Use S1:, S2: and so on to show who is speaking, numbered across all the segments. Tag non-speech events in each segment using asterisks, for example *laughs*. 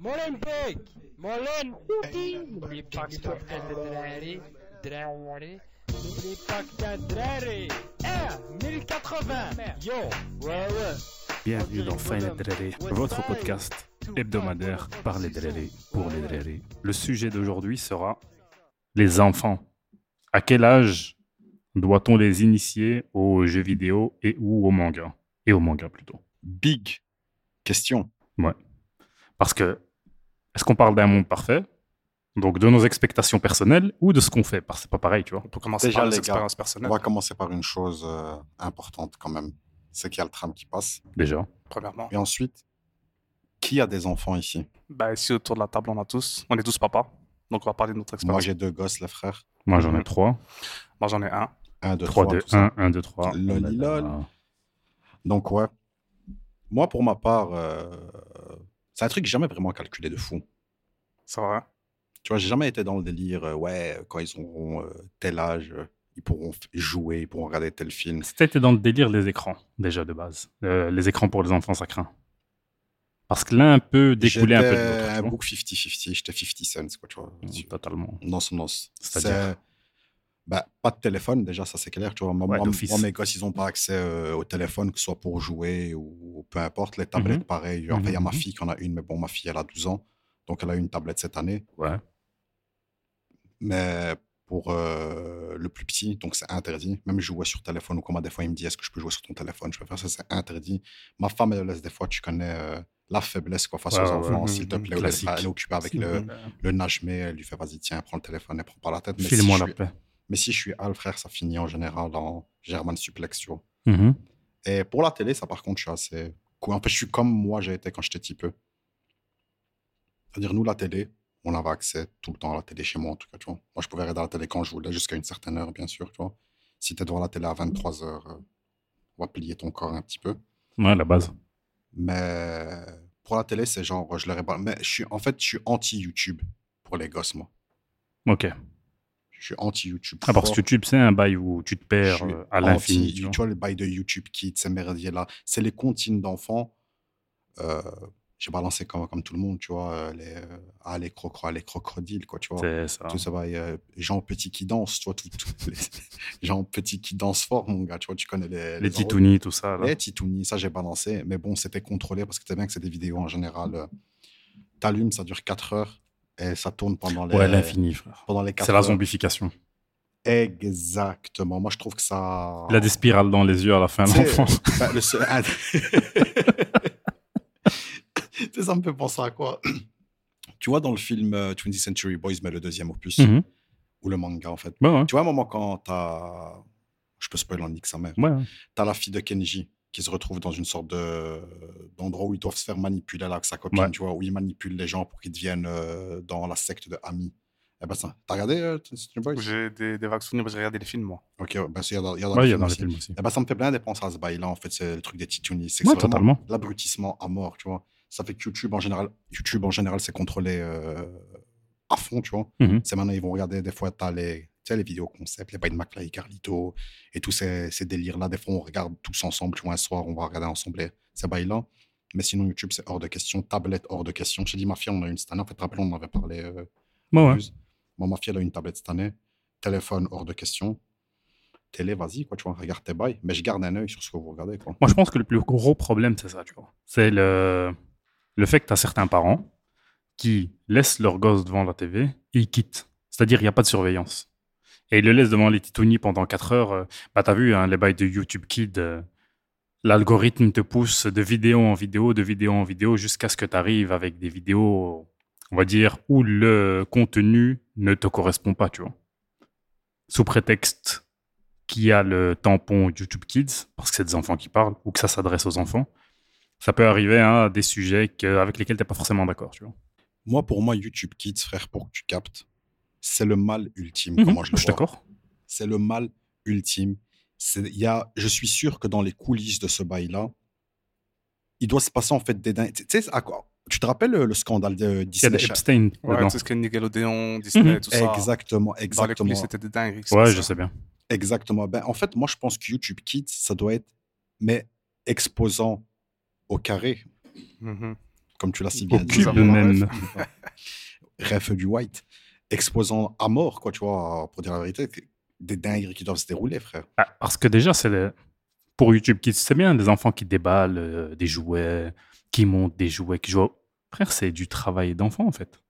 S1: Molenbeek Molenbeek
S2: N'oublie pas que t'as fait des drari, drari.
S1: N'oublie pas que t'as dréré R 1080 Yo Ouais ouais
S3: Bienvenue dans Fine Dréré, votre podcast hebdomadaire par les Drérés, pour les Drérés. Le sujet d'aujourd'hui sera les enfants. À quel âge doit-on les initier aux jeux vidéo et ou aux mangas Et aux mangas plutôt.
S4: Big question.
S3: Parce que, est-ce qu'on parle d'un monde parfait Donc de nos expectations personnelles ou de ce qu'on fait Parce que c'est pas pareil, tu vois. On peut commencer
S4: Déjà,
S3: par
S4: les
S3: les
S4: gars,
S3: expériences
S4: On
S3: personnelles.
S4: va commencer par une chose euh, importante quand même. C'est qu'il y a le tram qui passe.
S3: Déjà.
S5: premièrement.
S4: Et ensuite, qui a des enfants ici
S5: Bah, ici, autour de la table, on a tous. On est tous papas. Donc, on va parler de notre
S4: Moi,
S5: expérience.
S4: j'ai deux gosses, les frères.
S3: Moi j'en ai
S5: Mhm.
S3: trois.
S5: Moi, j'en ai un.
S4: Un, Mmh. deux,
S3: 3,
S4: trois,
S3: 2,
S4: tout ça.
S3: 1, 1, 2, 3.
S4: Loli lol. Donc, ouais. Moi, pour ma part, euh, c'est un truc que j'ai jamais vraiment calculé de fou.
S5: C'est vrai.
S4: Tu vois, j'ai jamais été dans le délire, euh, ouais, quand ils auront euh, tel âge, euh, ils pourront f- jouer, ils pourront regarder tel film.
S3: C'était dans le délire des écrans, déjà de base. Euh, les écrans pour les enfants, ça craint. Parce que l'un peut découler un peu de
S4: J'étais
S3: l'autre.
S4: Un
S3: tu vois.
S4: book 50-50, j'étais 50 cents, quoi, tu vois.
S3: Mm,
S4: Tu-
S3: Totalement.
S4: Non, c'est- non, c'est-
S3: C'est-à-dire
S4: c'est- bah, pas de téléphone, déjà, ça c'est clair. Tu vois, moi,
S3: Ouais,
S4: moi,
S3: d'office.
S4: moi, mes gosses, ils n'ont pas accès euh, au téléphone, que ce soit pour jouer ou peu importe. Les tablettes,
S3: Mhm.
S4: pareil. Enfin, il y a
S3: Mhm,
S4: ma
S3: mhm.
S4: fille qui en a une, mais bon, ma fille, elle a 12 ans. Donc, elle a eu une tablette cette année.
S3: Ouais.
S4: Mais pour euh, le plus petit, donc c'est interdit. Même jouer sur téléphone ou comment des fois, il me dit est-ce que je peux jouer sur ton téléphone Je peux faire ça, c'est interdit. Ma femme, elle laisse des fois, tu connais euh, la faiblesse quoi, face
S3: Ouais,
S4: aux
S3: ouais,
S4: enfants,
S3: mhm,
S4: s'il te
S3: mhm.
S4: plaît. ou des
S3: Classique.
S4: fois, Elle est occupée avec le,
S3: Euh,
S4: le Najmé, elle lui fait vas-y, tiens, prends le téléphone et prends pas la tête. Mais si
S3: File-moi
S4: je
S3: la
S4: suis-
S3: paix.
S4: mais si je suis Al, frère, ça finit en général en German Suplexio.
S3: Mhm.
S4: Et pour la télé, ça par contre, je suis assez. cool. En fait, je suis comme moi, j'ai été quand j'étais petit peu. C'est-à-dire, nous, la télé, on avait accès tout le temps à la télé chez moi, en tout cas, tu vois. Moi, je pouvais regarder la télé quand je voulais, jusqu'à une certaine heure, bien sûr, tu vois. Si t'es devant la télé à 23 heures, euh, on va plier ton corps un petit peu.
S3: Ouais, la base.
S4: Mais pour la télé, c'est genre, je leur ai pas. Mais je suis, en fait, je suis anti-YouTube pour les gosses, moi.
S3: Ok.
S4: Je suis anti-YouTube.
S3: Ah, parce
S4: fort.
S3: que YouTube, c'est un bail où tu te
S4: Je
S3: perds
S4: suis
S3: euh, à l'infini.
S4: anti-
S3: tu
S4: Tu,
S3: vois.
S4: vois, le bail de YouTube Kids, ces merdiers-là, c'est les comptines d'enfants. Euh, J'ai balancé comme, comme tout le monde, tu vois, euh, les, euh, ah, les crocro, ah, les crocodiles, quoi, tu vois.
S3: C'est ça.
S4: Tout ça bah, va, Jean Petit qui danse, tu vois, tout, tout- *laughs* les Jean Petit qui danse fort, mon gars, tu vois, tu connais les...
S3: Les
S4: enregistrements.
S3: titounis, tout ça. là.
S4: Les titounis, ça j'ai balancé, mais bon, c'était contrôlé parce que t'es bien que c'est des vidéos en général. euh, T'allumes, ça dure 4 heures et ça tourne pendant les,
S3: Ouais, l'infini, frère.
S4: pendant les 4
S3: C'est la
S4: heures.
S3: zombification.
S4: Ah. Exactement. Moi, je trouve que ça.
S3: Il a des spirales dans les yeux à la fin,
S4: C'est-
S3: l'enfant.
S4: *laughs* Bah, le seul- Ah, Tu sais, ça me fait penser à quoi Tu vois, dans le film euh, 20th Century Boys, mais le deuxième opus,
S3: Mhm.
S4: ou le manga, en fait.
S3: Ouais, ouais.
S4: Tu vois, à un moment, quand t'as. Je peux spoiler en nique sa mère.
S3: Ouais, ouais.
S4: T'as la fille de Kenji qui se retrouve dans une sorte de d'endroit où ils doivent se faire manipuler là, avec sa copine,
S3: Ouais.
S4: tu vois, où ils manipulent les gens pour qu'ils deviennent euh, dans la secte de Ami. Eh ben ça. T'as regardé euh, 20th Century Boys
S5: J'ai des, des vagues souvenirs, j'ai regardé les films, moi.
S4: Ok, ouais, ben, c'est- il y a dans, il y a dans le
S3: Ouais, il y a
S4: film
S3: dans les
S4: aussi.
S3: films aussi.
S4: Eh ben, ça me fait plein de penser à ce bail-là, en fait, c'est le truc des titounis. C'est que
S3: Ouais,
S4: c'est vraiment
S3: totalement.
S4: l'abrutissement à mort, tu vois. Ça fait que YouTube, en général, YouTube, en général, c'est contrôlé euh, à fond, tu vois.
S3: Mhm.
S4: C'est maintenant, ils vont regarder, des fois, t'as les, tu sais, les vidéos concepts, les Biden McFly, Carlito, et tous ces, ces délires-là. Des fois, on regarde tous ensemble, tu vois, un soir, on va regarder ensemble les- ces bails-là. Mais sinon, YouTube, c'est hors de question. Tablette, hors de question. J'ai dit, ma fille, on a une cette année. En fait, rappelons, on en avait parlé euh,
S3: Bah Ouais, ouais.
S4: plus. Moi, ma fille, elle a une tablette cette année. Téléphone hors de question. Télé, vas-y, quoi, tu vois, regarde tes bails. Mais je garde un œil sur ce que vous regardez, quoi.
S3: Moi, je pense que le plus gros problème, c'est ça, tu vois. C'est le, le fait que tu as certains parents qui laissent leur gosse devant la TV et ils quittent. C'est-à-dire, il n'y a pas de surveillance. Et ils le laissent devant les titounis pendant 4 heures. euh, Bah, t'as vu, hein, les bails de YouTube Kid, euh, l'algorithme te pousse de vidéo en vidéo, de vidéo en vidéo, jusqu'à ce que tu arrives avec des vidéos, on va dire, où le contenu ne te correspond pas, tu vois. Sous prétexte qui a le tampon YouTube Kids, parce que c'est des enfants qui parlent, ou que ça s'adresse aux enfants, ça peut arriver hein, à des sujets que- avec lesquels tu n'es pas forcément d'accord. Tu vois.
S4: Moi, pour moi, YouTube Kids, frère, pour que tu captes, c'est le mal ultime,
S3: Mhm,
S4: comment je
S3: je
S4: le
S3: suis
S4: vois.
S3: d'accord.
S4: C'est le mal ultime. C'est- il Y a, je suis sûr que dans les coulisses de ce bail-là, il doit se passer, en fait, des dingues. Tu sais, à quoi Tu te rappelles euh, le scandale de
S3: Il y a
S4: Disney
S3: des
S4: Channel
S3: Epstein
S5: Ouais,
S3: dedans.
S5: tout ce qui est Nickelodeon, Disney,
S3: Mhm.
S5: tout ça.
S4: Exactement,
S5: Dans les
S4: exactement.
S5: coulisses, c'était des dingueries.
S3: Ouais, je sais bien.
S4: Exactement. Ben, en fait, moi, je pense que YouTube Kids, ça doit être, mais exposant au carré.
S5: Mhm.
S4: comme tu l'as si
S3: Au
S4: bien dit.
S3: cul de même.
S4: *laughs* Ref du White, exposant à mort, quoi, tu vois, pour dire la vérité, des dingueries qui doivent se dérouler, frère.
S3: Ah, parce que déjà, c'est le- pour YouTube Kids, c'est bien des enfants qui déballent euh, des jouets, qui montent des jouets, qui jouent. au- Frère, c'est du travail d'enfant en fait.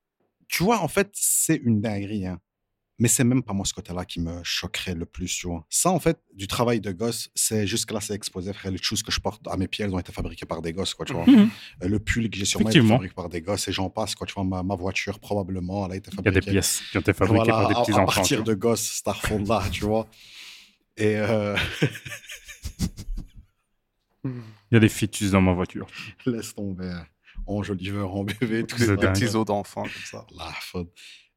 S4: Tu vois, en fait, c'est une dinguerie, hein. Mais c'est même pas moi ce côté-là qui me choquerait le plus, tu vois. Ça, en fait, du travail de gosse, c'est jusque-là, c'est exposé, frère. Les choses que je porte à mes pieds, elles ont été fabriquées par des gosses, quoi, tu vois.
S3: Mhm.
S4: Euh, Le pull que j'ai sur moi, il est
S3: Effectivement.
S4: fabriqué par des gosses et j'en passe, quoi. Tu vois, ma, ma voiture, probablement, elle a été
S3: Il y a
S4: fabriquée
S3: des pièces qui ont été fabriquées
S4: Voilà,
S3: par des
S4: à-
S3: petits
S4: à,
S3: enfants.
S4: partir
S3: tu vois.
S4: de gosses, Starfall là, tu vois. Et euh, *laughs*
S3: Il y a des fœtus dans ma voiture.
S4: laisse tomber. hein. Enjoliveur en bébé, tout
S3: C'est
S4: ça.
S5: Des
S3: dingue.
S5: petits os d'enfants comme ça.
S4: La faute.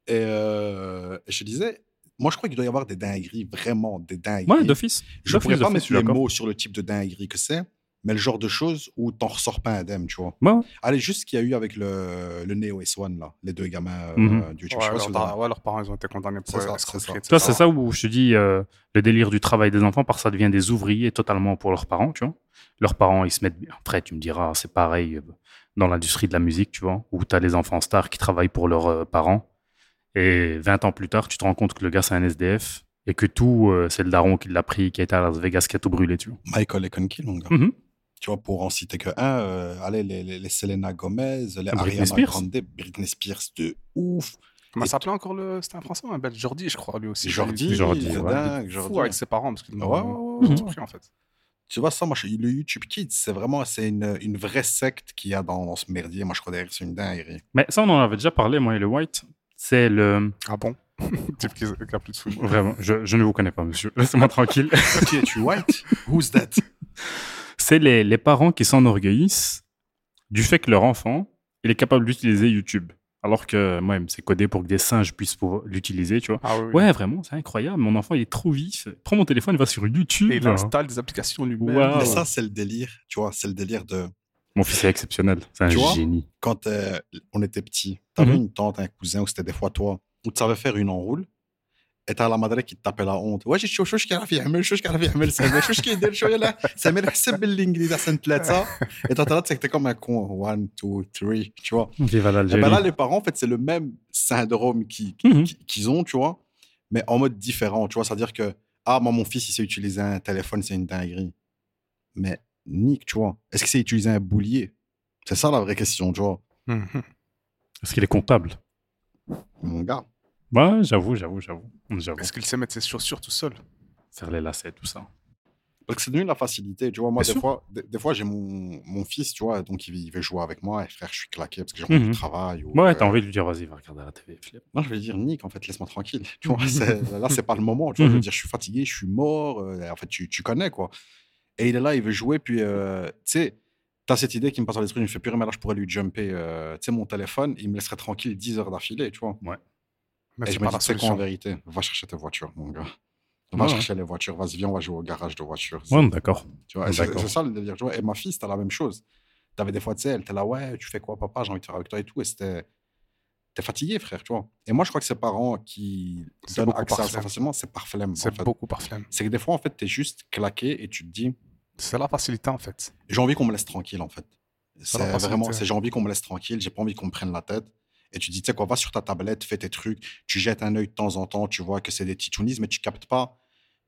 S4: Et euh, je disais, moi, je crois qu'il doit y avoir des dingueries, vraiment des dingueries.
S3: Ouais, d'office.
S4: je
S3: d'office,
S4: pourrais
S3: d'office,
S4: pas
S3: je
S4: mettre
S3: suis
S4: les
S3: d'accord.
S4: mots sur le type de dinguerie que c'est, mais le genre de choses où t'en ressors pas indemne, tu vois.
S3: Ouais, ouais.
S4: Allez, juste ce qu'il y a eu avec le, le Neo S1, là, les deux gamins euh,
S3: Mhm.
S4: du YouTube. Je
S5: Ouais,
S4: sais pas si
S5: leurs
S4: vous
S5: par-
S4: avez-
S5: ouais, leurs parents, ils ont été condamnés
S4: C'est
S5: pour
S4: ça,
S5: escroquerie,
S4: c'est ça.
S5: etc.
S3: Toi, c'est ça où je te dis euh, le délire du travail des enfants, parce que ça devient des ouvriers totalement pour leurs parents, tu vois. Leurs parents, ils se mettent bien. Après, tu me diras, c'est pareil euh, dans l'industrie de la musique, tu vois, où tu as les enfants stars qui travaillent pour leurs euh, parents. Et 20 ans plus tard, tu te rends compte que le gars, c'est un SDF et que tout, euh, c'est le daron qui l'a pris, qui a été à Las Vegas, qui a tout brûlé, tu vois.
S4: Michael et Conky, mon gars.
S3: Mhm.
S4: tu vois, pour en citer que un, euh, allez, les, les, les Selena Gomez, les
S3: Britney
S4: Ariana
S3: Spears.
S4: Grande, Britney Spears de ouf.
S5: Comment
S4: Et-
S5: ça s'appelait encore le. C'était un français ou un belge Jordi, je crois, lui aussi.
S4: C'est Jordi,
S5: Il-
S3: Jordi,
S4: c'est
S3: ouais.
S4: dingue,
S5: il-
S4: Jordi.
S5: Fou avec ses parents, parce qu'ils
S4: Ouais, ouais,
S5: l'ont
S4: ouais,
S5: ils l'ont
S4: ouais.
S5: pris, en fait.
S4: Tu vois, ça, moi, je- le YouTube Kids, c'est vraiment c'est une, une vraie secte qu'il y a dans, dans ce merdier. Moi, je crois derrière, c'est une dinguerie.
S3: Mais ça, on en avait déjà parlé, moi et le White. C'est le.
S5: Ah bon *laughs* Type qui qui a plus de fou.
S3: Vraiment, je, je ne vous connais pas, monsieur. *laughs* Laissez-moi tranquille.
S4: Qui es-tu, White *laughs* Who's that
S3: c'est les, les parents qui s'enorgueillissent du fait que leur enfant, il est capable d'utiliser YouTube. Alors que moi-même, c'est codé pour que des singes puissent pouvoir l'utiliser, tu vois.
S5: Ah oui, oui.
S3: Ouais, vraiment, c'est incroyable. Mon enfant, il est trop vif. Prends mon téléphone, va sur YouTube.
S5: Et il installe des applications lui-même.
S3: Waouh. Ah
S4: Mais
S3: ouais.
S4: ça, c'est le délire, tu vois, c'est le délire de
S3: Mon fils est exceptionnel. C'est un
S4: Tu vois
S3: génie.
S4: quand euh, on était petit, t'avais
S3: Mhm.
S4: une tante, un cousin, ou c'était des fois toi, où tu savais faire une enroule, et t'as la madre qui te tapait la honte. Ouais, j'ai chaud, chaud, je suis يعمل شو كيعرف يعمل سامر شو كيدير شويه لا سامر حسب بالانجليزي احسن ثلاثه et toi, t'as là, t'es comme un con. One, two, three, tu vois.
S3: Vive
S4: Et ben
S3: l'Algérie.
S4: là, les parents, en fait, c'est le même syndrome qui- qui-
S3: Mhm.
S4: qui- qu'ils ont, tu vois, mais en mode différent, tu vois. C'est-à-dire que, ah, moi, mon fils, il sait utiliser un téléphone, c'est une dinguerie. Mais nique, tu vois. Est-ce qu'il sait utiliser un boulier C'est ça la vraie question, tu vois.
S5: Mhm.
S3: Est-ce qu'il est comptable
S4: Mon gars.
S3: Ouais, j'avoue, j'avoue, j'avoue. J'avoue.
S5: Est-ce qu'il sait mettre ses chaussures tout seul
S3: Faire les lacets, tout ça.
S4: Parce que c'est devenu la facilité, tu vois. Moi,
S3: Bien
S4: des
S3: sûr.
S4: fois, des, des fois j'ai mon, mon fils, tu vois, donc il, veut- il veut jouer avec moi. Et frère, je suis claqué parce que j'ai rendu
S3: Mhm.
S4: du travail. ou,
S3: Ouais, t'as
S4: euh,
S3: envie de lui dire, vas-y, va regarder la TV, Philippe.
S4: Moi, je vais dire, Nick, en fait, laisse-moi tranquille. *laughs* Tu
S5: *laughs*
S4: vois, c'est- là, c'est pas le moment. Tu vois, je
S5: Mmh
S4: veux dire, je suis fatigué, je suis mort. euh, en fait, tu, tu connais, quoi. Et il est là, il veut jouer. Puis, euh, tu sais, t'as cette idée qui me passe dans l'esprit. Je me fais, purée, mais là, je pourrais lui jumper, euh, tu sais, mon téléphone. Il me laisserait tranquille 10 heures d'affilée, tu vois. Et
S5: Mais Bah, c'est
S4: je me
S5: pas
S4: dis,
S5: la
S4: tu sais quoi, en
S5: solution.
S4: vérité Va chercher tes voitures, mon gars. Va
S3: Ouais.
S4: chercher les voitures. Vas-y, viens, on va jouer au garage de voitures.
S3: Ouais, d'accord.
S4: Tu vois, et c'est
S3: D'accord.
S4: c'est ça le délire. Tu vois, et ma fille, c'était la même chose. T'avais des fois, tu sais, elle était là, ouais, tu fais quoi, papa, j'ai envie de faire avec toi et tout. Et c'était. T'es fatigué, frère, tu vois. Et moi, je crois que ses parents qui
S5: C'est
S4: donnent
S5: beaucoup
S4: accès
S5: par
S4: à ça
S5: flemme.
S4: facilement, c'est par flemme. en
S5: C'est
S4: fait.
S5: beaucoup par flemme.
S4: C'est que des fois, en fait, t'es juste claqué et tu te dis,
S5: C'est la facilité, en fait.
S4: j'ai envie qu'on me laisse tranquille, en fait.
S5: la
S4: C'est
S5: facilité.
S4: vraiment, c'est j'ai envie qu'on me laisse tranquille, j'ai pas envie qu'on me prenne la tête. Et tu dis, tu sais quoi, va sur ta tablette, fais tes trucs, tu jettes un œil de temps en temps, tu vois que c'est des titounis, mais tu captes pas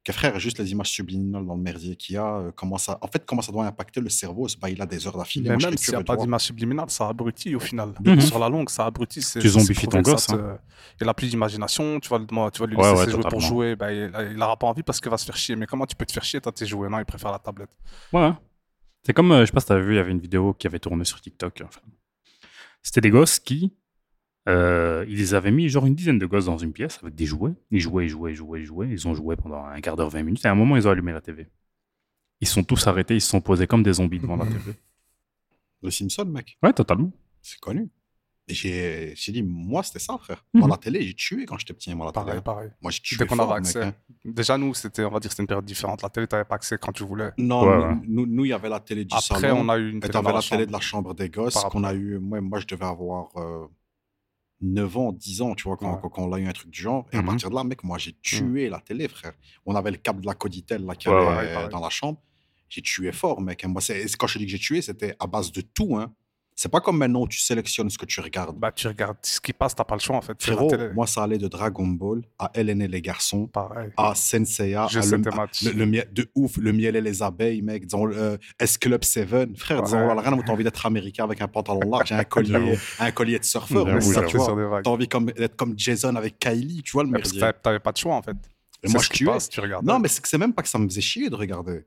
S4: que, frère, juste les images subliminales dans le merdier qu'il y a, euh, comment ça, en fait, comment ça doit impacter le cerveau, ce bail-là des heures d'affilée.
S5: Mais
S4: Moi, je
S5: même
S4: fais que
S5: s'il n'y a
S4: le
S5: pas
S4: droit.
S5: d'image subliminale, ça abrutit au final.
S3: Mhm.
S5: Sur la longue, ça abrutit. c'est-
S3: Tu
S5: c'est
S3: zombifies ton
S5: prouvé que ça
S3: gosse, hein.
S5: te- Il n'a plus d'imagination. Tu vas, le- moi, tu vas lui
S3: Ouais,
S5: laisser
S3: ouais,
S5: ses jouets pour
S3: totalement.
S5: jouer. bah, il n'aura pas envie parce qu'il va se faire chier. Mais comment tu peux te faire chier T'as tes jouets. Non, il préfère la tablette.
S3: Ouais. C'est comme, euh, je sais pas si t'avais vu, il y avait une vidéo qui avait tourné sur TikTok. euh, enfin. C'était des gosses qui, euh, ils avaient mis genre une dizaine de gosses dans une pièce avec des jouets. Ils jouaient, ils jouaient, ils jouaient, ils jouaient. Ils ont joué pendant un quart d'heure, 20 minutes. Et à un moment, ils ont allumé la TV. Ils sont tous arrêtés, ils se sont posés comme des zombies devant la TV.
S4: Le Simpson, mec,
S3: *laughs* Ouais, totalement.
S4: c'est connu. Et j'ai j'ai dit, moi, c'était ça, frère. Moi,
S3: Mhm.
S4: la télé, j'ai tué quand j'étais petit, moi, la
S5: Pareil,
S4: télé.
S5: pareil.
S4: Moi, j'ai tué.
S5: Dès qu'on
S4: fort,
S5: avait
S4: mec,
S5: accès.
S4: hein.
S5: Déjà, nous, c'était, on va dire, c'était une période différente. La télé, t'avais pas accès quand tu voulais.
S4: Non,
S3: Ouais,
S4: nous-
S3: ouais.
S4: nous, nous, il y avait la télé du
S5: Après,
S4: salon.
S5: on a eu une
S4: Et
S5: télé. dans
S4: t'avais la,
S5: chambre.
S4: télé de la chambre des gosses
S5: Par
S4: qu'on a eu. Moi, moi, je devais avoir euh, 9 ans, 10 ans, tu vois, quand,
S5: Ouais. Mm-hmm. Mm.
S4: quand- quand on a eu un truc du genre. Et à
S3: Mhm.
S4: partir de là, mec, moi, j'ai tué la télé, frère. On avait le câble de la Coditel là, qui
S3: Ouais,
S4: allait,
S3: ouais,
S5: ouais,
S4: euh,
S5: pareil.
S4: dans la chambre. J'ai tué fort, mec. Moi, c'est- c'est- quand je dis que j'ai tué, c'était à base de tout. Hein. C'est pas comme maintenant où tu sélectionnes ce que tu regardes.
S5: Bah, tu regardes ce qui passe, t'as pas le choix en fait. C'est la
S4: Frérot,
S5: télé.
S4: moi, ça allait de Dragon Ball à LN et les garçons,
S5: Pareil.
S4: à Senseiya,
S5: Je
S4: à
S5: sais
S4: le,
S5: tes
S4: à-
S5: matchs.
S4: le- le miel- de ouf, le miel et les abeilles, mec. Disons, euh, S-Club 7, frère, disons,
S5: Ouais.
S4: voilà, rien, t'as envie d'être américain avec un pantalon large et un collier,
S3: J'avoue.
S4: un collier de surfeur,
S3: J'avoue,
S4: mais ça,
S3: j'avoue.
S4: tu vois.
S5: sur des vagues.
S4: T'as envie comme- d'être comme Jason avec Kylie, tu vois le
S5: Mais parce que
S4: merdier.
S5: t'avais- t'avais pas de choix en fait.
S4: Et
S5: C'est
S4: moi,
S5: ce
S4: je
S5: qui
S4: tuais.
S5: passe, tu regardes.
S4: Non, mais c'est que c'est même pas que ça me faisait chier de regarder.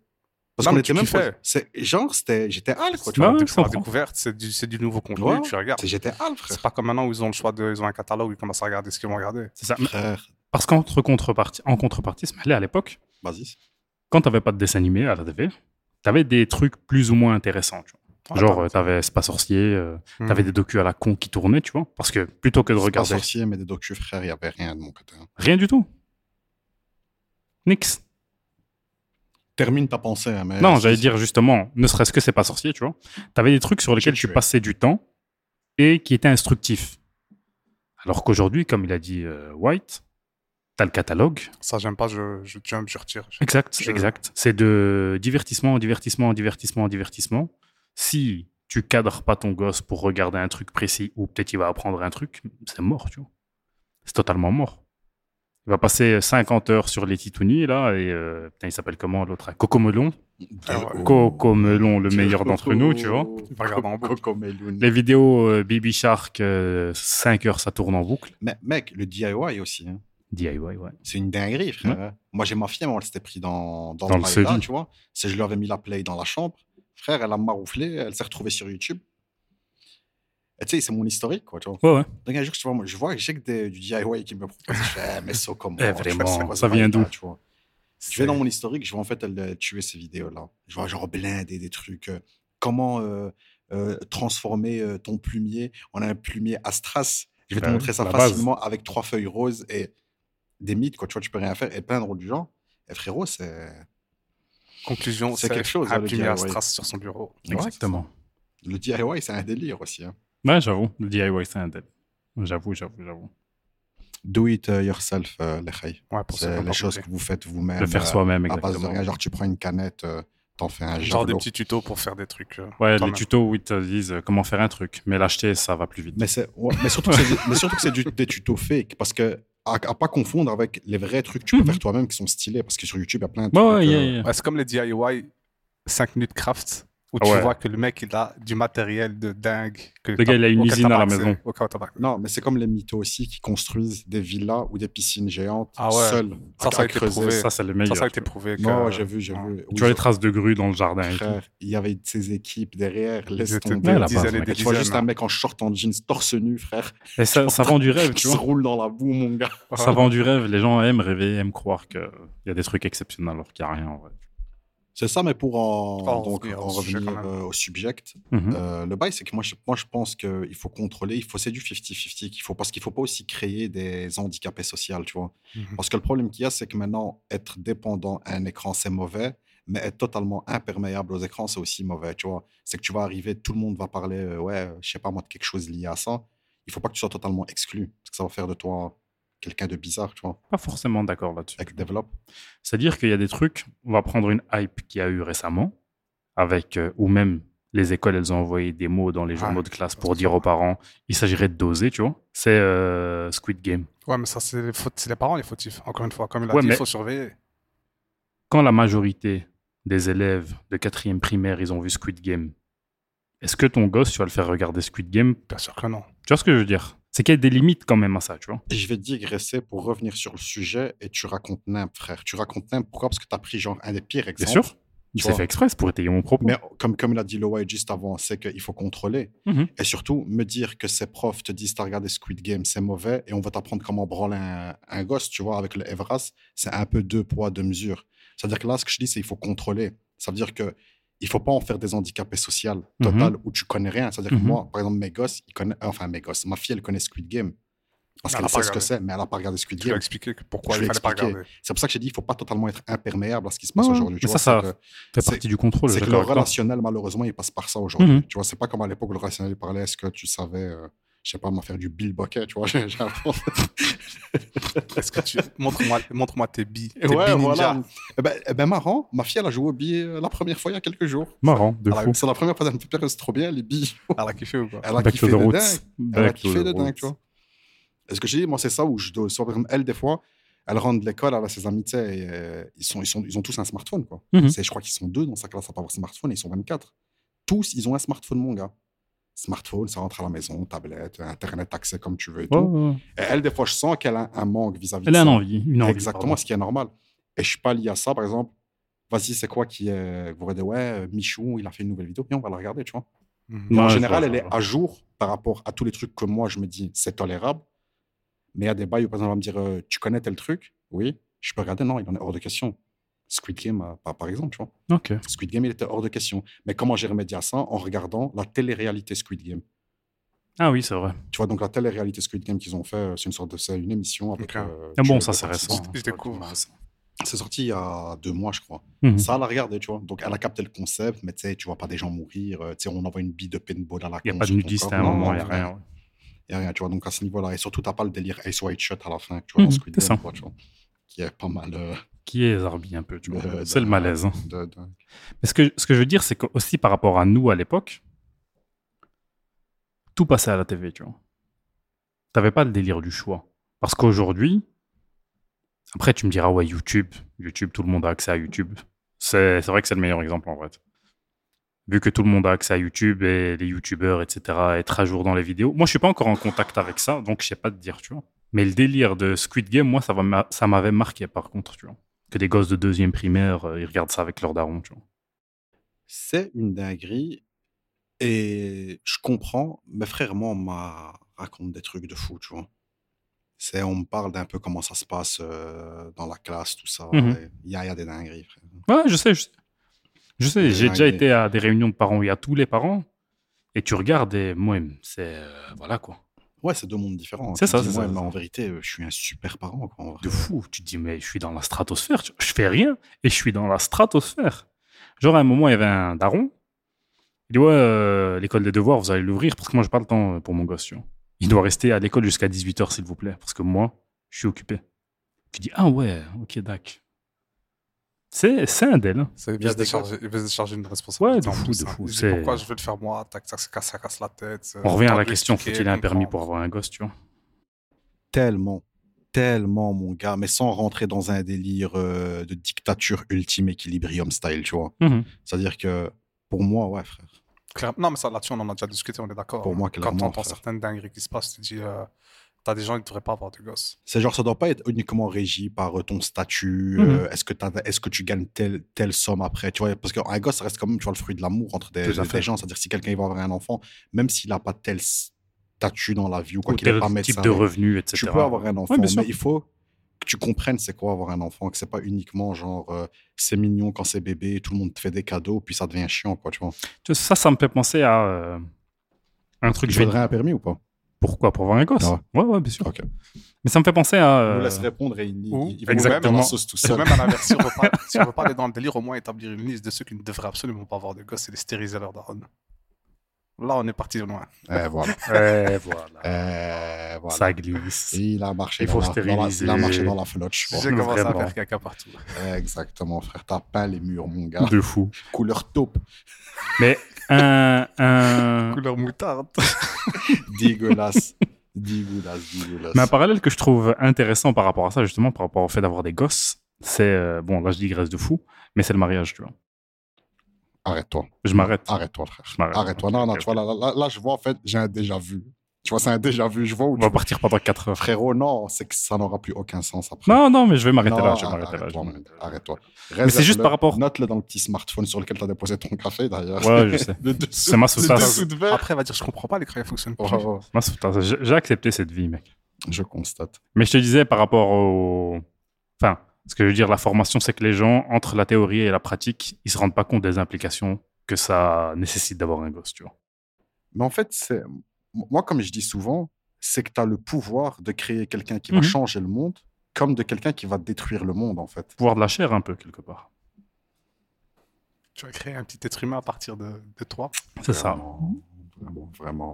S4: Parce
S5: Non,
S4: qu'on
S5: mais
S4: était
S5: tu
S4: même
S5: kiffais.
S4: pas- c'est Genre, c'était... j'étais hal, quoi.
S5: Quoi,
S4: Tu
S5: tu
S3: Ouais,
S5: vois,
S3: ouais,
S5: t'es
S3: je
S5: sur la
S3: comprends.
S5: découverte, c'est du, c'est du nouveau contenu,
S4: Ouais.
S5: tu regardes.
S4: vois. J'étais hal, frère.
S5: C'est pas comme maintenant où ils ont le choix, de, ils ont un catalogue, ils commencent à regarder ce qu'ils vont regarder.
S3: C'est ça.
S4: Frère,
S3: Parce qu'en contrepartie, en contrepartie, ce à l'époque,
S4: vas-y.
S3: quand t'avais pas de dessin animé à la TV, t'avais des trucs plus ou moins intéressants. tu vois. Genre, euh, t'avais C'est pas sorcier, euh,
S5: Hmm.
S3: t'avais des docus à la con qui tournaient, tu vois. Parce que plutôt que de
S4: C'est pas
S3: regarder
S4: sorcier, mais des docus, frère, il y avait rien de mon côté. hein.
S3: rien du tout, nix.
S4: Termine ta pensée, hein, mais...
S3: Non, j'allais dire justement, ne serait-ce que c'est pas sorcier, tu vois. T'avais des trucs sur lesquels
S4: J'ai
S3: tu
S4: tué.
S3: passais du temps et qui étaient instructifs. Alors qu'aujourd'hui, comme il a dit euh, White, t'as le catalogue.
S5: Ça, j'aime pas, je, je jump, je retire.
S4: *laughs*
S5: Je-
S3: Exact,
S5: Je-
S3: exact. C'est de divertissement, en divertissement, en divertissement, en divertissement. Si tu cadres pas ton gosse pour regarder un truc précis ou peut-être il va apprendre un truc, c'est mort, tu vois. C'est totalement mort. Il va passer 50 heures sur les titounis, là, et euh, putain, il s'appelle comment l'autre hein, Cocomelon.
S5: Oh.
S3: Cocomelon, le meilleur d'entre nous, tu euh, vois.
S5: Il va regarder en boucle.
S4: Cocomelon.
S3: Les vidéos euh, Baby Shark, 5 heures, ça tourne en boucle.
S4: Mais mec, le DIY aussi, hein.
S3: DIY, ouais.
S4: c'est une dinguerie, frère. hein. Moi, j'ai ma fille, moi, elle s'était pris dans, dans,
S3: Dans
S4: le
S3: le
S4: Raïda,
S3: Sony.
S4: tu vois. C'est je lui avais mis la play dans la chambre. Frère, elle a marouflé, elle s'est retrouvée sur YouTube. Et tu sais, c'est mon historique, quoi, tu vois.
S3: Ouais, ouais.
S4: Donc, un jour, tu vois, moi, je vois, j'ai que des- du DIY qui me propose. Je fais, Eh, mais ça, *laughs* comment
S3: Eh,
S4: tu vois, c'est
S3: vraiment,
S4: quoi ce
S3: ça vient
S4: bail-là,
S3: d'où
S4: tu vois Je vais dans mon historique, je vois en fait, elle euh, tuer ces vidéos-là. Je vois, genre, blinder des trucs. euh, comment euh, euh, transformer euh, ton plumier en un plumier Astras Je vais te
S3: Bah oui,
S4: montrer ça
S3: la base.
S4: facilement avec trois feuilles roses et des mythes, quoi. Tu vois, tu peux rien faire et peindre du genre. Et frérot, c'est.
S5: Conclusion,
S4: C'est
S5: c'est
S4: quelque chose, hein,
S5: Un
S4: le
S5: plumier
S4: DIY.
S5: à strass sur son bureau.
S3: Exactement.
S4: Le DIY, c'est un délire aussi. hein.
S3: Ouais, j'avoue, le DIY, c'est un dead. J'avoue, j'avoue, j'avoue.
S4: Do it euh, yourself, euh, les chais.
S5: Ouais, pour ceux qui
S4: C'est
S5: ont
S4: les
S5: pas
S4: choses
S5: compris.
S4: que vous faites vous-même.
S3: Le faire
S4: euh,
S3: soi-même,
S4: à base de
S3: exactement.
S4: rien. Genre, tu prends une canette, euh, t'en fais un
S5: Genre des
S4: javelot.
S5: petits tutos pour faire des trucs. euh,
S3: Ouais, les
S5: toi-même.
S3: tutos où ils te disent euh, comment faire un truc, mais l'acheter, ça va plus vite.
S4: Mais, c'est- ouais, mais surtout que c'est, mais surtout que c'est du- des tutos fake. Parce que, à, à pas confondre avec les vrais trucs que tu peux
S3: Mhm.
S4: faire toi-même qui sont stylés. Parce que sur YouTube, il y a plein de
S3: Ouais,
S4: trucs.
S3: ouais, yeah,
S4: euh,
S3: yeah.
S5: Ouais, c'est comme les DIY 5 minutes craft où
S3: Ah
S5: tu
S3: ouais.
S5: vois que le mec il a du matériel de dingue. Que
S3: Le gars, il a une usine à la maison.
S4: Non, mais c'est comme les mythos aussi qui construisent des villas ou des piscines géantes
S5: Ah ouais.
S4: seuls.
S5: Ça, ça a été prouvé.
S3: Ça, c'est le meilleur.
S5: Ça, ça a été prouvé. que- ah.
S4: Non, j'ai vu, j'ai
S5: Ouais.
S4: vu.
S3: tu
S4: Oui,
S3: vois les traces de grues dans le jardin. et tout.
S4: frère, il y avait ces équipes derrière.
S5: Ils
S4: Laisse
S5: étaient
S4: tomber.
S3: Ouais,
S5: des
S3: la base,
S5: dizaines et
S3: mec.
S5: des
S4: Tu vois juste un
S5: dizaines.
S4: mec en short en jeans torse nu,
S5: *laughs*
S4: frère,
S3: Et ça, ça vend du rêve, tu
S4: qui se *laughs*
S3: vois.
S4: roule dans la boue, mon gars.
S3: Ça vend du rêve. Les gens aiment rêver, aiment croire qu'il y a des trucs exceptionnels alors qu'il n'y a rien. en vrai.
S4: C'est ça, mais pour en,
S5: Pour en
S4: donc,
S5: revenir
S4: en
S5: au sujet,
S4: revenir
S5: quand même.
S4: euh, au subject,
S3: Mhm.
S4: euh, le bail, c'est que moi je, moi, je pense qu'il faut contrôler, il faut, c'est du 50-50, qu'il faut, parce qu'il ne faut pas aussi créer des handicapés sociaux, tu vois.
S3: Mm.
S5: Mhm.
S4: Parce que le problème qu'il y a, c'est que maintenant, être dépendant à un écran, c'est mauvais, mais être totalement imperméable aux écrans, c'est aussi mauvais, tu vois. C'est que tu vas arriver, tout le monde va parler, euh, ouais, je sais pas moi, de quelque chose lié à ça. Il ne faut pas que tu sois totalement exclu, parce que ça va faire de toi quelqu'un de bizarre, tu vois,
S3: Pas forcément d'accord là-dessus.
S4: avec développe.
S3: C'est-à-dire qu'il y a des trucs, on va prendre une hype qu'il y a eu récemment, avec, euh, ou même les écoles, elles ont envoyé des mots dans les journaux
S5: Ouais,
S3: de classe
S5: ça,
S3: pour
S5: c'est
S3: dire
S5: ça.
S3: aux parents, il s'agirait de doser, tu vois. C'est euh, Squid Game.
S5: Ouais, mais ça, c'est les, fautes- c'est les parents les fautifs. Encore une fois, comme il a
S3: Ouais,
S5: dit,
S3: mais-
S5: il faut surveiller.
S3: Quand la majorité des élèves de quatrième primaire, ils ont vu Squid Game, est-ce que ton gosse, tu vas le faire regarder Squid Game
S5: Bien sûr que non.
S3: Tu vois ce que je veux dire C'est qu'il y a des limites quand même à ça, tu vois.
S4: Je vais digresser pour revenir sur le sujet et tu racontes n'importe frère. Tu racontes n'importe pourquoi Parce que tu as pris genre un des pires
S3: Bien
S4: exemples.
S3: sûr. Il
S4: Tu
S3: s'est
S4: vois.
S3: fait exprès c'est pour étayer mon propos.
S4: Mais comme, comme l'a dit Loa juste avant, c'est qu'il faut contrôler.
S3: Mhm.
S4: Et surtout, me dire que ces profs te disent t'as regardé Squid Game, c'est mauvais, et on va t'apprendre comment branler un, un gosse, tu vois, avec le Evras, c'est un peu deux poids, deux mesures. C'est-à-dire que là, ce que je dis, c'est qu'il faut contrôler. Ça veut dire que il faut pas en faire des handicapés sociaux
S5: Mhm.
S4: total où tu connais rien. C'est-à-dire
S3: Mhm.
S4: que moi, par exemple, mes gosses, ils connaissent, enfin mes gosses, ma fille, elle connaît Squid Game. Parce
S5: Mais
S4: qu'elle
S5: elle a pas
S4: sait ce que
S5: regardé.
S4: c'est, mais elle n'a pas regardé Squid
S5: Tu lui as
S4: Game.
S5: expliqué que pourquoi
S4: Je
S5: il
S4: lui ai
S5: fallait pas
S4: expliqué.
S5: regarder.
S4: C'est pour ça que j'ai dit, il faut pas totalement être imperméable à ce qui se passe
S3: Ouais,
S4: aujourd'hui. tu
S3: mais
S4: vois,
S3: ça,
S4: c'est
S3: ça
S4: que-
S3: fait
S4: c'est-
S3: partie du contrôle. je
S4: c'est que le
S3: d'accord avec toi.
S4: relationnel, malheureusement, il passe par ça aujourd'hui.
S3: Mhm.
S4: Tu vois, c'est pas comme à l'époque où le relationnel parlait est-ce que tu savais euh, je sais pas, moi, faire du bill bucket, tu vois. *laughs* j'ai- j'ai-
S5: Est-ce que tu. *laughs* Montre-moi montre tes billes. Tes
S4: ouais,
S5: billes *laughs*
S4: voilà.
S5: ninja.
S4: Eh ben, eh ben, marrant, ma fille, elle a joué aux billes euh, la première fois il y a quelques jours.
S3: Marrant, de
S4: Elle a-
S3: fou.
S4: C'est la première fois qu'elle me fait peur, c'est trop bien, les billes.
S5: Elle a kiffé ou quoi
S4: Elle a
S3: Back to
S4: kiffé
S3: the
S4: de
S3: roots.
S4: dingue. Elle a
S3: Back to
S4: kiffé
S3: the
S4: de dingue, tu
S3: roots.
S4: vois. Est-ce que j'ai dit, moi, c'est ça où je dois. sur- par exemple, Elle, des fois, elle rentre de l'école, elle a ses amis, tu sais, et, euh, ils, sont, ils, sont, ils ont tous un smartphone, quoi.
S3: Mhm.
S4: C'est- Je crois qu'ils sont deux dans sa classe à pas avoir smartphone, et ils sont 24. Tous, ils ont un smartphone, mon gars. Smartphone, ça rentre à la maison, tablette, Internet, accès comme tu veux et tout.
S3: Ouais, ouais, ouais.
S4: Et elle, des fois, je sens qu'elle a un manque vis-à-vis
S3: Elle
S4: de
S3: a
S4: ça.
S3: une envie. Une envie
S4: Exactement, ce qui est normal. Et je suis pas lié à ça, par exemple. Vas-y, c'est quoi qui est. Vous regardez, ouais, euh, Michou, il a fait une nouvelle vidéo, puis on va la regarder, tu vois.
S5: Mhm.
S4: Et
S3: Non,
S4: Bah, en
S3: je
S4: général,
S3: vois,
S4: elle
S3: je
S4: est
S3: vois.
S4: à jour par rapport à tous les trucs que moi, je me dis, c'est tolérable. Mais il y a des bails où, par exemple, on va me dire, euh, tu connais tel truc Oui. Je peux regarder, non, il en est hors de question. Squid Game, euh, par, par exemple, tu vois.
S3: pardon. Ok.
S4: Squid Game, il était hors de question. Mais comment j'ai remédié à ça En regardant la télé-réalité Squid Game.
S3: Ah oui, c'est vrai.
S4: Tu vois, donc la télé-réalité Squid Game qu'ils ont fait, euh, c'est une sorte de. C'est une émission avec.
S5: Ok.
S4: euh,
S3: Ah bon,
S4: tu-
S3: ça, c'est
S4: des participants.
S3: récent.
S5: Je découvre.
S4: C'est sorti il y a deux mois, je crois.
S3: Mhm.
S4: Ça, elle a regardé, tu vois. Donc, elle a capté le concept, mais tu sais, tu vois pas des gens mourir. euh, Tu sais, on envoie une bille de paintball à la
S3: Il n'y
S4: con
S3: a pas de
S4: sur ton
S3: nudiste
S4: corps.
S3: à un
S4: Non,
S3: moment, il n'y a
S4: non,
S3: rien. ouais.
S4: y a rien, tu vois. Donc, à ce niveau-là, et surtout, t'as pas le délire Ace White Shot à la fin, que tu vois, dans
S3: Mhm,
S4: Squid
S3: c'est
S4: Game,
S3: ça.
S4: quoi, tu vois, Qui est pas mal. euh,
S3: Qui est Zarbi un peu, tu vois.
S4: de-
S3: C'est le
S4: de-
S3: malaise. hein.
S4: de- de-
S3: Mais ce que, ce que je veux dire, c'est que aussi par rapport à nous à l'époque, tout passait à la TV, tu vois. T'avais pas le délire du choix. Parce qu'aujourd'hui, après tu me diras, ouais, YouTube, YouTube, tout le monde a accès à YouTube. C'est c'est vrai que c'est le meilleur exemple en vrai. Vu que tout le monde a accès à YouTube et les YouTubeurs, etc., être à jour dans les vidéos. Moi, je suis pas encore en contact avec ça, donc je sais pas te dire, tu vois. Mais le délire de Squid Game, moi, ça va m'a- ça m'avait marqué par contre, tu vois. Que des gosses de deuxième primaire, euh, ils regardent ça avec leur daron, tu vois.
S4: C'est une dinguerie. Et je comprends. Mes frères, moi, on m'a raconte des trucs de fou, tu vois. C'est, on me parle d'un peu comment ça se passe euh, dans la classe, tout ça.
S3: Mhm.
S4: Et Il y, a, il y a des dingueries, frère.
S3: Ouais, je sais, je sais. Je sais,
S4: Ouais,
S3: j'ai
S4: ouais,
S3: déjà
S4: mais-
S3: été à des réunions de parents et à tous les parents. Et tu regardes et moi, c'est. euh, voilà quoi.
S4: Ouais, c'est deux mondes différents.
S3: C'est
S4: Tu
S3: ça,
S4: dis,
S3: c'est
S4: ouais,
S3: ça,
S4: mais
S3: c'est
S4: en
S3: ça.
S4: vérité, euh, je suis un super parent, quoi, en vrai.
S3: De fou. Tu te dis, mais je suis dans la stratosphère. tu- Je fais rien et je suis dans la stratosphère. Genre, à un moment, il y avait un daron. Il dit, ouais, euh, l'école des devoirs, vous allez l'ouvrir parce que moi, j'ai pas le temps euh, pour mon gosse. tu vois. Il doit rester à l'école jusqu'à 18h, s'il vous plaît, parce que moi, je suis occupé. Tu dis, ah ouais, ok, dac. C'est c'est un délire.
S5: Ça veut
S4: Il y a
S5: se
S4: des
S5: décharger, il veut se décharger une responsabilité.
S3: Ouais, de
S5: en
S3: fou,
S5: plus,
S3: de
S5: hein.
S3: fou,
S5: Il se dit,
S3: c'est-
S5: Pourquoi je veux le faire moi Tac, tac, ça casse, ça casse la tête.
S3: On revient à la question, faut-il un permis pour avoir un gosse, tu vois
S4: tellement, tellement, mon gars, mais sans rentrer dans un délire euh, de dictature ultime équilibrium style, tu vois.
S3: Mhm.
S4: C'est-à-dire que pour moi, ouais, frère.
S5: Claire- Non, mais ça, là-dessus, on en a déjà discuté, on est
S3: Oh,
S5: d'accord.
S4: Pour moi,
S5: Quand
S4: clairement,
S5: t'entends
S4: frère.
S5: certaines dingueries qui se passent, tu te dis, euh, t'as des gens qui ne devraient pas avoir de gosses.
S4: C'est genre, ça doit pas être uniquement régi par euh, ton statut.
S3: Mhm.
S4: euh, est-ce, que t'as- est-ce que tu gagnes telle, telle somme après tu vois Parce qu'un gosse, ça reste quand même tu vois, le fruit de l'amour entre des,
S3: Tout à
S4: des
S3: fait.
S4: gens. C'est-à-dire, si quelqu'un il va avoir un enfant, même s'il n'a pas tel statut dans la vie ou quoi
S3: Ou
S4: qu'il n'est
S3: tel
S4: pas médecin.
S3: type de revenu, etc.
S4: tu peux avoir un enfant,
S3: bien sûr.
S4: mais il faut que tu comprennes c'est quoi avoir un enfant, que c'est pas uniquement genre euh, c'est mignon quand c'est bébé, tout le monde te fait des cadeaux, puis ça devient chiant, quoi, tu vois.
S3: Tu vois, Ça, ça me fait penser à euh, un truc.
S4: Tu
S3: Je vais...
S4: voudrais un permis ou pas
S3: Pourquoi Pour avoir un gosse
S4: Ah
S3: Ouais, ouais, bien sûr.
S4: Ok.
S3: Mais ça me fait penser à.
S4: On
S3: euh,
S4: vous laisse répondre et ils,
S5: Ou-
S4: ils- ils vont
S3: Exactement.
S4: mettre dans la sauce tout
S5: Et
S4: seul.
S5: même à l'inverse, si on veut pas- si on veut pas aller dans le délire, au moins établir une liste de ceux qui ne devraient absolument pas avoir de gosses et les stériliser à leur daronne. Là, on est parti de loin.
S4: Eh, voilà.
S3: *laughs* ouais, voilà.
S4: Eh, voilà.
S3: Ça glisse.
S4: Il a marché,
S3: Il faut
S4: dans la, dans la-
S3: stériliser.
S4: il a marché dans la flotte,
S5: J'ai
S3: Bon,
S5: commencé à
S3: vraiment.
S5: faire caca partout.
S4: Hein? Exactement, frère. T'as peint les murs, mon gars.
S3: De fou.
S4: Couleur taupe.
S3: Mais un. un...
S5: Couleur moutarde.
S4: Dégueulasse. *laughs* dégueulasse, dégueulasse.
S3: Mais un parallèle que je trouve intéressant par rapport à ça, justement, par rapport au fait d'avoir des gosses, c'est. euh, bon, là, je digresse de fou, mais c'est le mariage, tu vois.
S4: Arrête-toi.
S3: Je m'arrête.
S4: Arrête-toi, frère.
S3: Je m'arrête.
S4: Arrête-toi.
S3: Ok,
S4: Non, non,
S3: ok,
S4: tu vois, là, là, là, je vois, en fait, j'ai un déjà-vu. Tu vois, c'est un déjà-vu. Je vois où
S3: On
S4: tu
S3: va partir pendant 4 heures.
S4: Frérot, non, c'est que ça n'aura plus aucun sens après.
S3: Non, non, mais je vais m'arrêter
S4: Non,
S3: là. Je vais m'arrêter là. je
S4: arrête-toi,
S3: vais
S4: mon
S3: m'arrêter
S4: gars,
S3: là.
S4: arrête-toi.
S3: c'est juste
S4: Réserve-le,
S3: par rapport-
S4: Note-le dans le petit smartphone sur lequel tu as déposé ton café, d'ailleurs. *laughs*
S3: Ouais, je sais.
S4: Le dessous- *laughs*
S3: C'est ma sauce.
S5: *laughs*
S4: le dessous de verre.
S5: Après, elle va dire, je comprends pas, les crayons fonctionnent pas.
S4: Ouais, ouais.
S3: Moi, c'est- J'ai j'ai accepté cette vie, mec.
S4: Je constate.
S3: Mais je te disais par rapport au. Enfin, ce que je veux dire, la formation, c'est que les gens, entre la théorie et la pratique, ils se rendent pas compte des implications que ça nécessite d'avoir un gosse, tu vois.
S4: Mais en fait, c'est moi, comme je dis souvent, c'est que tu as le pouvoir de créer quelqu'un qui va
S3: Mhm.
S4: changer le monde, comme de quelqu'un qui va détruire le monde, en fait.
S3: Pouvoir de la chair, un peu, quelque part.
S5: Tu vas créer un petit être humain à partir de, de toi.
S3: C'est ça.
S4: Vraiment, vraiment, vraiment.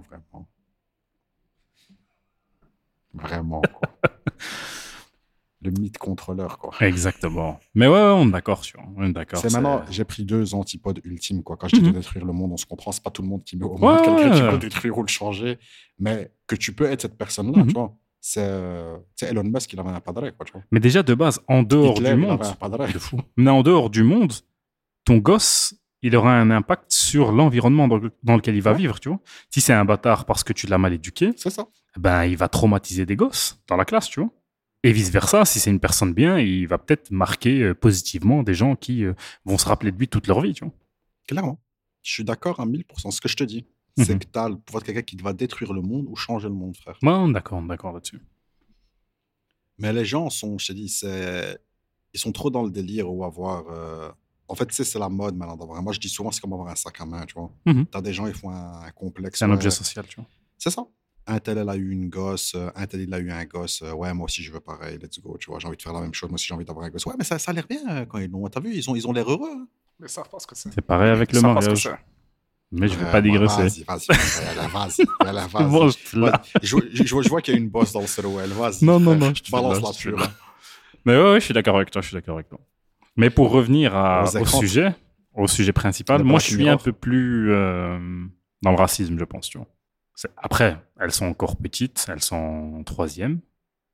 S4: vraiment. Vraiment, quoi.
S3: *laughs*
S4: Le mythe contrôleur, quoi.
S3: Exactement. Mais ouais, ouais, on est d'accord sur. On est d'accord.
S4: C'est maintenant, j'ai pris deux antipodes ultimes, quoi. Quand je dis
S3: Mhm.
S4: de détruire le monde, on se comprend, c'est pas tout le monde qui met au
S3: Ouais,
S4: monde quelqu'un qui
S3: ouais.
S4: peut détruire ou le changer, mais que tu peux être cette personne-là,
S3: Mhm.
S4: tu vois. C'est euh, tu sais, Elon Musk, il avait un padre, quoi, tu vois.
S3: Mais déjà de base, en dehors du
S4: Hitler, il
S3: monde,
S4: avait un padre.
S3: de fou. Mais en dehors du monde, ton gosse, il aura un impact sur l'environnement dans, le- dans lequel il va
S4: Ouais.
S3: vivre, tu vois. Si c'est un bâtard parce que tu l'as mal éduqué,
S4: C'est ça.
S3: ben il va traumatiser des gosses dans la classe, tu vois. Et vice versa, si c'est une personne bien, il va peut-être marquer euh, positivement des gens qui euh, vont se rappeler de lui toute leur vie, tu vois.
S4: Clairement. Je suis d'accord à 1000%. Ce que je te dis, c'est
S3: Mhm.
S4: que tu as le pouvoir de quelqu'un qui va détruire le monde ou changer le monde, frère.
S3: Ouais, on est d'accord, on est d'accord là-dessus.
S4: Mais les gens sont, je te dis, c'est- ils sont trop dans le délire ou avoir. euh, En fait, tu sais, c'est la mode maintenant d'avoir. un- Moi, je dis souvent, c'est comme avoir un sac à main, tu vois.
S3: Mhm.
S4: T'as des gens, ils font un, un complexe.
S3: C'est un
S4: ouais,
S3: objet social, tu vois.
S4: C'est ça. Un tel, elle a eu une gosse. euh, Un tel, il a eu un gosse. euh, Ouais, moi aussi, je veux pareil. Let's go. Tu vois, j'ai envie de faire la même chose. Moi aussi, j'ai envie d'avoir un gosse. Ouais, mais ça, ça a l'air bien euh, quand ils l'ont. T'as vu, ils ont ils ont l'air heureux. hein.
S5: Mais ça, parce que c'est.
S3: C'est pareil avec le
S5: Ça, parce que
S3: mariage.
S5: c'est-
S3: Mais je vais
S4: Euh,
S3: pas
S4: moi,
S3: digresser.
S4: Vas-y, vas-y. vas-y, Vas-y,
S3: *laughs*
S4: vas-y, vas-y.
S3: Mange-la.
S4: Ouais, je, je- je vois- je vois qu'il y a une bosse dans le cerveau. elle, Vas-y.
S3: Non, non,
S4: frère,
S3: non, je te
S4: Balance
S3: lâche,
S4: la
S3: je te
S4: pure.
S3: lâche. Mais ouais, ouais, je suis d'accord avec toi, je suis d'accord avec toi. Mais pour revenir à-
S4: Aux
S3: au
S4: écrans.
S3: sujet, au sujet principal,
S4: Le
S3: moi
S4: Black
S3: je suis
S4: Mirror.
S3: un peu plus euh, dans le racisme, je pense. Tu vois. C'est- Après, elles sont encore petites, elles sont en troisième.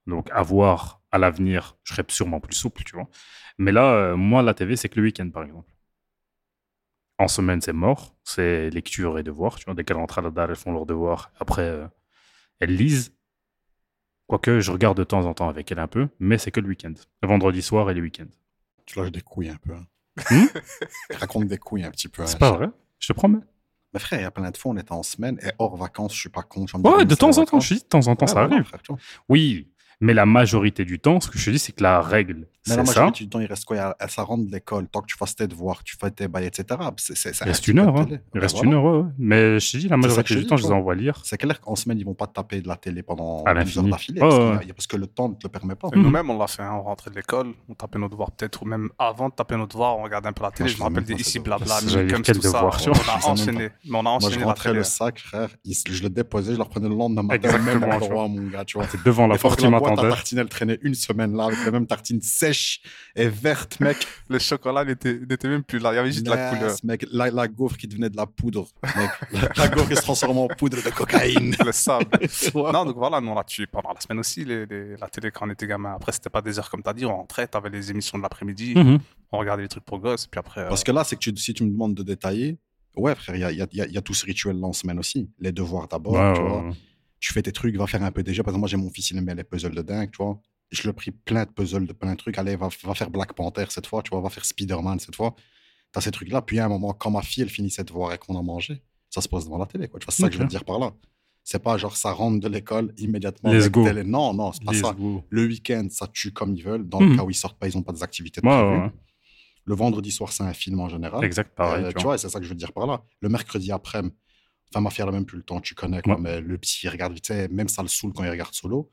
S3: Donc à voir à l'avenir, je serai sûrement plus souple, tu vois. Mais là, euh, moi, la TV, c'est que le week-end, par exemple. En semaine, c'est mort. C'est lecture et devoir. Tu vois, dès qu'elles rentrent à la dalle, elles font leurs devoirs. Après, euh, elles lisent. Quoique, je regarde de temps en temps avec elles un peu, mais c'est que le week-end. Le vendredi soir et les week-ends.
S4: Tu lâches des couilles un peu. hein.
S3: Hmm
S4: Raconte des couilles un petit peu. hein.
S3: C'est pas vrai Je te promets.
S4: Mais frère, il y a plein de fois, on était en semaine et hors vacances, je suis pas con. tu vas me dire,
S3: Ouais,
S4: oui,
S3: de
S4: c'est
S3: temps
S4: les
S3: en temps,
S4: vacances.
S3: je dis, de temps en temps,
S4: Ouais,
S3: ça
S4: voilà,
S3: arrive.
S4: frère, tu vois.
S3: Oui, mais la majorité du temps, ce que je te dis, c'est que la règle,
S4: Mais la
S3: c'est ça.
S4: majorité du temps, il reste quoi Il y a- Ça rentre de l'école, tant que tu fasses tes devoirs, tu fais tes bails, etc. C'est- c'est- c'est un
S3: Il reste
S4: petit
S3: une
S4: peu de
S3: heure. hein.
S4: télé.
S3: Il
S4: Ouais,
S3: reste
S4: voilà.
S3: une heure, ouais, ouais. Mais je te dis, la
S4: ça que
S3: majorité
S4: je
S3: du
S4: dis,
S3: temps, je les
S4: toi.
S3: envoie lire.
S4: C'est clair qu'en semaine, ils vont pas te taper de la télé pendant
S3: À
S4: 12 heures
S3: l'infini.
S4: d'affilé.
S3: Ouais,
S4: parce, qu'il y a-
S3: ouais.
S4: il y a- parce que le temps ne te le permet pas.
S5: Et Nous-mêmes, on l'a fait, hein, on rentrait de l'école, on tapait nos devoirs peut-être, ou même avant de taper nos devoirs, on regardait un peu la télé.
S4: je
S5: je me
S4: faisais
S5: rappelle
S4: même
S5: des
S4: pas ça,
S5: ici
S4: ça.
S5: blabla,
S3: J'allais dire,
S5: Mickums,
S3: quel
S5: tout ça.
S3: devoir, tu
S5: on
S3: vois,
S4: je
S5: a
S4: faisais même
S5: enchaîné, mais on a
S4: Moi, je
S5: enchaîné la
S4: rentrais
S5: télé.
S4: le sac, frère, il se- je le déposais, je le reprenais le lendemain matin, au même
S3: Exactement, tu
S4: endroit, mon gars, tu vois.
S3: C'est devant la
S4: Des fois
S3: porte
S4: que
S3: qui
S4: la boîte à
S3: m'attendait.
S4: tartines, elle traînait une semaine là, avec la même tartine sèche et verte, mec.
S5: *laughs* Le chocolat n'était n'était même plus là, il y avait juste de la
S4: Yes, *laughs*
S5: couleur.
S4: mec. La, la gaufre qui devenait de la poudre. mec. *laughs* La, la gaufre qui se transforme en poudre de
S5: *laughs*
S4: cocaïne.
S5: Le sable.
S4: Wow.
S5: non, donc voilà, nous on l'a tué pendant la semaine aussi, les- les- la télé quand on était gamin. Après, c'était pas des heures comme t'as dit, on rentrait, t'avais les émissions de l'après-midi,
S3: Mhm.
S5: on regardait les trucs pour gosses, puis après. euh,
S4: Mm. Parce que là, c'est que tu- si tu me demandes de détailler, ouais, frère, il y a, il y a- il y a- il y a tout ce rituel-là en semaine aussi. Les devoirs d'abord,
S3: Ouais,
S4: tu
S3: ouais,
S4: vois.
S3: ouais.
S4: Tu fais tes trucs, va faire un peu déjà. Par exemple, moi, j'ai mon fils, il aimait les puzzles de dingue, tu vois. Je le pris plein de puzzles, de plein de trucs. Allez, va, va faire Black Panther cette fois, tu vois, va faire Spider-Man cette fois. T'as ces trucs-là. Puis à un moment, quand ma fille, elle finissait de voir et qu'on a mangé, ça se pose devant la télé, quoi. Tu vois, c'est ça que je veux
S3: Ok.
S4: dire par là. C'est pas genre ça rentre de l'école immédiatement.
S3: Let's
S4: avec
S3: go.
S4: télé. Non, non, c'est pas
S3: Let's
S4: ça.
S3: go.
S4: Le week-end, ça tue comme ils veulent. Dans
S3: Mhm.
S4: le cas où ils sortent pas, ils n'ont pas des activités de
S3: Ouais,
S4: prévues.
S3: ouais, ouais.
S4: Le vendredi soir, c'est un film en général.
S3: Exact, pareil.
S4: Euh,
S3: tu
S4: tu
S3: vois.
S4: vois, c'est ça que je veux dire par là. Le mercredi après, enfin, ma fille, elle a même plus le temps, tu connais, quoi,
S3: Ouais.
S4: mais le petit, il regarde vite, fait, même ça le saoule quand il regarde solo.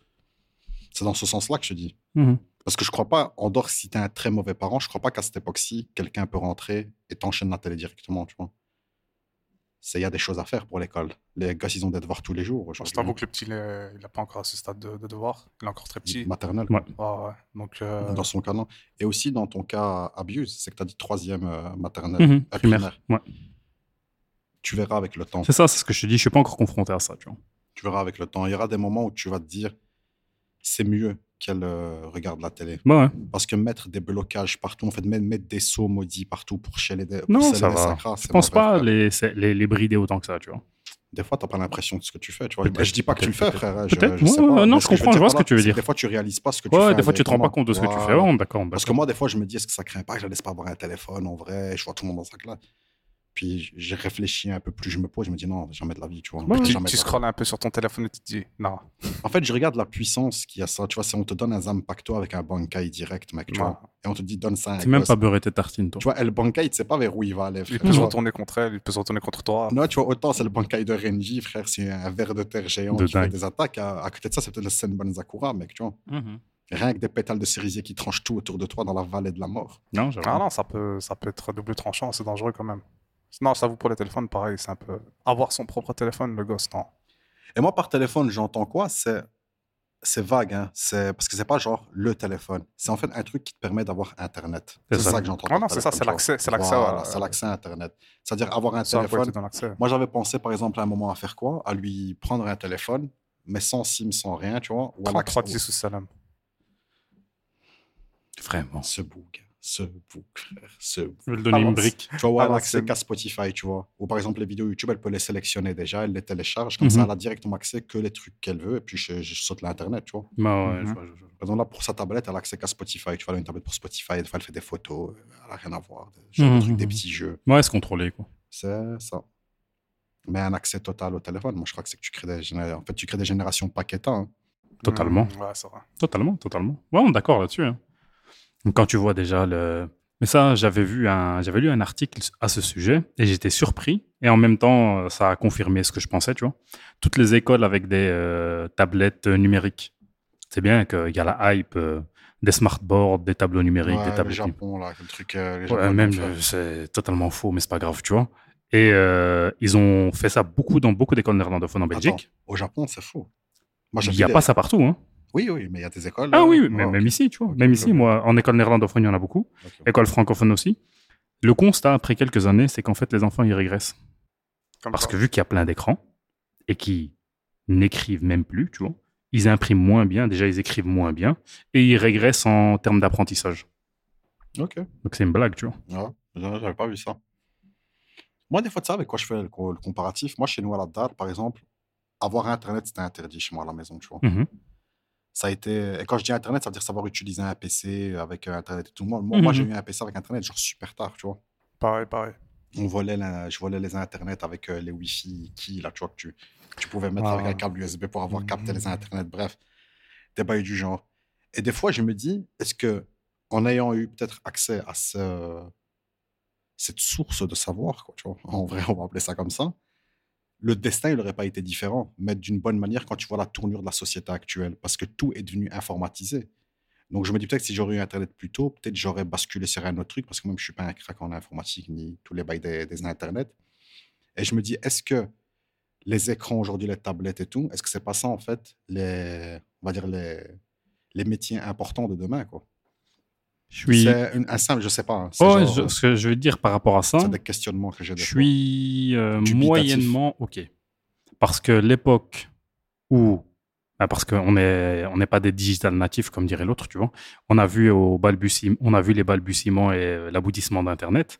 S4: C'est dans ce sens-là que je dis.
S3: Mhm.
S4: Parce que je crois pas, en dehors, si t'es un très mauvais parent, je crois pas qu'à cette époque-ci, quelqu'un peut rentrer et t'enchaîne la télé directement, tu vois. C'est- Il y a des choses à faire pour l'école. Les gosses, ils ont des devoirs tous les jours.
S5: euh, Je
S4: aujourd'hui. hein.
S5: t'avoue que le petit, il est- il n'a pas encore à ce stade de, de devoir. Il est encore très petit.
S4: Maternelle,
S3: Ouais.
S5: Ouais, ouais. Donc, euh,
S4: dans son cas, non. Et aussi, dans ton cas, abuse, c'est que t'as dit troisième euh, maternelle.
S3: Mhm.
S4: euh,
S3: Primaire. Ouais.
S4: Tu verras avec le temps.
S3: C'est ça, c'est ce que je te dis. Je suis pas encore confronté à ça, tu vois.
S4: tu verras avec le temps. Il y aura des moments où tu vas te dire, c'est mieux qu'elle euh, regarde la télé.
S3: Bah ouais.
S4: Parce que mettre des blocages partout, en fait, même mettre des seaux maudits partout pour chez les pour
S3: Non,
S4: sceller
S3: ça
S4: les
S3: va.
S4: sacras,
S3: Je
S4: c'est
S3: pense
S4: mauvais,
S3: pas
S4: frère.
S3: les, c'est- les, les brider autant que ça, tu vois.
S4: Des fois, t'as pas l'impression de ce que tu fais. Tu vois.
S3: Peut-être,
S4: je dis pas que tu le fais,
S3: peut-être,
S4: frère. hein,
S3: peut-être.
S4: je, je sais
S3: Ouais, ouais,
S4: pas.
S3: non,
S4: Mais
S3: je
S4: que veux
S3: comprends, je
S4: dire
S3: vois ce
S4: par
S3: que tu veux
S4: là, c'est
S3: dire.
S4: Des fois, tu réalises pas ce que tu fais.
S3: Ouais, des fois, tu te rends pas
S4: indirectement.
S3: compte de ce que tu fais.
S4: Voilà.
S3: Ouais, d'accord. on est
S4: Parce que
S3: d'accord.
S4: moi, des fois, je me dis, est-ce que ça craint pas que je laisse pas avoir un téléphone en vrai Je vois tout le monde dans sa classe. Puis j- j'ai réfléchi un peu plus, je me pose, je me dis non, jamais de la vie, tu vois.
S3: Ouais,
S4: Jamais
S5: tu, tu
S4: de la vie.
S5: scrolles un peu sur ton téléphone et tu te dis, non,
S4: En fait, je regarde la puissance qu'il y a ça. Tu vois, si on te donne un Zampacto avec un Bankai direct, mec, tu
S5: Ouais.
S4: vois, et on te dit donne ça à un
S3: C'est même
S4: gosse.
S3: pas beurrer tes tartines, toi.
S4: Tu vois, et le Bankai, tu sais pas vers où il va aller,
S5: il
S4: frère.
S5: peut
S4: tu
S5: se
S4: vois.
S5: retourner contre elle, il peut se retourner contre toi.
S4: Non, tu vois, autant c'est le Bankai de Renji, frère, c'est un ver de terre géant
S3: De
S4: qui fait
S3: dingue.
S4: des attaques. À, à côté de ça, c'est peut-être le Senbon Zakura, mec, tu vois.
S3: Mhm.
S4: Rien que des pétales de cerisier qui tranchent tout autour de toi dans la vallée de la mort.
S3: Non,
S5: Ah
S3: j'avoue.
S5: non, ça peut, ça peut être double tranchant, c'est dangereux quand même. Non, ça vous pour les téléphones, pareil, c'est un hein. peu. Avoir son propre téléphone, le gosse, non.
S4: Et moi, par téléphone, j'entends quoi C'est c'est vague, hein. C'est parce que c'est pas genre le téléphone. C'est en fait un truc qui te permet d'avoir Internet.
S3: C'est
S4: C'est
S3: ça.
S4: ça. que j'entends.
S5: Ah
S4: par
S5: non, c'est ça,
S4: téléphone,
S5: c'est
S4: genre.
S5: l'accès- c'est l'accès,
S4: Voilà,
S5: voilà.
S4: c'est l'accès à Internet. C'est-à-dire avoir un
S5: Ça, faut
S4: téléphone.
S5: être dans l'accès.
S4: Moi, j'avais pensé, par exemple, à un moment à faire quoi À lui prendre un téléphone, mais sans SIM, sans rien, tu vois. Ou Oh, à l'accès-
S5: 33 10 sous salam.
S3: Vraiment.
S4: Ce bouc, ce bouc, frère, ce bouc.
S3: Je vais le donner
S5: Ah,
S3: une
S5: bon,
S3: brique.
S4: Tu vas avoir
S5: Ah,
S4: l'accès
S5: c'est-
S4: qu'à Spotify, tu vois. Ou par exemple, les vidéos YouTube, elle peut les sélectionner déjà, elle les télécharge. Comme
S3: Mhm.
S4: ça, elle a directement accès que les trucs qu'elle veut. Et puis, je, je saute l'Internet, tu vois.
S3: Bah ouais, je
S5: Mhm.
S3: vois, je vois, je vois.
S4: Par exemple, là, pour sa tablette, elle a accès qu'à Spotify. Tu vois, elle a une tablette pour Spotify, des fois, elle fait des photos. Elle n'a rien à voir. Des, genre de
S3: Mhm,
S4: trucs, des
S3: mhm.
S4: petits jeux.
S3: Ouais, se contrôler, quoi.
S4: C'est ça. Mais un accès total au téléphone, moi, je crois que c'est que tu crées des, géné- en fait, tu crées des générations paqueta. hein.
S3: Totalement.
S5: Mm, Ouais, c'est vrai.
S3: Totalement, totalement. Ouais, on est d'accord là-dessus. hein. Donc, Quand tu vois déjà le. Mais ça, j'avais vu un, j'avais lu un article à ce sujet et j'étais surpris. Et en même temps, euh, ça a confirmé ce que je pensais, tu vois. Toutes les écoles avec des euh, tablettes euh, numériques. C'est bien qu'il y a la hype, euh, des smartboards, des tableaux numériques,
S4: Ouais,
S3: des
S4: le
S3: tablettes.
S4: Japon, là, le truc. euh, les
S3: Ouais,
S4: Japonais,
S3: même,
S4: tu vois.
S3: euh, c'est totalement faux, mais c'est pas grave, tu vois. Et euh, ils ont fait ça beaucoup dans beaucoup d'écoles néerlandophones en Belgique.
S4: Au Japon, c'est faux. Moi, j'ai
S3: Il
S4: vu
S3: n'y a
S4: des-
S3: pas ça partout, hein.
S4: Oui, oui, mais il y a des écoles.
S3: Ah
S4: euh,
S3: oui, oui,
S4: ouais,
S3: mais-
S4: ok,
S3: même ici, tu vois.
S4: Ok,
S3: même
S4: ok,
S3: ici,
S4: ok.
S3: moi, en école néerlandophone, il y en a beaucoup.
S4: ok.
S3: École francophone aussi. Le constat, après quelques années, c'est qu'en fait, les enfants, ils régressent.
S5: Comme
S3: Parce
S5: quoi.
S3: que vu qu'il y a plein d'écrans et qu'ils n'écrivent même plus, tu vois, ils impriment moins bien. Déjà, ils écrivent moins bien et ils régressent en termes d'apprentissage.
S4: Ok.
S3: Donc, c'est une blague, tu vois.
S4: Ouais, j'a- j'avais pas vu ça. Moi, des fois, tu sais avec quoi je fais le, co- le comparatif Moi, chez nous à la Dar, par exemple, avoir Internet, c'était interdit chez moi à la maison, tu vois.
S3: Mhm.
S4: Ça a été... Et quand je dis Internet, ça veut dire savoir utiliser un PC avec euh, Internet et tout le monde. Moi, moi, j'ai eu un PC avec Internet, genre super tard, tu vois.
S5: Pareil, pareil.
S4: On volait la- Je volais les Internet avec euh, les Wi-Fi qui, là, tu vois, que tu, tu pouvais mettre
S5: Ah.
S4: avec un câble USB pour avoir capté les Internet. Bref, des bails du genre. Et des fois, je me dis, est-ce que en ayant eu peut-être accès à ce, cette source de savoir, quoi, tu vois, *laughs* en vrai, on va appeler ça comme ça, le destin, il n'aurait pas été différent, mais d'une bonne manière quand tu vois la tournure de la société actuelle, parce que tout est devenu informatisé. Donc, je me dis peut-être que si j'aurais eu Internet plus tôt, peut-être j'aurais basculé sur un autre truc, parce que même je suis pas un crack en informatique ni tous les bails des, des Internet. Et je me dis, est-ce que les écrans aujourd'hui, les tablettes et tout, est-ce que c'est pas ça en fait les, on va dire les, les métiers importants de demain quoi
S3: Je suis.
S4: C'est une- un simple, je sais pas. hein, c'est
S3: Oh,
S4: genre,
S3: je- ce que je veux dire par rapport à ça,
S4: c'est des questionnements que j'ai. des
S3: je
S4: fois.
S3: suis euh,
S4: Dubitatif.
S3: moyennement OK. Parce que l'époque où. ah, Parce qu'on n'est on n'est pas des digital natifs, comme dirait l'autre, tu vois. On a vu, au balbutie- on a vu les balbutiements et euh, l'aboutissement d'Internet.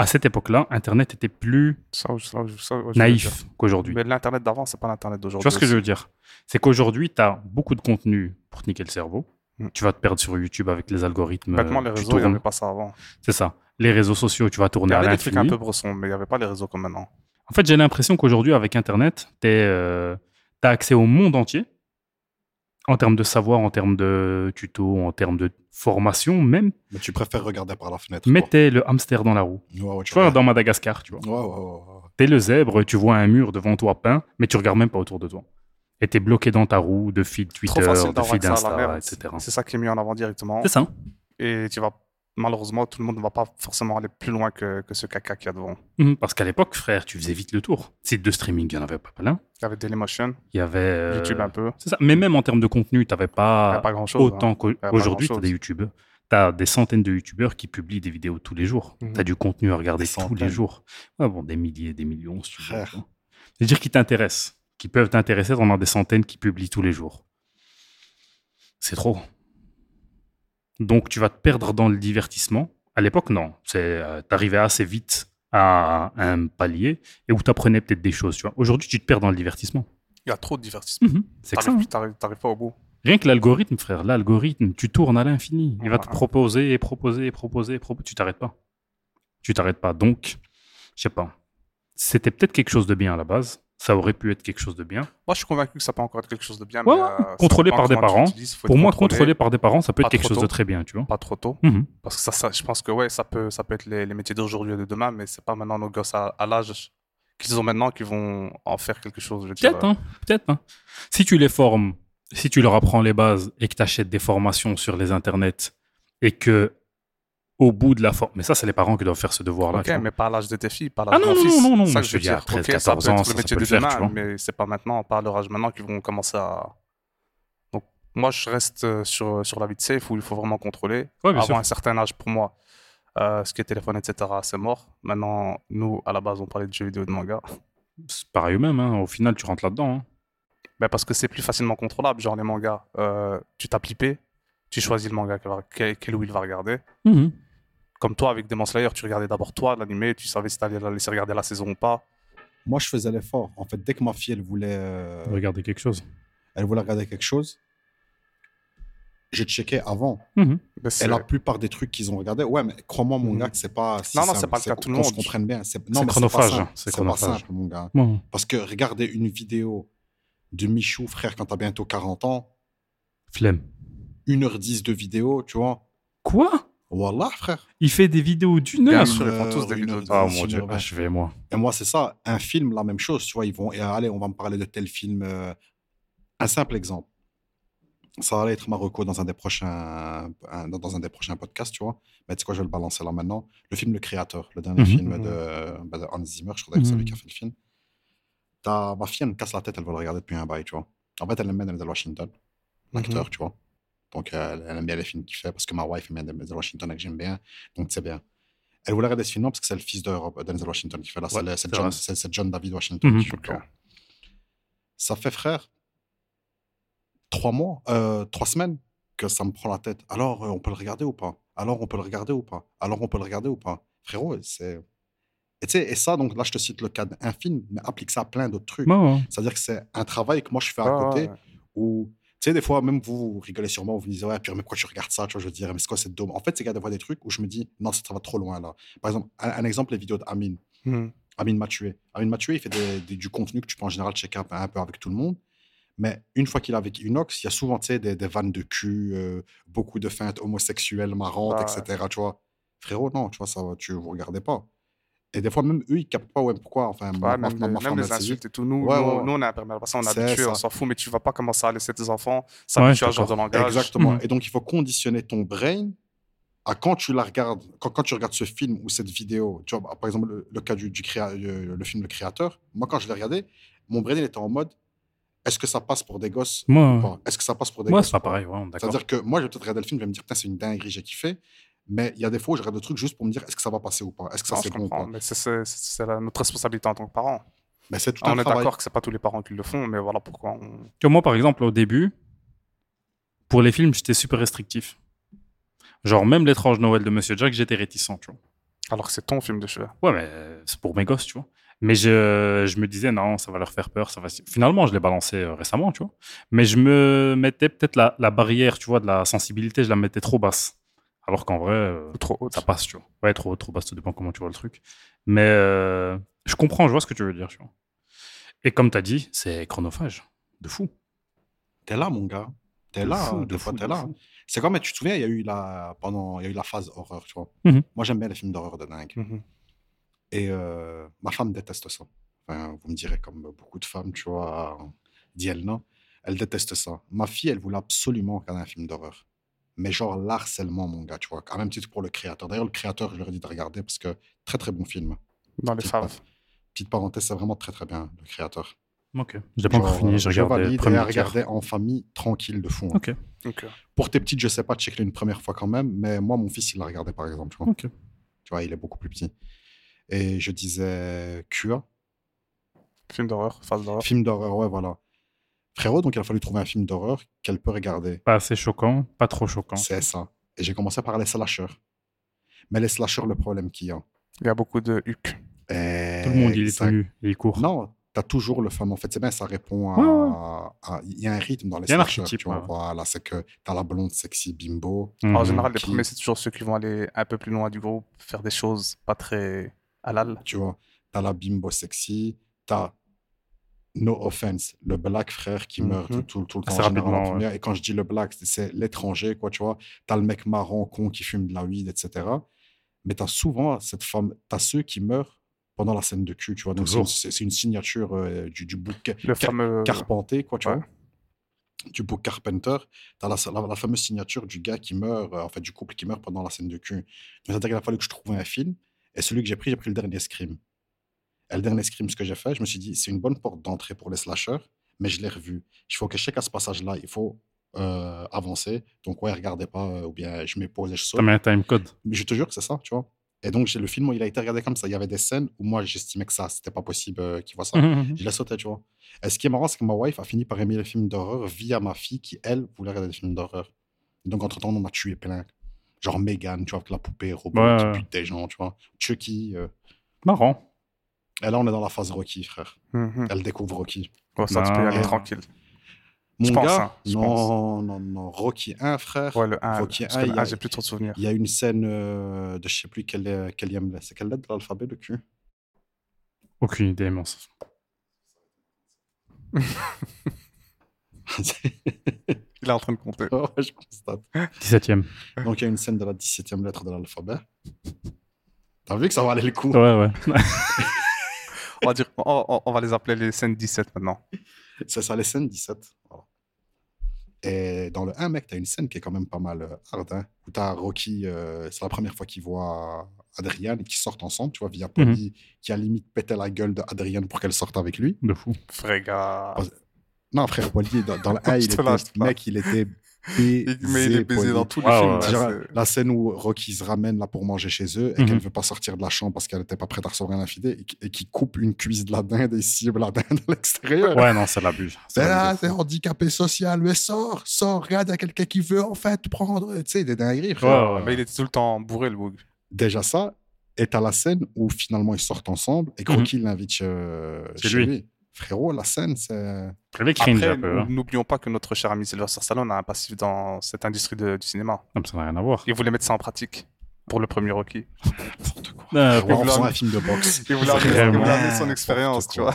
S3: À cette époque-là, Internet était plus
S5: Ça, je- ça, je- ça, ouais, je veux dire.
S3: naïf qu'aujourd'hui.
S5: Mais l'Internet d'avant, c'est pas l'Internet
S3: Tu
S5: d'aujourd'hui.
S3: vois ce que je
S5: aussi.
S3: veux dire C'est qu'aujourd'hui, tu as beaucoup de contenu pour te niquer le cerveau.
S5: Mm.
S3: Tu vas te perdre sur YouTube avec les algorithmes.
S5: Bêtement, les
S3: Euh, tu
S5: réseaux, il n'y
S3: tournes-
S5: avait pas ça avant.
S3: C'est ça. Les réseaux sociaux, tu vas
S5: Il y
S3: tourner à
S5: avait des trucs un
S3: l'infini.
S5: peu brossons, mais il n'y avait pas les réseaux comme maintenant.
S3: En fait, j'ai l'impression qu'aujourd'hui, avec Internet, tu as accès au monde entier en termes de savoir, en termes de tutos, en termes de formation même.
S4: Mais tu préfères regarder par la fenêtre. quoi.
S3: Mettez le hamster dans la roue.
S4: Ouais,
S3: Tu
S4: ouais, tu
S3: vois,
S4: regardes.
S3: dans Madagascar, tu vois.
S4: Ouais, ouais, ouais, ouais.
S3: T'es le zèbre, tu vois un mur devant toi peint, mais tu regardes même pas autour de toi. Et t'es bloqué dans ta roue de feed Twitter,
S5: Trop facile
S3: de
S5: d'avoir
S3: feed
S5: ça à la
S3: Insta,
S5: merde.
S3: etc.
S5: C'est ça qui est mis en avant directement.
S3: C'est ça.
S5: Et tu vas, malheureusement, tout le monde ne va pas forcément aller plus loin que, que ce caca qu'il y a devant.
S3: Mhm, parce qu'à l'époque, frère, tu faisais vite le tour. Site de streaming, il n'y en avait pas plein.
S5: Il y avait Dailymotion,
S3: Il y avait. euh,
S5: YouTube un peu.
S3: C'est ça. Mais même en termes de contenu, t'avais
S5: Il
S3: pas.
S5: n'y a pas grand chose.
S3: Autant
S5: pas
S3: qu'aujourd'hui, tu as
S5: grand-chose.
S3: des youtubeurs. Tu as des centaines de youtubeurs qui publient des vidéos tous les jours.
S5: Mhm.
S3: Tu as du contenu à regarder
S4: Des
S3: tous les
S4: centaines.
S3: jours. Ouais, bon, des milliers, des millions, si tu veux.
S4: Frère.
S3: tu vois. C'est-à-dire qui t'intéressent, qui peuvent t'intéresser, t'en as des centaines qui publient tous les jours. C'est trop. Donc, tu vas te perdre dans le divertissement. À l'époque, non. Tu arrivais assez vite à un palier et où tu apprenais peut-être des choses. tu vois. Aujourd'hui, tu te perds dans le divertissement.
S5: hein. Il y a trop de divertissement.
S3: Mhm. C'est que ça. hein.
S5: T'arrives t'arrives- t'arrives pas au bout.
S3: Rien que l'algorithme, frère, l'algorithme, tu tournes à l'infini. Il va te
S5: Ouais.
S3: proposer et proposer et proposer et proposer. Tu t'arrêtes pas. Tu t'arrêtes pas. Donc, je sais pas. C'était peut-être quelque chose de bien à la base. Ça aurait pu être quelque chose de bien.
S5: Moi, je suis convaincu que ça peut encore être quelque chose de bien.
S3: Ouais,
S5: mais,
S3: ouais.
S5: euh, ça
S3: Contrôlé
S5: dépend
S3: par des
S5: comment tu
S3: parents.
S5: l'utilises, faut être
S3: Pour moi, contrôlé par des parents, ça peut
S5: Pas
S3: être quelque
S5: trop
S3: chose de
S5: tôt.
S3: très bien, tu vois.
S5: Pas trop tôt.
S3: Mhm.
S5: Parce que ça, ça, je pense que ouais, ça peut, ça peut être les, les métiers d'aujourd'hui et de demain, mais c'est pas maintenant nos gosses à, à l'âge qu'ils ont maintenant qui vont en faire quelque chose. Je veux dire. euh,
S3: Peut-être, hein, peut-être. hein. Si tu les formes, si tu leur apprends les bases et que tu achètes des formations sur les internets et que au bout de la forme, mais ça, c'est les parents qui doivent faire ce devoir-là.
S5: Ok,
S3: tu vois.
S5: mais pas à l'âge de tes filles, pas à
S3: Ah
S5: l'âge de
S3: non,
S5: mon
S3: non,
S5: fils.
S3: non, non, moi,
S5: C'est ça que
S3: je
S5: je veux
S3: te dis à
S5: dire.
S3: 13,
S5: Ok, ça peut
S3: 14 ans,
S5: être
S3: ça,
S5: le
S3: ça
S5: métier
S3: peut
S5: de
S3: le faire, tu vois.
S5: demain, mais c'est pas maintenant, pas à leur âge maintenant qu'ils vont commencer à. Moi, je reste euh, sur, sur la vie de safe où il faut vraiment contrôler.
S3: Ouais, bien
S5: Avant
S3: sûr.
S5: un certain âge, pour moi, euh, ce qui est téléphone, etc., c'est mort. Maintenant, nous, à la base, on parlait de jeux vidéo et de manga. *laughs*
S3: C'est pareil au même, hein. au final, tu rentres là-dedans. hein.
S5: Ben, parce que c'est plus facilement contrôlable. Genre, les mangas, euh, tu tapes l'IP, tu choisis le manga que va- quel, quel ou il va regarder. Comme toi, avec Demon Slayer, tu regardais d'abord toi, l'animé, tu savais si t'allais la laisser regarder la saison ou pas.
S4: Moi, je faisais l'effort. En fait, dès que ma fille, elle voulait, euh,
S3: Regarder quelque chose.
S4: elle voulait regarder quelque chose, je checkais avant.
S3: Mhm.
S5: Ben, c'est-
S4: Et la plupart des trucs qu'ils ont regardés, ouais, mais crois-moi, mon
S5: Mhm.
S4: gars, que c'est pas. si
S5: Non, non,
S4: simple.
S5: c'est pas le cas de tout le
S4: qu'on se
S5: monde.
S4: comprenne bien. C'est non,
S3: C'est
S4: mais
S3: chronophage,
S4: C'est pas simple.
S3: c'est
S4: C'est pas
S3: chronophage.
S4: simple, mon gars.
S3: Bon.
S4: Parce que regarder une vidéo de Michou, frère, quand t'as bientôt 40 ans,
S3: Flemme.
S4: 1h10 de vidéo, tu vois.
S3: Quoi
S4: Wallah, frère.
S3: Il fait des vidéos d'une
S5: Bien
S3: heure
S5: sûr, ils font
S4: Euh,
S5: tous des
S4: une
S5: vidéos.
S4: heure.
S3: Ah
S4: Ouais,
S3: mon
S4: c'est
S3: dieu,
S4: normal.
S3: achevez moi.
S4: Et moi, c'est ça. Un film, la même chose. Tu vois, ils vont. Et allez, on va me parler de tel film. euh, Un simple exemple. Ça allait être Marocco dans un des prochains, un- dans un des prochains podcasts, tu vois. Mais tu sais quoi, je vais le balancer là maintenant. Le film Le Créateur, le dernier
S3: Mhm.
S4: film de, bah, de Hans Zimmer, je crois que c'est
S3: Mhm.
S4: lui qui a fait le film. Ta ma fille, elle me casse la tête, elle veut le regarder depuis un bail, tu vois. En fait, elle aime bien Denzel Washington,
S3: Mhm.
S4: l'acteur, tu vois. Donc, euh, elle, elle aime bien les films qu'il fait parce que ma wife aime bien Denzel Washington et que j'aime bien. Donc, c'est bien. Elle voulait regarder ce film parce que c'est le fils de Rob- euh, Denzel Washington qui fait là. c'est
S3: Ouais,
S4: le-
S3: c'est
S4: c'est John,
S3: vrai.
S4: c'est- c'est John David Washington
S3: Mhm.
S4: qui fait le plan. Ça fait, frère, trois mois, euh, trois semaines que ça me prend la tête. Alors, euh, on peut le regarder ou pas Alors, on peut le regarder ou pas Alors, on peut le regarder ou pas Frérot, c'est. Et, tu sais, et ça, donc là, je te cite le cas d'un film, mais applique ça à plein d'autres trucs.
S3: hein.
S4: C'est-à-dire que c'est un travail que moi, je fais
S3: Ah
S4: à côté
S5: Ah,
S4: ou tu sais des fois même vous, vous rigolez sur moi vous me dites ouais puis mais pourquoi tu regardes ça tu vois je veux dire mais c'est quoi cette dôme en fait c'est qu'il y a des fois des trucs où je me dis non ça, ça va trop loin là par exemple un, un exemple les vidéos d'Amine Amine m'a tué Amine m'a tué il fait des- des- du contenu que tu peux en général checker un, peu- un peu avec tout le monde mais une fois qu'il est avec Inox il y a souvent tu sais des, des vannes de cul euh, beaucoup de feintes homosexuelles marrantes
S5: Ah ouais.
S4: etc tu vois frérot non tu vois ça va, tu vous regardez pas et des fois même eux ils captent pas ouais pourquoi enfin ma- ma-
S5: même
S4: ma-
S5: les,
S4: ma
S5: même
S4: femme,
S5: les
S4: elle s'est dit,
S5: insultes et tout. Nous,
S4: Ouais,
S5: nous,
S4: ouais, ouais.
S5: nous, on est imperméable. Ça, on est
S4: C'est
S5: habitué, on
S4: ça.
S5: s'en fout, mais tu vas pas commencer à laisser tes enfants s'habituer à
S3: Ouais,
S5: ce genre de langage. Hmm.
S4: Exactement.
S3: Mhm.
S4: Et donc, il faut conditionner ton brain à quand tu la regardes, quand, quand tu regardes ce film ou cette vidéo. Tu vois, par exemple, le, le cas du, du créa- euh, le film Le Créateur, moi, quand je l'ai regardé, mon brain il était en mode est-ce que ça passe pour des gosses ou
S3: Moi, hein.
S4: pas Est-ce que ça passe pour des
S3: moi
S4: gosses
S3: c'est pas
S4: ou pas
S3: pareil, vraiment, d'accord.
S4: C'est-à-dire que moi, je vais peut-être regarder le film, je vais me dire putain, c'est une dinguerie, j'ai kiffé. Mais il y a des fois où je regarde le truc juste pour me dire est-ce que ça va passer ou pas Est-ce que ça
S5: Non,
S4: c'est
S5: je
S4: bon ou
S5: comprends,
S4: pas
S5: mais c'est- c'est c'est la- notre responsabilité en tant que parents.
S4: Mais c'est tout
S5: Ah, on
S4: un
S5: est
S4: travail.
S5: d'accord que c'est pas tous les parents qui le font, mais voilà pourquoi on.
S3: Que moi, par exemple, au début, pour les films, j'étais super restrictif. Genre, même l'étrange Noël de Monsieur Jack, j'étais réticent, tu vois.
S5: Alors que c'est ton film de cheveux.
S3: Ouais, mais euh, c'est pour mes gosses, tu vois. Mais je, je me disais, non, ça va leur faire peur. Ça va... Finalement, je l'ai balancé euh, récemment, tu vois. Mais je me mettais peut-être la, la barrière, tu vois, de la sensibilité, je la mettais trop basse. Alors qu'en vrai, euh,
S5: Trop haute.
S3: ça passe, tu vois. Ouais, trop haut, trop basse, ça dépend comment tu vois le truc. Mais euh, je comprends, je vois ce que tu veux dire, tu vois. Et comme tu as dit, c'est chronophage. De fou.
S4: T'es là, mon gars. T'es
S3: de
S4: là. hein,
S3: fou,
S4: des fois,
S3: fou,
S4: t'es là.
S3: fou.
S4: C'est comme, tu te souviens, il y a eu la, pendant, il y a eu la phase horreur, tu vois.
S3: Mhm.
S4: Moi, j'aime bien les films d'horreur de dingue.
S5: Mhm.
S4: Et euh, ma femme déteste ça. Enfin, vous me direz, comme beaucoup de femmes, tu vois, dit elle non. Elle déteste ça. Ma fille, elle voulait absolument regarder un film d'horreur. Mais genre l'harcèlement, mon gars, tu vois. Quand même titre pour le créateur. D'ailleurs, le créateur, je leur ai dit de regarder parce que très très bon film.
S5: Dans les
S4: Petite
S5: faves.
S4: Petite parenthèse, c'est vraiment très très bien, le créateur.
S3: Ok. Je l'ai pas encore
S4: Genre, euh,
S3: fini, je
S4: je
S3: regarde
S4: valide
S3: le
S4: et
S3: premier
S4: à regarder en famille, tranquille, de fond.
S3: Ok.
S5: Ok.
S4: Pour tes petites, je sais pas, check-les une première fois quand même. Mais moi, mon fils, il l'a regardé par exemple, tu vois.
S3: Ok.
S4: Tu vois, il est beaucoup plus petit. Et je disais QA,
S5: Film d'horreur, phase d'horreur.
S4: film d'horreur, ouais, voilà. Frérot, donc il a fallu trouver un film d'horreur qu'elle peut regarder.
S3: Pas assez choquant, pas trop choquant.
S4: C'est ça. Et j'ai commencé par les slashers. Mais les slashers, le problème qu'il y a.
S5: Il y a beaucoup de huc.
S3: Tout le monde, il est tout nu, il court.
S4: Non, t'as toujours le femme. En fait, c'est bien, ça répond
S3: Ouais, ouais.
S4: à. à- Il y a un rythme dans les
S3: Il y a un
S4: slashers.
S3: archétype,
S4: Tu vois,
S3: ouais.
S4: voilà, c'est que t'as la blonde sexy bimbo.
S3: Mhm.
S5: En général, les
S4: Qui-
S5: premiers, c'est toujours ceux qui vont aller un peu plus loin du groupe, faire des choses pas très halal.
S4: tu vois, t'as la bimbo sexy, t'as no offense, le black frère qui
S5: Mhm.
S4: meurt tout, tout- tout le temps.
S3: Mm-hmm. Assez
S4: en général, en
S3: rapidement,
S4: première. Et quand je dis le black, c'est- c'est l'étranger, quoi, tu vois. T'as le mec marrant, con, qui fume de la weed, etc. Mais t'as souvent cette femme, t'as ceux qui meurent pendant la scène de cul, tu vois. Donc c'est une-
S3: Toujours.
S4: c'est c'est une signature euh, du, du bouquet
S5: Le fameux.
S4: carpenté, quoi, tu
S5: Ouais.
S4: vois. Du book Carpenter, t'as la, la, la fameuse signature du gars qui meurt, euh, en fait, du couple qui meurt pendant la scène de cul. Donc, c'est-à-dire qu'il a fallu que je trouve un film, et celui que j'ai pris, j'ai pris le dernier Scream. Et le dernier Scream, ce que j'ai fait, je me suis dit, c'est une bonne porte d'entrée pour les slashers, mais je l'ai revu. Il faut que je check à ce passage-là, il faut euh, avancé. Donc, ouais, regardez pas, euh, ou bien je m'épose et je saute.
S3: T'as mis un timecode.
S4: Mais je te jure que c'est ça, tu vois. Et donc, j'ai- le film, il a été regardé comme ça. Il y avait des scènes où moi, j'estimais que ça, c'était pas possible euh, qu'il voit
S3: Mhm.
S4: ça. Je la sautais, tu vois. Et ce qui est marrant, c'est que ma wife a fini par aimer les films d'horreur via ma fille qui, elle, voulait regarder des films d'horreur. Et Donc, entre-temps, on en a tué plein. Genre Megan, tu vois, avec la poupée robot
S3: Ouais,
S4: qui
S3: ouais.
S4: bute des gens, tu vois. Chucky. euh.
S3: *laughs* Marrant.
S4: Et là, on est dans la phase Rocky, frère.
S5: Mhm.
S4: Elle découvre Rocky.
S5: Ouais, ça, tu peux y
S3: Non.
S5: aller tranquille.
S4: Mon
S5: Je pense,
S4: gars,
S5: hein, je
S4: non,
S5: pense.
S4: non, non. Rocky 1, frère.
S5: Ouais, le 1.
S4: Rocky
S5: Parce
S4: un,
S5: que
S4: il
S5: le
S4: y a-
S5: 1, j'ai plus trop de souvenirs.
S4: Il y a une scène euh, de je sais plus quelle, est- quelle y a- c'est quelle lettre de l'alphabet, le cul *laughs*
S3: Aucune idée, mais on s'en fout.
S5: Il est en train de compter.
S4: Ouais, je constate.
S3: 17ème.
S4: Donc, il y a une scène de la 17e lettre de l'alphabet. T'as vu que ça valait le coup
S3: Ouais, ouais.
S5: On va, dire, on, on- on va les appeler les scènes 17 maintenant.
S4: C'est ça, les scènes 17. Voilà. Et dans le 1, mec, t'as une scène qui est quand même pas mal euh, hard, hein, où t'as Rocky, euh, c'est la première fois qu'il voit Adrian et qu'ils sortent ensemble, tu vois, via
S5: Mhm.
S4: Polly, qui a limite pété la gueule de Adrian pour qu'elle sorte avec lui.
S3: De
S4: *laughs*
S3: fou.
S5: Frère, gars.
S3: Oh,
S4: Parce- Non, frère, Polly, dans,
S5: *laughs*
S4: dans le 1, il
S5: te
S4: était,
S5: lâche pas.
S4: mec, il était
S5: *laughs* Il- Mais il est baisé
S4: Polly.
S5: dans tous les
S3: Ouais,
S5: films.
S3: ouais,
S5: là,
S4: Genre,
S5: c'est-
S4: la scène où Rocky se ramène là pour manger chez eux et qu'elle
S3: Mhm.
S4: ne veut pas sortir de la chambre parce qu'elle n'était pas prête à recevoir un infidèle et qui- et qui coupe une cuisse de la dinde et cible la dinde à l'extérieur.
S3: Ouais, non, c'est l'abus.
S4: C'est là, c'est handicapé social, mais sors, sors, regarde, il y a quelqu'un qui veut en fait prendre, tu sais, des dingueries, frère.
S3: Ouais,
S5: Mais
S3: ouais.
S5: il était tout le temps bourré, le Boog.
S4: Déjà ça, et t'as la scène où finalement ils sortent ensemble et que
S3: Mhm.
S4: Rocky l'invite chez,
S3: Chez
S4: euh, chez
S3: lui.
S4: lui. Frérot, la scène, c'est.
S3: Avec cringe
S5: Après,
S3: un peu.
S5: nous-
S3: hein.
S5: n'oublions pas que notre cher ami Sylvester Stallone a un passif dans cette industrie de- du cinéma.
S3: Non, mais ça n'a rien à voir.
S5: Il voulait mettre ça en pratique pour le premier Rocky.
S4: N'importe quoi.
S3: Euh,
S4: Frérot, en
S5: voulait
S4: faisant
S5: en-
S4: un film
S3: *laughs*
S4: de boxe.
S5: Il voulait amener, il
S3: Vraiment.
S5: voulait amener son expérience, tu vois.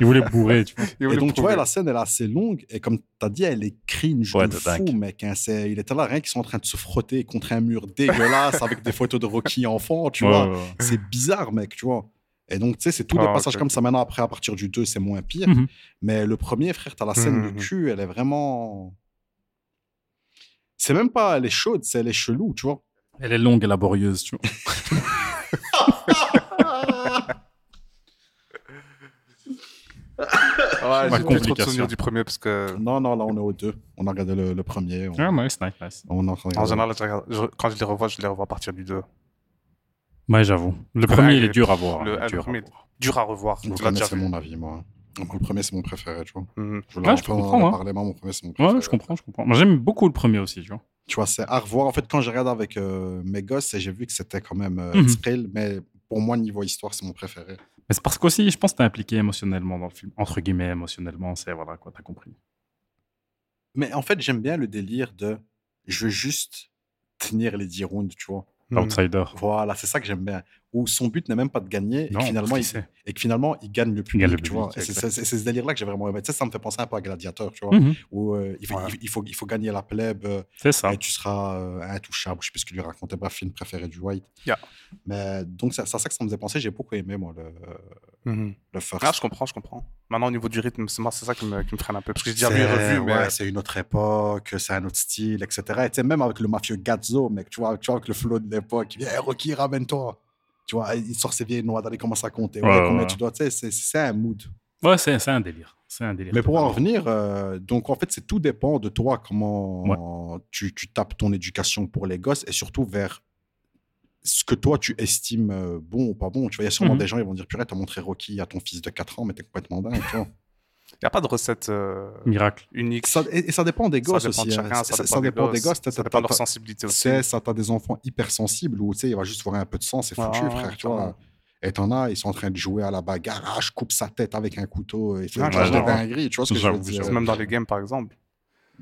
S3: Il voulait bourrer, tu vois.
S5: *laughs* Il
S4: Et
S5: voulait
S4: donc, tu vois,
S5: prouver.
S4: la scène, elle est assez longue. Et comme tu as dit, elle est cringe
S3: Ouais,
S4: de
S3: de
S4: fou,
S3: dingue.
S4: mec. hein. C'est- il était là, rien qu'ils sont en train de se frotter contre un mur dégueulasse avec des photos de Rocky enfant, tu
S3: Ouais,
S4: vois.
S3: ouais, ouais.
S4: C'est bizarre, mec, tu vois. Et donc, tu sais, c'est tous
S5: Ah,
S4: des passages
S5: ok.
S4: comme ça. Maintenant, après, à partir du 2, c'est moins pire.
S3: Mhm.
S4: Mais le premier, frère, t'as la scène
S5: Mhm.
S4: de cul, elle est vraiment... C'est même pas... Elle est chaude, c'est elle est chelou, tu vois.
S3: Elle est longue et laborieuse, tu vois.
S5: Ouais, j'ai plus trop de
S3: complication.
S5: souvenirs du premier parce que
S4: Non, non, là, on est au 2. On a regardé le, le premier. On,
S3: Ah, nice, nice, nice.
S4: on a regardé-
S5: en général, je regarde- je- quand je les revois, je les revois à partir du 2.
S3: Ouais, j'avoue. Le premier, il
S5: le-
S3: est dur à voir. hein,
S5: le-
S3: il est
S5: ah, le
S3: dur à
S5: premier.
S4: euh,
S3: voir.
S5: Dur à revoir.
S4: Vous
S5: Tu l'as déjà
S4: connaissez
S5: vu.
S4: mon avis, moi. Moi, Le premier, c'est mon préféré, tu vois.
S5: Mhm.
S4: Je voulais
S3: Ah,
S4: en
S3: je peux
S4: parler,
S3: comprendre,
S4: en
S3: hein.
S4: parler, moi, mon premier, c'est mon préféré.
S3: Ouais, je comprends, je comprends. Moi, j'aime beaucoup le premier aussi, tu vois.
S4: Tu vois, c'est à revoir. En fait, quand j'ai regardé avec euh, mes gosses, j'ai vu que c'était quand même euh,
S3: Mhm.
S4: thrill, mais pour moi, niveau histoire, c'est mon préféré.
S3: Mais c'est parce qu'aussi, je pense que t'es impliqué émotionnellement dans le film. Entre guillemets, émotionnellement, c'est voilà quoi, t'as compris.
S4: Mais en fait, j'aime bien le délire de je veux juste tenir les 10 rounds, tu vois.
S5: Mhm.
S3: L'outsider.
S4: Voilà, c'est ça que j'aime bien. Où son but n'est même pas de gagner
S3: Non,
S4: et, que finalement,
S3: il
S4: il,
S3: sait.
S4: et que finalement, il gagne le
S3: Il
S4: public,
S3: gagne le
S4: tu
S3: public,
S4: vois. Et c'est
S3: exact.
S4: c'est- c'est ce délire-là que j'ai vraiment aimé. Tu sais, ça me fait penser un peu à Gladiator, tu vois.
S3: Mhm,
S4: Où euh, il, faut,
S5: Ouais.
S4: il, faut, il faut gagner la plèbe. euh,
S3: C'est ça.
S4: Et tu seras euh, intouchable. Je sais plus ce qu'il lui racontait. Bref, film préféré du White.
S5: Yeah.
S4: Mais donc, c'est c'est ça que ça me faisait penser. J'ai beaucoup aimé, moi, le, euh,
S5: Mhm.
S4: le first.
S5: Ah, je comprends, je comprends. Maintenant, au niveau du rythme, c'est moi, c'est ça qui me, qui me freine un peu. Parce que j'ai déjà
S4: C'est-
S5: vu et revu, mais
S4: ouais, c'est une autre époque, c'est un autre style, etc. Et tu sais, même avec le mafieux Gazzo, mec, tu vois, tu vois, avec le flow de l'époque, il vient, Hey, Rocky, ramène-toi. Tu vois, il sort ses vieilles noix, il commence à compter. Ouais,
S3: Ouais,
S4: combien
S3: ouais.
S4: tu dois, tu sais, c'est- c'est un mood.
S3: Ouais, c'est c'est un délire. C'est un délire.
S4: Mais pour en revenir, euh, donc en fait, c'est tout dépend de toi, comment tu, tu tapes ton éducation pour les gosses et surtout vers ce que toi tu estimes euh, bon ou pas bon. Tu vois, il y a sûrement
S3: Mhm.
S4: des gens, ils vont dire Purée, t'as montré Rocky à ton fils de 4 ans, mais t'es complètement dingue. tu vois.
S5: il n'y a pas de recette euh,
S3: Miracle.
S5: unique.
S4: Ça- et, et ça dépend des gosses
S5: ça dépend
S4: aussi.
S5: de
S4: hein.
S5: chacun,
S4: Ça- ça- ça dépend des gosses. T'as-
S5: ça
S4: t'as-
S5: dépend de leur
S4: t'as-
S5: sensibilité aussi.
S4: C'est ça, t'as des enfants hypersensibles où tu sais, il va juste voir un peu de sang, c'est foutu,
S5: Ouais, Ah, ouais,
S4: frère, tu
S5: clairement.
S4: vois. Et t'en as, ils sont en train de jouer à la bagarre, Ah, je coupe sa tête avec un couteau, et c'est
S5: Ouais,
S4: une genre de
S5: Ah, j'avoue.
S4: dinguerie, tu vois ce que je veux
S3: J'avoue,
S4: dire.
S3: j'avoue.
S5: Même dans les games, par exemple.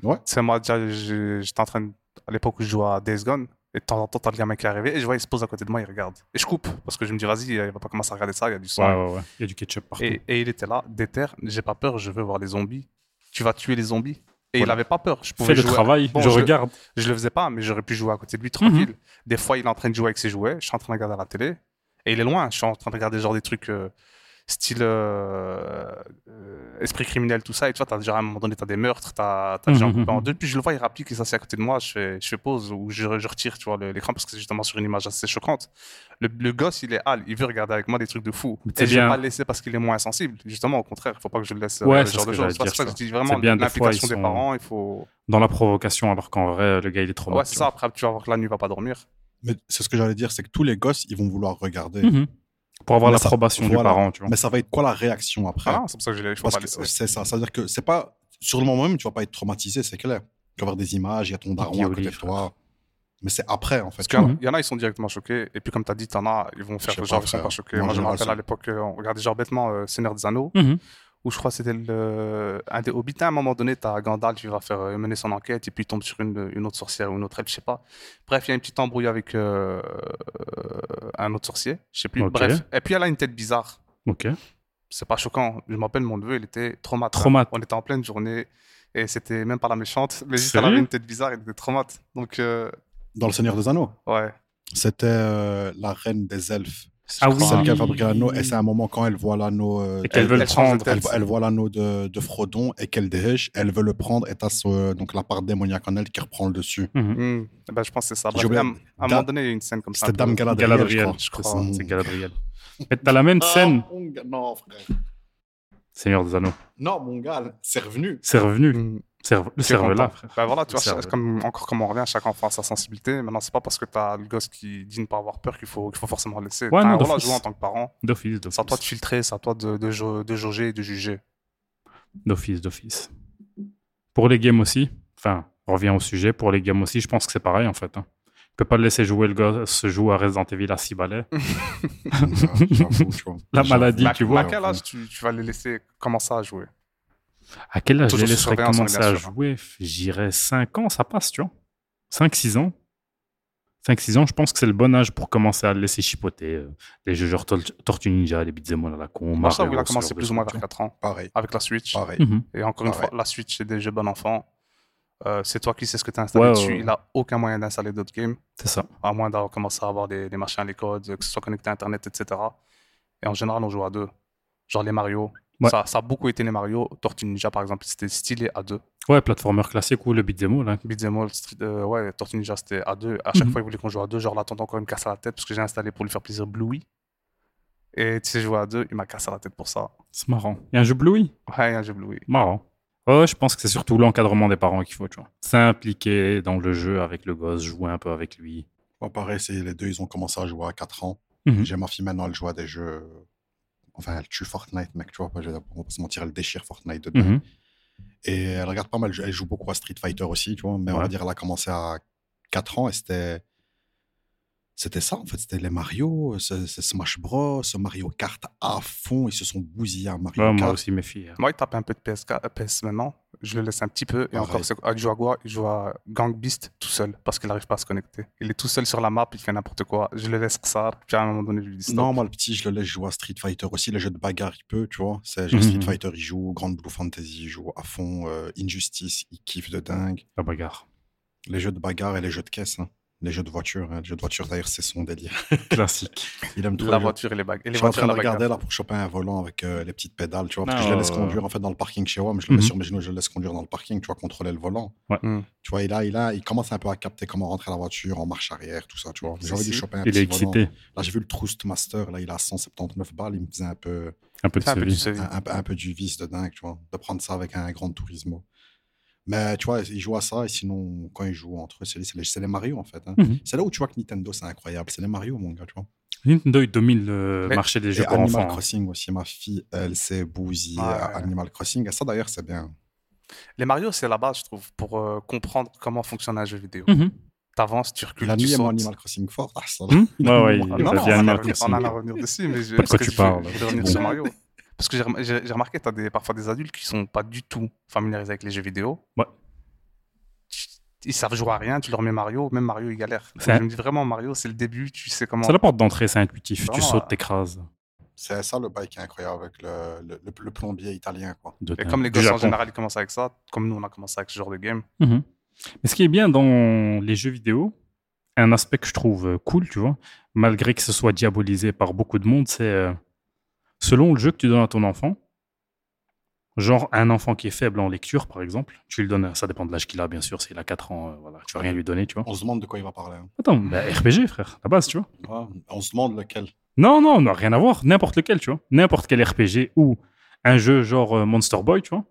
S4: euh, Ouais.
S5: Tu sais, moi, déjà, j'ai- j'étais en train de... À l'époque où je jouais à Days Gone, et de temps en temps, t'as le gamin qui est arrivé, et je vois, il se pose à côté de moi, il regarde. Et je coupe, parce que je me dis, vas-y, il va pas commencer à regarder ça, il y a du sang.
S3: Ouais, ouais, ouais. Il y a du ketchup partout.
S5: Et, et il était là, déter, j'ai pas peur, je veux voir les zombies. Tu vas tuer les zombies. Et il
S3: Voilà.
S5: avait pas peur. Je pouvais
S3: Fais le
S5: jouer-
S3: travail,
S5: Bon,
S3: je
S5: je-
S3: regarde.
S5: Je le faisais pas, mais j'aurais pu jouer à côté de lui
S3: Mhm.
S5: tranquille. Des fois, il est en train de jouer avec ses jouets, je suis en train de regarder à la télé. Et il est loin, je suis en train de regarder genre des trucs. euh, style euh, euh, esprit criminel, tout ça. Et tu vois, t'as déjà à un moment donné, t'as des meurtres, t'as t'as déjà un
S3: Mhm,
S5: coupé en
S3: mhm.
S5: deux. Puis je le vois, il rapplique, il s'assied à côté de moi, je fais, je fais pause ou je, je retire, tu vois, le- l'écran parce que c'est justement sur une image assez choquante. Le, le gosse, il est hal, il veut regarder avec moi des trucs de fou.
S3: Mais t'es
S5: Et je vais
S3: bien.
S5: pas le laisser parce qu'il est moins sensible. Justement, au contraire, il faut pas que je le laisse. euh,
S3: Ouais, c'est
S5: ce genre
S3: ce
S5: de
S3: que
S5: choses.
S3: j'allais
S5: C'est pour
S3: dire,
S5: ça que
S3: ça.
S5: je dis vraiment
S3: C'est bien, des fois,
S5: l'implication
S3: ils
S5: des
S3: sont-
S5: parents, il faut.
S3: Dans la provocation, alors qu'en vrai, le gars, il est trop
S5: Ouais, c'est ça. Après, tu vas voir que la nuit, il va pas dormir.
S4: Mais c'est ce que j'allais dire, c'est que tous les gosses, ils vont vouloir regarder.
S5: Hmm.
S3: Mhm. Pour avoir
S4: Mais Bah, ça-
S3: l'approbation du
S4: voilà.
S3: parent, tu vois.
S4: Mais ça va être quoi la réaction après
S5: Ah, c'est pour ça que je ne faut
S4: Parce
S5: pas
S4: que
S5: laisser.
S4: c'est ça. C'est-à-dire que c'est pas. Sur le moment même, tu vas pas être traumatisé, c'est clair. Tu vas voir des images, il y a ton daron à
S3: Guillaume,
S4: côté de toi. Mais c'est après, en fait.
S5: Parce qu'il y en a-
S3: Mhm.
S5: il y en a, ils sont directement choqués. Et puis, comme tu as dit, t'en as, ils vont faire
S4: hein. Je sais
S5: genre,
S4: pas,
S5: ils sont
S4: frère.
S5: pas choqués.
S4: Moi, en
S5: Moi, je me
S4: général,
S5: rappelle
S4: ça-
S5: à l'époque, euh, on regardait genre bêtement euh, Seigneur des Anneaux,
S3: Mhm.
S5: où je crois que c'était le... un des hobbits. À un moment donné, tu as Gandalf qui va faire euh, mener son enquête et puis il tombe sur une, une autre sorcière ou une autre elfe, je sais pas. Bref, il y a une petite embrouille avec euh, euh, un autre sorcier, je sais plus.
S3: Ok.
S5: Bref. Et puis, elle a une tête bizarre.
S4: Bah,
S3: Ok.
S5: c'est pas choquant. Je m'appelle mon neveu, il était traumatisé.
S3: Traumate.
S5: On était en pleine journée et c'était même pas la méchante, mais juste elle
S3: Sérieux
S5: avait une tête bizarre, il était traumatisé. Donc, euh,
S4: Dans Le Seigneur des Anneaux,
S5: ouais.
S4: c'était euh, la reine des elfes.
S3: Ah oui.
S4: Celle qui a fabriqué l'anneau, et c'est un moment quand elle voit l'anneau. euh,
S3: Et qu'elle veut le
S5: elle change de
S3: prendre.
S5: tête.
S4: Elle, elle voit l'anneau de, de Frodon et qu'elle déhiche, elle veut le prendre et t'as ce- donc la part démoniaque en elle qui reprend le dessus.
S3: Mhm.
S5: Hmm. Eh Ben, je pense que c'est ça.
S4: J'ai
S5: Bref,
S4: oublié.
S5: à, un- à un
S4: Da-
S5: moment donné, il y a une scène comme ça.
S4: C'était
S5: un peu-
S4: Dame Galadriel, je
S3: Galadriel,
S4: crois.
S3: je
S5: je
S3: crois.
S5: crois.
S3: C'est Galadriel. Et t'as la
S5: Oh.
S3: même scène,
S4: Ah, mon gars, non, frère.
S3: Seigneur des Anneaux.
S4: Non, mon gars, c'est *laughs* revenu.
S3: C'est revenu.
S5: Hmm.
S3: Cerve- Le
S5: T'es content.
S3: cerveau-là.
S5: Ben voilà, tu vois,
S3: Cerveau.
S5: c'est comme, encore comme on revient, chaque enfant a sa sensibilité. Maintenant, c'est pas parce que t'as le gosse qui dit ne pas avoir peur qu'il faut, qu'il faut forcément le laisser.
S3: Ouais,
S5: t'as
S3: non,
S5: un
S3: de
S5: rôle à
S3: fou.
S5: jouer en tant que parent.
S3: D'office,
S5: C'est à toi de
S3: d'office.
S5: filtrer, c'est à toi de, de, jau- de jauger et de juger.
S3: D'office, d'office. Pour les games aussi, enfin, on revient au sujet, pour les games aussi, je pense que c'est pareil en fait. Hein. Tu peux pas le laisser jouer le gosse, se jouer à Resident Evil à 6 balais.
S5: Hmm.
S4: Ah, J'avoue, tu vois.
S3: La
S4: J'avoue.
S3: maladie,
S5: Mais à-
S3: tu vois.
S5: À quel âge tu, tu vas les laisser commencer à jouer
S3: À quel âge je
S5: Toujours
S3: les
S5: sous
S3: laisserais
S5: surveillance, on est
S3: commencer
S5: bien
S3: à
S5: sûr, hein.
S3: jouer J'irais 5 ans, ça passe, tu vois. 5-6 ans. 5-6 ans, je pense que c'est le bon âge pour commencer à le laisser chipoter. euh, les jeux genre Tol- Tortue Ninja, les Beat'em All à la con.
S5: Moi, ça,
S3: Mario,
S5: il a
S3: ce
S5: commencé
S3: genre de
S5: plus ou
S3: trucs,
S5: moins
S3: tu
S5: vers 4 ans,
S4: Pareil,
S5: avec la Switch.
S4: pareil.
S3: vois. Mhm.
S5: Et encore une
S4: Ah
S5: fois, la Switch, c'est des jeux bon enfant. Euh, c'est toi qui sais ce que tu as installé
S3: Ouais,
S5: dessus.
S3: ouais, ouais.
S5: Il n'a aucun moyen d'installer d'autres games,
S3: C'est ça.
S5: à moins d'avoir commencé à avoir des, des machins, les codes, que ce soit connecté à Internet, etc. Et en général, on joue à deux. Genre les Mario.
S3: Ouais.
S5: Ça, ça a beaucoup été les Mario. Tortue Ninja, par exemple, c'était stylé à deux.
S3: Ouais, platformer classique ou le Beat'em All. hein.
S5: Beat'em All, Street- euh, ouais, Tortue Ninja, c'était à deux. À chaque
S3: Mhm.
S5: fois, ils voulaient qu'on joue à deux. Genre là, tonton, encore il me casse la tête parce que j'ai installé pour lui faire plaisir Bluey. Et tu sais, jouer à deux, il m'a cassé la tête pour ça.
S3: C'est marrant. Il y a un jeu Bluey
S5: Ouais, un jeu Bluey.
S3: Marrant. Ouais, ouais, je pense que c'est surtout l'encadrement des parents qu'il faut, tu vois. S'impliquer dans le jeu avec le gosse, jouer un peu avec lui.
S4: Moi, pareil, c'est les deux, ils ont commencé à jouer à 4 ans.
S3: Mhm.
S4: J'ai ma fille maintenant, elle joue à des jeux. Enfin, elle tue Fortnite, mec, tu vois. Je vais pas se mentir, elle déchire Fortnite dedans.
S3: Mhm.
S4: Et elle regarde pas mal, elle joue beaucoup à Street Fighter aussi, tu vois. Mais on
S3: Ouais.
S4: va dire, elle a commencé à 4 ans et c'était. C'était ça, en fait. C'était les Mario, ce, ce Smash Bros, ce Mario Kart à fond. Ils se sont bousillés à Mario
S3: Ouais, Bah, moi
S4: Kart.
S3: aussi, mes filles. euh,
S5: Moi, il tape un peu de PS, PS euh, maintenant. Je le laisse un petit peu. Et
S4: Pareil.
S5: encore, c'est- avec Joagua, il joue à Gang Beast tout seul parce qu'il n'arrive pas à se connecter. Il est tout seul sur la map, il fait n'importe quoi. Je le laisse ça. Puis à un moment donné, je lui dis stop.
S4: Non, moi, le petit, je le laisse jouer à Street Fighter aussi. Les jeux de bagarre, il peut, tu vois. C'est genre Street
S3: Mhm.
S4: Fighter, il joue. Grand Blue Fantasy, il joue à fond. euh, Injustice, il kiffe de dingue.
S3: La bagarre.
S4: Les jeux de bagarre et les jeux de caisse. hein. Les jeux de voiture. hein. Les jeux de voiture, d'ailleurs, c'est son délire.
S3: *laughs* Classique.
S4: Il aime trop
S5: la
S4: les jeux
S5: voiture et les bagues. Et les
S4: je suis en
S5: voitures
S4: train
S5: et
S4: de
S5: la bagarre.
S4: regarder là pour choper un volant avec euh, les petites pédales, tu vois, parce
S3: Ah,
S4: que je le laisse
S3: ouais,
S4: conduire en fait dans le parking chez moi, mais je le mets
S3: Mhm.
S4: sur mes genoux, je le laisse conduire dans le parking, tu vois, contrôler le volant.
S3: Ouais.
S5: Mhm.
S4: Tu vois, il a, il a, il commence un peu à capter comment rentrer à la voiture en marche arrière, tout ça, tu vois. J'ai
S5: Si,
S4: envie de
S5: si.
S4: choper un
S3: Il
S4: petit
S3: est
S4: volant.
S3: excité.
S4: Là, j'ai vu le Trustmaster, là, il a 179 balles, il me faisait un peu,
S3: Un peu de
S5: Fais Ah, un peu
S3: survie.
S5: de survie.
S4: un, un peu- un peu du vice de dingue, tu vois, de prendre ça avec un Grand Turismo. Mais tu vois, ils jouent à ça, et sinon, quand ils jouent entre eux, c'est les, c'est les- c'est les Mario en fait. hein.
S3: Mhm.
S4: C'est là où tu vois que Nintendo, c'est incroyable, c'est les Mario, mon gars, tu vois.
S3: Nintendo, il domine le
S5: Mais-
S3: marché des
S4: Et
S3: jeux pour
S4: Animal
S3: enfants. hein.
S4: Crossing aussi, ma fille, elle s'est bousillée
S5: Ah
S4: à
S5: ouais.
S4: Animal Crossing. Et ça, d'ailleurs, c'est bien.
S5: Les Mario, c'est la base, je trouve, pour euh, comprendre comment fonctionne un jeu vidéo.
S3: Mhm.
S5: T'avances, tu recules,
S4: Il a
S5: tu
S4: mis mon
S5: sautes.
S4: Animal Crossing fort. Ah, ça,
S3: *laughs* Hmm ouais, ouais,
S5: Ah
S3: il
S5: non, non,
S3: revient à
S5: on, en a
S3: Animal
S5: revenu-
S3: Crossing.
S5: on en a revenu dessus, mais je,
S3: Pas de quoi
S5: parce que
S3: tu
S5: je-
S3: parles.
S5: je voulais revenir
S3: C'est
S5: sur
S3: bon.
S5: Mario. Parce que j'ai rem- j'ai j'ai remarqué, tu as des, parfois des adultes qui sont pas du tout familiarisés avec les jeux vidéo.
S3: Ouais.
S5: Ils savent jouer à rien, tu leur mets Mario, même Mario, il galère. Donc,
S3: C'est un-
S5: Je me dis vraiment, Mario, c'est le début, tu sais comment.
S3: C'est la porte d'entrée, c'est intuitif.
S5: Non,
S3: tu
S5: euh,
S3: sautes, t'écrases.
S4: c'est ça le bail qui est incroyable avec le, le- le- le plombier italien. Quoi.
S3: De
S5: Et
S3: dingue.
S5: comme les
S3: Du
S5: gosses en
S3: Japon.
S5: général, ils commencent avec ça, comme nous, on a commencé avec ce genre de game.
S3: Mhm. Mais ce qui est bien dans les jeux vidéo, un aspect que je trouve euh, cool, tu vois, malgré que ce soit diabolisé par beaucoup de monde, c'est euh, Selon le jeu que tu donnes à ton enfant, genre un enfant qui est faible en lecture, par exemple, tu lui donnes, ça dépend de l'âge qu'il a, bien sûr, s'il a 4 ans, euh, voilà, tu vas rien lui donner, tu vois.
S4: On se demande de quoi il va parler. hein.
S3: Attends, bah, RPG, frère, la base, tu vois.
S5: Ah.
S4: Ouais, On se demande lequel.
S3: Non, non, non, rien à voir. N'importe lequel, tu vois. N'importe quel RPG ou un jeu genre euh, Monster Boy, tu vois.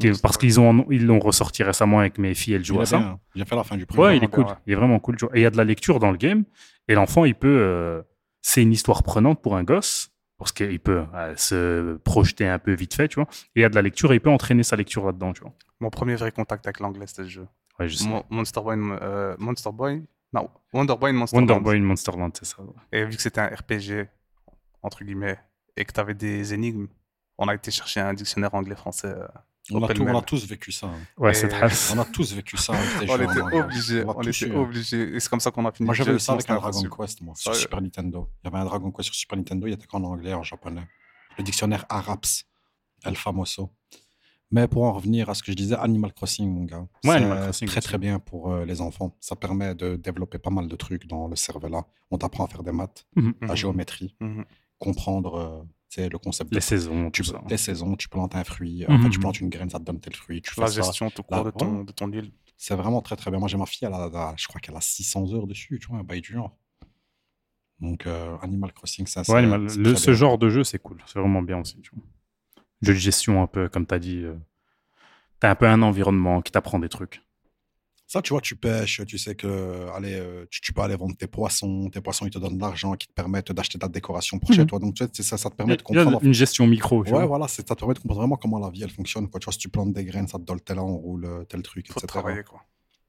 S3: Qui-
S5: Monster
S3: parce qu'ils ont ils l'ont ressorti récemment avec mes filles, elles
S4: Il
S3: jouent à
S4: a
S3: ça.
S4: bien, hein. il a fait la fin du premier.
S3: Ouais, il est
S5: vraiment
S3: cool.
S5: bien, ouais.
S3: Il est vraiment cool, tu vois. Et il y a de la lecture dans le game. Et l'enfant, il peut. euh, c'est une histoire prenante pour un gosse. Parce qu'il peut euh, se projeter un peu vite fait, tu vois. Et il y a de la lecture et il peut entraîner sa lecture là-dedans, tu vois.
S5: Mon premier vrai contact avec l'anglais, c'était ce jeu.
S3: Ouais, je sais.
S5: Mon- Monster Boy, euh, Monster Boy Non, Wonder Boy, Monster
S3: Wonder
S5: Land.
S3: Boy Monsterland, c'est ça. ouais.
S5: Et vu que c'était un RPG, entre guillemets, et que tu avais des énigmes, on a été chercher un dictionnaire anglais-français. euh,
S4: On a,
S5: Open
S4: tout- on a
S5: mail.
S4: tous vécu ça. hein.
S3: Ouais,
S5: Et-
S3: c'est *laughs*
S4: On a tous vécu ça.
S5: *laughs*
S4: avec tes
S5: On
S4: jeux,
S5: était
S4: hein, moi.
S5: obligés,
S4: On a
S5: on
S4: tous
S5: était
S4: eu.
S5: obligés. Et c'est comme ça qu'on a fini
S4: Moi,
S5: le
S4: j'avais
S5: jeu,
S4: eu ça
S5: sinon
S4: avec
S5: c'était
S4: un Dragon
S5: impossible.
S4: Quest, moi, sur
S5: Ouais.
S4: Super Nintendo. Il y avait un Dragon Quest sur Super Nintendo, il était qu'en anglais, en japonais. Le dictionnaire Araps, El Famoso. Mais pour en revenir à ce que je disais, Animal Crossing, mon gars.
S3: Ouais,
S4: c'est
S3: Animal Crossing
S4: Très,
S3: aussi.
S4: très bien pour euh, les enfants. Ça permet de développer pas mal de trucs dans le cerveau-là. On t'apprend à faire des maths, la
S5: Mhm.
S4: géométrie,
S5: Mhm.
S4: comprendre euh, tu sais, le concept
S3: Les
S4: de
S3: saisons,
S4: tu,
S3: tout ça.
S4: les saisons. Tu plantes un fruit,
S3: Mhm.
S4: enfin, tu plantes une graine, ça te donne tel fruit. Tu
S5: La
S4: fais ça.
S5: gestion tout
S4: la-
S5: court de ton,
S4: ouais.
S5: de ton île.
S4: C'est vraiment très très bien. Moi j'ai ma fille, elle a, elle a- je crois qu'elle a 600 heures dessus, tu vois, un bail du genre. Donc euh, Animal Crossing, ça c'est.
S3: Ouais, mais
S4: c'est
S3: le-
S4: très
S3: ce
S4: bien.
S3: genre de jeu, c'est cool. C'est vraiment bien aussi. Tu vois. Jeu de gestion, un peu, comme tu as dit. euh, T'as un peu un environnement qui t'apprend des trucs.
S4: Ça, tu vois, tu pêches, tu sais que allez, euh, tu, tu peux aller vendre tes poissons, tes poissons ils te donnent de l'argent qui te permettent d'acheter ta décoration pour chez
S3: Mhm.
S4: toi. Donc tu sais, c'est ça, ça
S3: Il
S4: te
S3: y
S4: permet
S3: a
S4: de comprendre. en fait-
S3: une gestion micro. tu
S4: Ouais,
S3: vois.
S4: voilà, c'est- ça te permet de comprendre vraiment comment la vie elle fonctionne. Quoi. Tu vois, si tu plantes des graines, ça te donne tel enroule, euh, tel truc,
S5: Faut
S4: etc.
S5: travailler, quoi.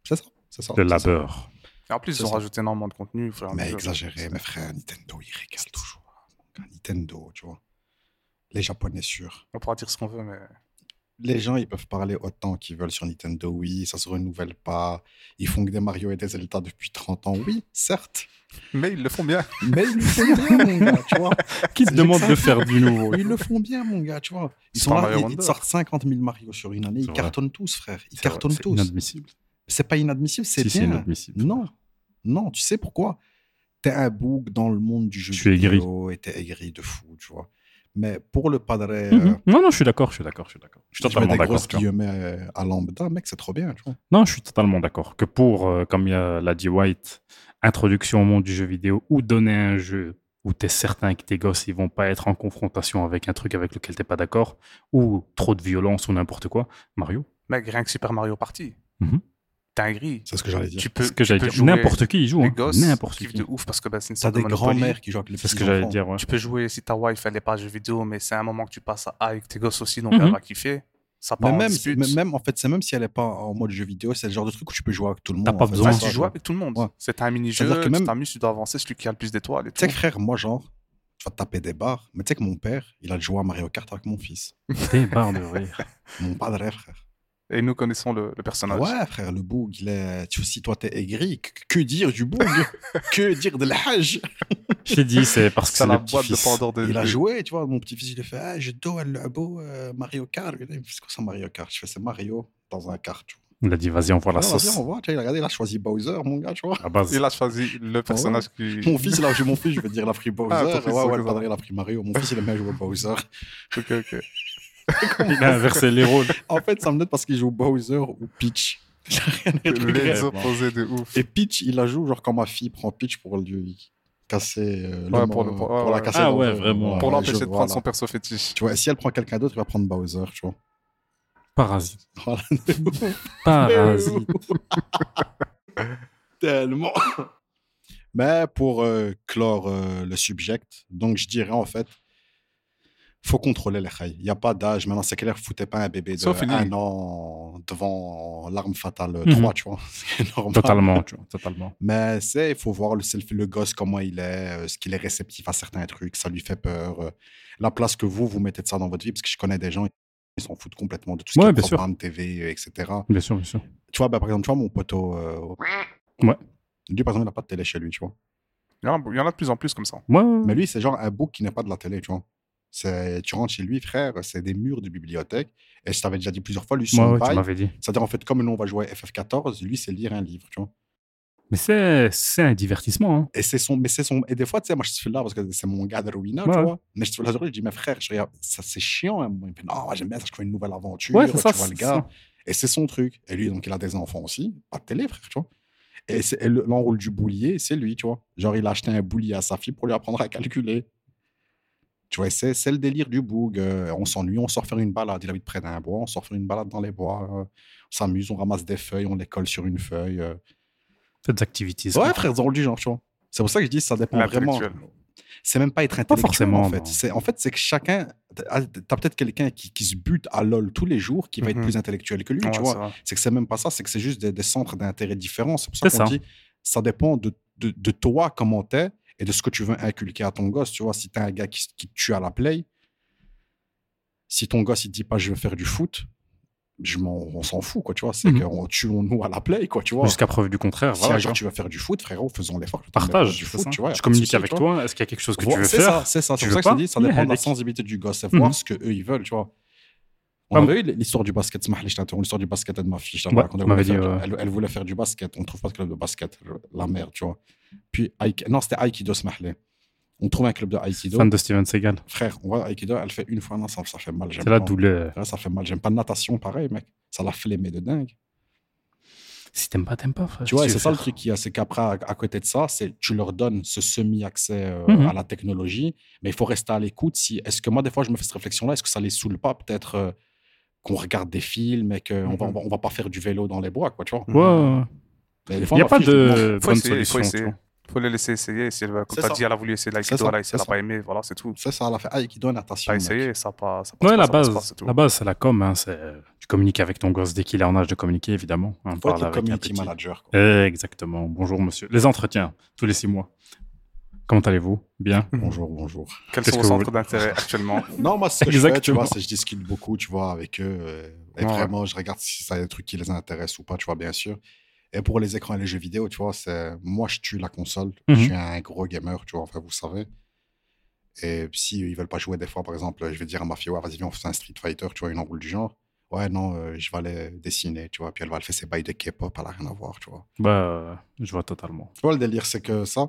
S4: C'est ça, c'est ça.
S3: De
S4: c'est ça.
S3: labeur.
S5: Et en plus,
S4: C'est
S5: ils ont
S4: ça.
S5: rajouté énormément de contenu. au fur et à
S4: Mais
S5: mesure.
S4: exagéré, mes frères, Nintendo, ils régalent toujours. Nintendo, tu vois. Les Japonais, sûr.
S5: On pourra dire ce qu'on veut, mais
S4: les gens, ils peuvent parler autant qu'ils veulent sur Nintendo, oui, ça se renouvelle pas. Ils font que des Mario et des Zelda depuis 30 ans, oui, certes.
S5: mais ils le font bien.
S4: Mais ils le
S3: *laughs*
S4: font bien, mon gars, tu vois.
S3: Qui te
S4: C'est
S3: demande
S4: juste
S3: de
S4: ça.
S3: faire du nouveau
S4: Ils le font bien, mon gars, tu vois. Ils
S5: C'est
S4: sont
S5: pas
S4: là,
S5: Mario
S4: ils, ils
S5: Wonder.
S4: te sortent 50 000 Mario sur une année,
S3: C'est
S4: ils
S3: vrai.
S4: cartonnent tous, frère. Ils
S3: C'est
S4: cartonnent
S3: vrai, C'est
S4: tous.
S3: inadmissible.
S4: C'est pas inadmissible, c'est
S3: Si, c'est
S4: bien.
S3: inadmissible.
S4: Non, non, tu sais pourquoi T'es un bouc dans le monde du jeu
S3: Tu es aigri.
S4: vidéo et t'es aigri de fou, tu vois. Mais pour le padre,
S3: Mhm.
S4: euh,
S3: Non, non, je suis d'accord, je suis d'accord, je suis d'accord. Je suis
S4: je mets
S3: totalement
S4: des
S3: d'accord.
S4: grosses
S3: tu vois.
S4: guillemets euh, à lambda, mec, c'est trop bien, tu vois.
S3: Non, je suis totalement d'accord. Que pour, euh, comme il y a- l'a dit White, introduction au monde du jeu vidéo ou donner un jeu où tu es certain que tes gosses ils vont pas être en confrontation avec un truc avec lequel t'es pas d'accord, ou trop de violence ou n'importe quoi, Mario,
S5: Mec, rien que Super Mario Party,
S3: Mhm.
S5: t'es un gris.
S4: C'est ce que j'allais dire.
S5: Tu peux,
S3: c'est ce que
S5: tu
S3: j'allais
S5: peux
S3: dire.
S5: jouer-
S3: N'importe qui y joue,
S5: Les
S3: hein.
S5: gosses
S3: n'importe
S5: kiffent
S3: qui.
S5: de ouf parce que bah, c'est une
S4: T'as
S5: sorte de
S4: des
S5: Monopoly.
S4: grands-mères qui jouent avec les
S3: C'est ce
S4: petits
S3: que j'allais
S4: enfants.
S3: dire, ouais.
S5: Tu peux jouer si ta wife elle est pas jeux vidéo, mais c'est un moment que tu passes à avec tes gosses aussi, donc
S3: Mhm.
S5: elle va kiffer. Ça part
S4: Mais
S5: en
S4: même,
S5: dispute.
S4: mais même, en fait, c'est même si elle n'est pas en mode jeu vidéo, c'est le genre de truc où tu peux jouer avec tout le monde.
S3: T'as pas
S4: en fait.
S3: besoin.
S5: Ah,
S4: C'est
S5: tu
S4: ça,
S5: joues avec tout le monde.
S4: Ouais.
S5: C'est un mini-jeu,
S4: C'est-à-dire que
S5: tu
S4: même-
S5: t'amuses, tu dois avancer, celui qui a le plus d'étoiles et
S4: Tu sais
S5: tout.
S4: que frère, moi, genre, tu vas te taper des barres, mais tu sais que mon père, il a joué à Mario Kart avec mon fils.
S3: Des barres de rire.
S4: Mon padre, hein, frère.
S5: Et nous connaissons le, le
S3: Ah,
S5: personnage.
S4: Ouais, frère, le boug, il est. Tu vois, si toi, t'es aigri, que- que dire du
S3: *laughs*
S4: boug Que dire de l'âge
S3: J'ai dit,
S5: *laughs*
S3: c'est parce que
S5: C'est
S3: c'est
S5: la
S3: le
S5: boîte de
S3: petit-fils.
S5: Pandore de.
S4: Il a
S3: euh.
S5: de-
S4: joué, tu vois, mon petit-fils, il a fait Ah, je dois le beau euh, Mario Kart. Il a dit, C'est quoi ça, Mario Kart Je fais, c'est Mario dans un kart. Tu vois.
S3: Il a dit, vas-y, on voit la
S4: Ah, vas-y,
S3: sauce.
S4: on voit, tu vois, il a regardé, il a choisi Bowser, mon gars, tu vois.
S3: À la base.
S5: Il a choisi
S4: Ah
S5: le personnage
S4: *laughs*
S5: qui.
S4: Mon fils, là, j'ai mon fils, je vais dire, il a pris Bowser.
S5: Ah, ton
S4: ouais,
S5: fils,
S4: ouais, le
S5: ok, ça
S4: padre, il a pris Mario. Mon fils, il aime bien jouer à
S5: *laughs*
S4: Bowser. *laughs*
S5: Ok, ok.
S3: Il a inversé les
S5: *laughs*
S3: rôles.
S4: En fait, ça me note parce qu'il joue Bowser ou Peach. *laughs* J'ai rien à dire.
S5: Les opposés de ouf.
S4: Et Peach, il la joue genre quand ma fille prend Peach pour lui casser euh, le
S5: Ouais,
S4: mo-
S5: pour le- pour- ouais,
S4: la
S5: ouais.
S4: casser.
S3: Ah
S4: dans
S3: ouais,
S4: le-
S3: vraiment.
S4: dans
S5: Pour
S4: le
S5: l'empêcher
S4: jeu,
S5: de prendre
S4: voilà.
S5: son perso fétiche.
S4: Tu vois, si elle prend quelqu'un d'autre, il va prendre Bowser, tu vois. *laughs*
S3: Parasite.
S5: *laughs*
S4: Voilà.
S3: Parasite.
S4: Tellement. Mais pour euh, clore euh, le subject, donc je dirais en fait, faut contrôler les rails. Il n'y a pas d'âge. Maintenant, c'est clair, foutez pas un bébé de
S5: Sauf une
S4: un
S5: ligne.
S4: an devant l'arme fatale
S3: Mhm.
S4: 3, tu vois. *laughs* C'est normal.
S3: Totalement, tu vois, totalement.
S4: Mais c'est, il faut voir le, self- le gosse, comment il est, euh, ce qu'il est réceptif à certains trucs, ça lui fait peur. euh, la place que vous, vous mettez de ça dans votre vie, parce que je connais des gens, ils s'en foutent complètement de tout ce
S3: Ouais,
S4: qui
S3: bien
S4: est
S3: sûr.
S4: programme TV, euh, etc.
S3: Bien sûr, bien sûr.
S4: Tu vois, bah, par exemple, tu vois, mon poteau. euh,
S3: Ouais.
S4: Lui, par exemple, il n'a pas de télé chez lui, tu vois.
S5: Il y en a- il y en a de plus en plus comme ça.
S3: Ouais, ouais.
S4: Mais lui, c'est genre un bouc qui n'a pas de la télé, tu vois. C'est- Tu rentres chez lui, frère, c'est des murs de bibliothèque. Et je t'avais déjà dit plusieurs fois, lui, son
S3: Ouais, ouais, tu
S4: bail,
S3: m'avais dit.
S4: c'est-à-dire, en fait, comme nous, on va jouer à FF14, lui, c'est lire un livre, tu vois.
S3: Mais c'est c'est un divertissement. hein.
S4: Et c'est son, mais c'est son. Et des fois, tu sais, moi, je suis là parce que c'est mon gars de Rowena,
S3: Ouais.
S4: tu vois. Mais je suis là, je dis, mais frère, je regarde, ça, c'est chiant. hein. Il me dit, non, moi, j'aime bien ça, je crée une nouvelle aventure.
S3: Ouais, c'est ça.
S4: tu vois, le
S3: c'est
S4: gars.
S3: ça.
S4: Et c'est son truc. Et lui, donc, il a des enfants aussi. Pas de télé, frère, tu vois. Et, c'est- et le- l'enrôle du boulier, c'est lui, tu vois. Genre, il a acheté un boulier à sa fille pour lui apprendre à calculer. Tu vois, c'est c'est le délire du boug. Euh, on s'ennuie, on sort faire une balade. Il habite près d'un bois, on sort faire une balade dans les bois. euh, on s'amuse, on ramasse des feuilles, on les colle sur une feuille. euh.
S3: Faites des activités. ça.
S4: Ouais, frère, dans du genre, tu vois. C'est pour ça que je dis, ça dépend vraiment.
S5: L'intellectuel.
S4: C'est même pas être intellectuel,
S3: forcément,
S4: en fait.
S3: non.
S4: C'est- En fait, c'est que chacun. T'as t'as peut-être quelqu'un qui, qui se bute à LOL tous les jours qui va être
S5: Mhm.
S4: plus intellectuel que lui,
S5: Ouais,
S4: tu
S5: c'est
S4: vois.
S5: vrai.
S4: C'est que c'est même pas ça, c'est que c'est juste des, des centres d'intérêt différents. C'est pour ça
S3: C'est
S4: qu'on
S3: ça.
S4: dit, ça dépend de, de, de toi, comment t'es, et de ce que tu veux inculquer à ton gosse. Tu vois, si t'es un gars qui, s- qui te tue à la play, si ton gosse, il te dit pas, je veux faire du foot, je m'en- on s'en fout, quoi, tu vois. C'est
S3: Mhm.
S4: qu'on tue nous à la play, quoi, tu vois.
S3: Jusqu'à preuve du contraire.
S4: Si
S3: voilà,
S4: un jour
S3: quoi.
S4: tu veux faire du foot, frérot, faisons l'effort. putain, mais
S3: Partage.
S4: fais du
S3: c'est
S4: foot,
S3: ça.
S4: tu vois, y a
S3: je
S4: pas de
S3: communique
S4: souci,
S3: avec
S4: tu vois.
S3: toi. Est-ce qu'il y a quelque chose que
S4: Voilà,
S3: tu veux
S4: c'est
S3: faire
S4: ça, c'est ça.
S3: tu
S4: C'est
S3: veux
S4: pour ça que
S3: pas
S4: je te dis, ça
S3: Yeah,
S4: dépend de la
S3: mec.
S4: sensibilité du gosse. C'est
S3: Mhm.
S4: voir ce qu'eux, ils veulent, tu vois. On
S3: Pas
S4: avait eu l'histoire du basket, Smah, je t'interromps, l'histoire du basket et de ma fille. je t'avais
S3: Ouais,
S4: raconté,
S3: tu
S4: elle, voulait
S3: m'avais
S4: faire,
S3: dit, ouais.
S4: elle, elle voulait faire du basket, on trouve pas de club de basket, la mère, tu vois. Puis, Aik- non, c'était Aikido, Smahlé. On trouve un club de Aikido.
S3: Fan de Steven Seagal.
S4: Frère, on voit Aikido, elle fait une fois, non, ça, ça fait mal. j'aime
S3: C'est la
S4: pas.
S3: douleur.
S4: Ouais, Ça fait mal, j'aime pas de natation, pareil, mec. Ça l'a flémé de dingue.
S3: Si t'aimes pas, t'aimes pas. frère.
S4: Tu vois,
S3: Si
S4: et
S3: tu
S4: c'est
S3: veux
S4: ça le
S3: faire.
S4: truc qu'il y a, c'est qu'après, à, à côté de ça, c'est tu leur donnes ce semi-accès euh,
S3: Mhm.
S4: à la technologie, mais il faut rester à l'écoute. Si, est-ce que moi, des fois, je me fais cette réflexion-là, est-ce que ça les saoule pas peut-être euh, qu'on regarde des films et qu'on va, on
S5: Mhm.
S3: Mm-hmm.
S4: va, on va pas faire du vélo dans les bois, quoi, tu vois
S3: Ouais, ouais, ouais.
S4: Mais des
S3: Il
S4: fois,
S3: n'y a
S4: ma
S3: pas
S4: fille, je lui demande-
S3: de
S5: Faut
S3: bonne
S5: essayer, faut
S3: solution. tu
S5: essayer.
S3: vois.
S5: Faut les laisser essayer. Si elle veut- comme
S4: C'est
S5: t'as
S4: ça.
S5: dit, elle a voulu essayer
S4: C'est ça,
S5: l'aïkido, elle a
S4: c'est
S5: elle a
S4: ça.
S5: pas aimé, voilà, c'est tout.
S4: C'est ça, elle a fait Aikido et natation.
S5: T'as
S4: mec.
S5: essayé, ça pas. ça passe
S3: Ouais,
S5: pas,
S3: la
S5: ça passe pas,
S3: base,
S5: c'est tout.
S3: la base, c'est la com. Hein, c'est... Tu communiques avec ton gosse dès qu'il est en âge de communiquer, évidemment. hein,
S4: Faut
S3: parle
S4: être le
S3: avec un
S4: community
S3: petit.
S4: manager. quoi.
S3: Euh, Exactement. Bonjour, monsieur. Les entretiens, tous les six mois. Comment allez-vous Bien.
S4: Bonjour, bonjour.
S5: Quels
S3: Qu'est-ce
S5: sont vos
S3: que vous
S4: *laughs*
S5: centres d'intérêt actuellement
S4: Non, moi, ce que je fais, tu vois,
S3: Exactement.
S4: c'est que je discute beaucoup, tu vois, avec eux. euh, Et
S5: Ouais.
S4: vraiment, je regarde si ça a des trucs qui les intéressent ou pas, tu vois, bien sûr. Et pour les écrans et les jeux vidéo, tu vois, c'est moi, je tue la console.
S3: Mhm.
S4: Je suis un gros gamer, tu vois, enfin, vous savez. Et si euh, ils veulent pas jouer, des fois, par exemple, je vais dire à ma fille, ouais, vas-y, viens, on fait un Street Fighter, tu vois, une enroule du genre. Ouais, non, euh, je vais aller dessiner, tu vois. Puis elle va le faire ses bails de K-pop, elle a rien à voir, tu vois.
S3: Bah, euh, je vois totalement.
S4: Tu vois, le délire, c'est que ça.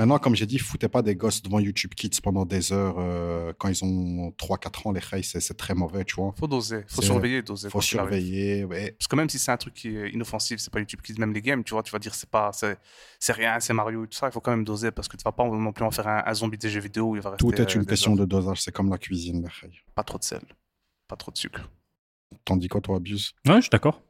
S4: Maintenant, comme j'ai dit, foutez pas des gosses devant YouTube Kids pendant des heures euh, quand ils ont 3-4 ans, les reilles, c'est c'est très mauvais, tu vois.
S5: Faut doser, faut
S4: C'est-
S5: surveiller, doser.
S4: Faut
S5: quoi qu'il arrive.
S4: surveiller. ouais.
S5: Parce que même si c'est un truc qui est inoffensif, c'est pas YouTube Kids, même les games, tu vois, tu vas dire c'est pas, c'est c'est rien, c'est Mario et tout ça, il faut quand même doser parce que tu vas pas non plus en faire un, un zombie des jeux vidéo où il va rester.
S4: Tout est
S5: euh,
S4: une
S5: des
S4: question
S5: heures.
S4: de dosage, c'est comme la cuisine, les reilles.
S5: Pas trop de sel, pas trop de sucre.
S4: T'en dis quoi, toi, Abuse
S3: Ouais, je suis d'accord.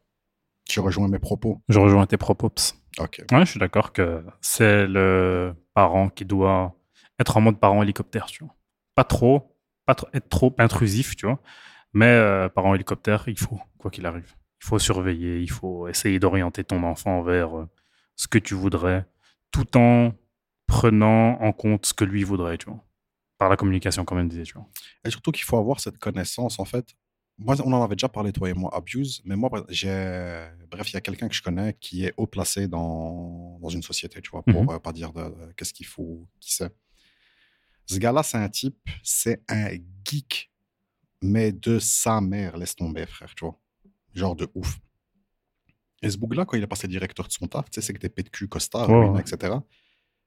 S4: Tu rejoins mes propos
S3: Je rejoins tes propos. Ps.
S4: Ok.
S3: Ouais, je suis d'accord que c'est le parent qui doit être en mode parent hélicoptère, tu vois. Pas trop, pas tr- être trop intrusif, tu vois. Mais euh, parent hélicoptère, il faut, quoi qu'il arrive. Il faut surveiller, il faut essayer d'orienter ton enfant vers euh, ce que tu voudrais, tout en prenant en compte ce que lui voudrait, tu vois. Par la communication, comme on disait, tu vois.
S4: Et surtout qu'il faut avoir cette connaissance, en fait. Moi, on en avait déjà parlé, toi et moi, Abuse, mais moi, j'ai. Bref, il y a quelqu'un que je connais qui est haut placé dans, dans une société, tu vois, pour
S3: Mhm.
S4: euh, pas dire de- de- qu'est-ce qu'il faut, qui c'est. Ce gars-là, c'est un type, c'est un geek, mais de sa mère, laisse tomber, frère, tu vois. Genre de ouf. Et ce boug-là, quand il est passé directeur de son taf, tu sais, c'est que des PQ, Costa,
S3: Ouais,
S4: Ruina,
S3: ouais.
S4: etc.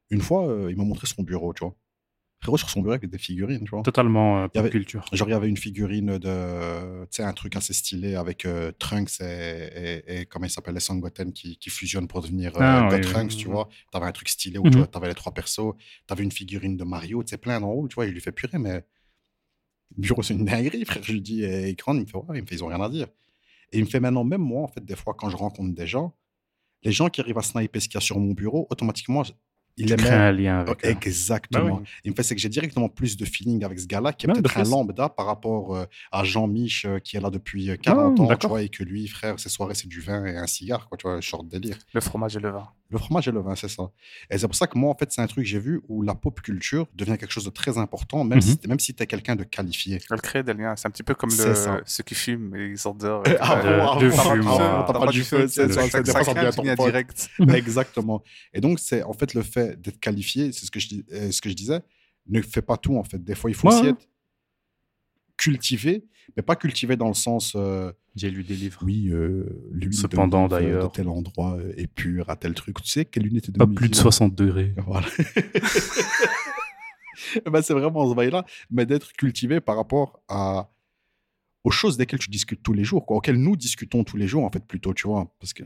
S4: Une fois, euh, il m'a montré son bureau, tu vois. Frérot, sur son bureau, avec des figurines, tu vois.
S3: Totalement euh,
S4: Il y avait-
S3: culture.
S4: Genre, il y avait une figurine de. Tu sais, un truc assez stylé avec euh, Trunks et, et- et comment il s'appelle, les Sangoten qui, qui fusionnent pour devenir euh,
S3: Ah,
S4: The
S3: oui, oui.
S4: Trunks, tu vois. T'avais un truc stylé où
S3: Mhm.
S4: tu vois, t'avais les trois persos. T'avais une figurine de Mario, tu sais, plein d'enrôles, tu vois. Il lui fait purée, mais. le Bureau, c'est une dinguerie, frère. Je lui dis, eh, écran, il me fait, ouais, il me fait, ils ont rien à dire. Et il me fait maintenant, même moi, en fait, des fois, quand je rencontre des gens, les gens qui arrivent à sniper ce qu'il y a sur mon bureau, automatiquement, je- il
S3: Tu
S4: les met-
S3: crées un lien avec eux.
S4: Exactement.
S3: Bah
S4: Il me fait, c'est que j'ai directement plus de feeling avec ce gars-là qui est
S3: Ouais, de
S4: peut-être un
S3: fait.
S4: lambda par rapport euh, à Jean-Mich euh, qui est là depuis euh, 40
S3: Ah,
S4: ans, tu
S3: d'accord.
S4: vois, et que lui, frère, ses soirées, c'est du vin et un cigare, quoi, tu vois, short délire.
S5: Le fromage et le vin.
S4: Le fromage et le vin, c'est ça. Et c'est pour ça que moi, en fait, c'est un truc que j'ai vu où la pop culture devient quelque chose de très important, même
S3: Mhm.
S4: si, même si t'es quelqu'un de qualifié.
S5: Elle crée des liens, c'est un petit peu comme
S4: C'est
S5: le,
S4: ça.
S5: ceux qui fument et ils ordent.
S4: *laughs* Ah
S3: Euh,
S4: bon,
S3: de
S4: *laughs* ah bon,
S3: fume,
S4: ah bon,
S3: ah.
S4: t'as pas du feu, c'est
S3: le
S4: ça,
S3: choc
S4: c'est des fois, ça devient ton pote.
S5: direct.
S3: Mhm.
S4: Exactement. Et donc, c'est en fait le fait d'être qualifié, c'est ce, que je dis- euh, ce que je disais, ne fait pas tout en fait. Des fois, il faut
S3: Ouais,
S4: aussi
S3: ouais.
S4: être cultivé, mais pas cultivé dans le sens euh,
S3: J'ai lu des livres.
S4: oui, euh, l'huile de
S3: Cependant,
S4: olive, euh,
S3: d'ailleurs.
S4: de tel endroit euh, est pure à tel truc. Tu sais quelle unité de
S3: Pas
S4: mesure
S3: plus de 60 degrés.
S4: Voilà. *laughs* ben, c'est vraiment ce bail-là, mais d'être cultivé par rapport à aux choses desquelles tu discutes tous les jours, quoi, auxquelles nous discutons tous les jours, en fait, plutôt, tu vois, parce que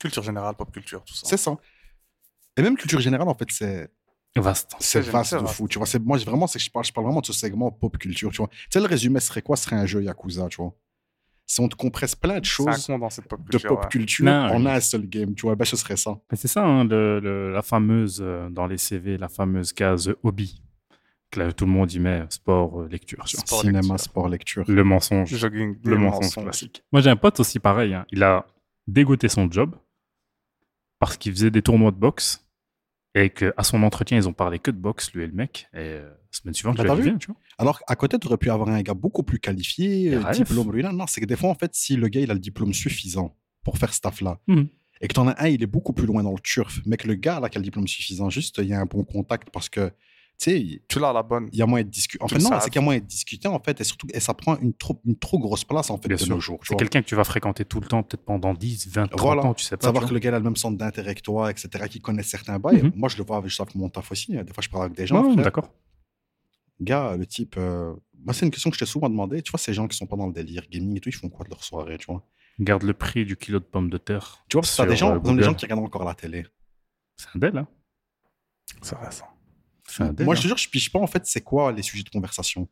S5: Culture générale, pop culture, tout ça.
S4: c'est ça. Et même culture générale, en fait, c'est
S3: Vaste.
S4: c'est
S5: j'aime
S4: vaste
S5: ça, hein.
S4: de
S5: vaste.
S4: fou, tu vois. C'est moi, je- vraiment, c'est que je parle, je parle vraiment de ce segment pop culture, tu vois. Tu sais, le résumé serait quoi Ce Serait un jeu Yakuza, tu vois. Si on te compresse plein de
S5: C'est un
S4: choses
S5: con dans cette pop
S4: de
S5: culture.
S4: pop
S5: ouais.
S4: culture
S3: Non,
S4: en
S3: oui.
S4: un seul game, tu vois. Ben, ce serait ça.
S3: Mais c'est ça, hein, le- le- la fameuse, euh, dans les CV, la fameuse case hobby. Que là, tout le monde y met euh, sport, euh, lecture. tu vois.
S5: Sport,
S4: Cinéma,
S5: lecture.
S4: sport, lecture.
S3: Le mensonge.
S5: Jogging,
S3: le mensonge classique. Moi, j'ai un pote aussi pareil. hein. Il a dégoté son job parce qu'il faisait des tournois de boxe et qu'à son entretien, ils ont parlé que de boxe, lui et le mec. Et euh, semaine suivante,
S4: Bah,
S3: lui
S4: t'as
S3: a dit,
S4: vu
S3: Viens, tu vois.
S4: Alors à côté, tu aurais pu avoir un gars beaucoup plus qualifié,
S3: Et
S4: euh,
S3: Raef.
S4: diplôme lui, là. Non, c'est que des fois, en fait, si le gars, il a le diplôme suffisant pour faire ce taf-là,
S3: Mhm.
S4: et que t'en as un, il est beaucoup plus loin dans le turf, mais que le gars, là, qui a le diplôme suffisant, juste, il y a un bon contact parce que, tu sais, il
S5: Tu l'as la bonne.
S4: il y a moyen de discuter. En
S5: Tu
S4: fait,
S5: le
S4: non,
S5: savent.
S4: c'est qu'il y a moyen de discuter, en fait, et surtout, et ça prend une trop, une trop grosse place, en fait,
S3: Bien
S4: de
S3: sûr.
S4: nos jours. tu
S3: C'est
S4: vois.
S3: quelqu'un que tu vas fréquenter tout le temps, peut-être pendant 10, 20, 30
S4: Voilà.
S3: ans, tu sais pas.
S4: Savoir
S3: tu
S4: que
S3: vois.
S4: le gars il a le même centre d'intérêt que toi, etc., qui connaît certains bails.
S3: Mhm.
S4: Moi, je le vois avec, je sais, mon taf aussi. hein. Des fois, je parle avec des gens.
S3: Ouais,
S4: frère.
S3: D'accord.
S4: gars, le type. euh, Moi, c'est une question que je t'ai souvent demandé. Tu vois, ces gens qui sont pas dans le délire gaming et tout, ils font quoi de leur soirée, tu vois
S3: Garde le prix du kilo de pommes de terre.
S4: Tu vois, parce que t'as
S3: sur,
S4: des gens,
S3: euh,
S4: t'as des gens
S3: Google.
S4: qui regardent encore la télé.
S3: C'est un del, hein.
S5: C'est vrai, ça.
S3: C'est un del,
S4: Moi,
S3: hein.
S4: je te jure, je pige pas en fait c'est quoi les sujets de conversation.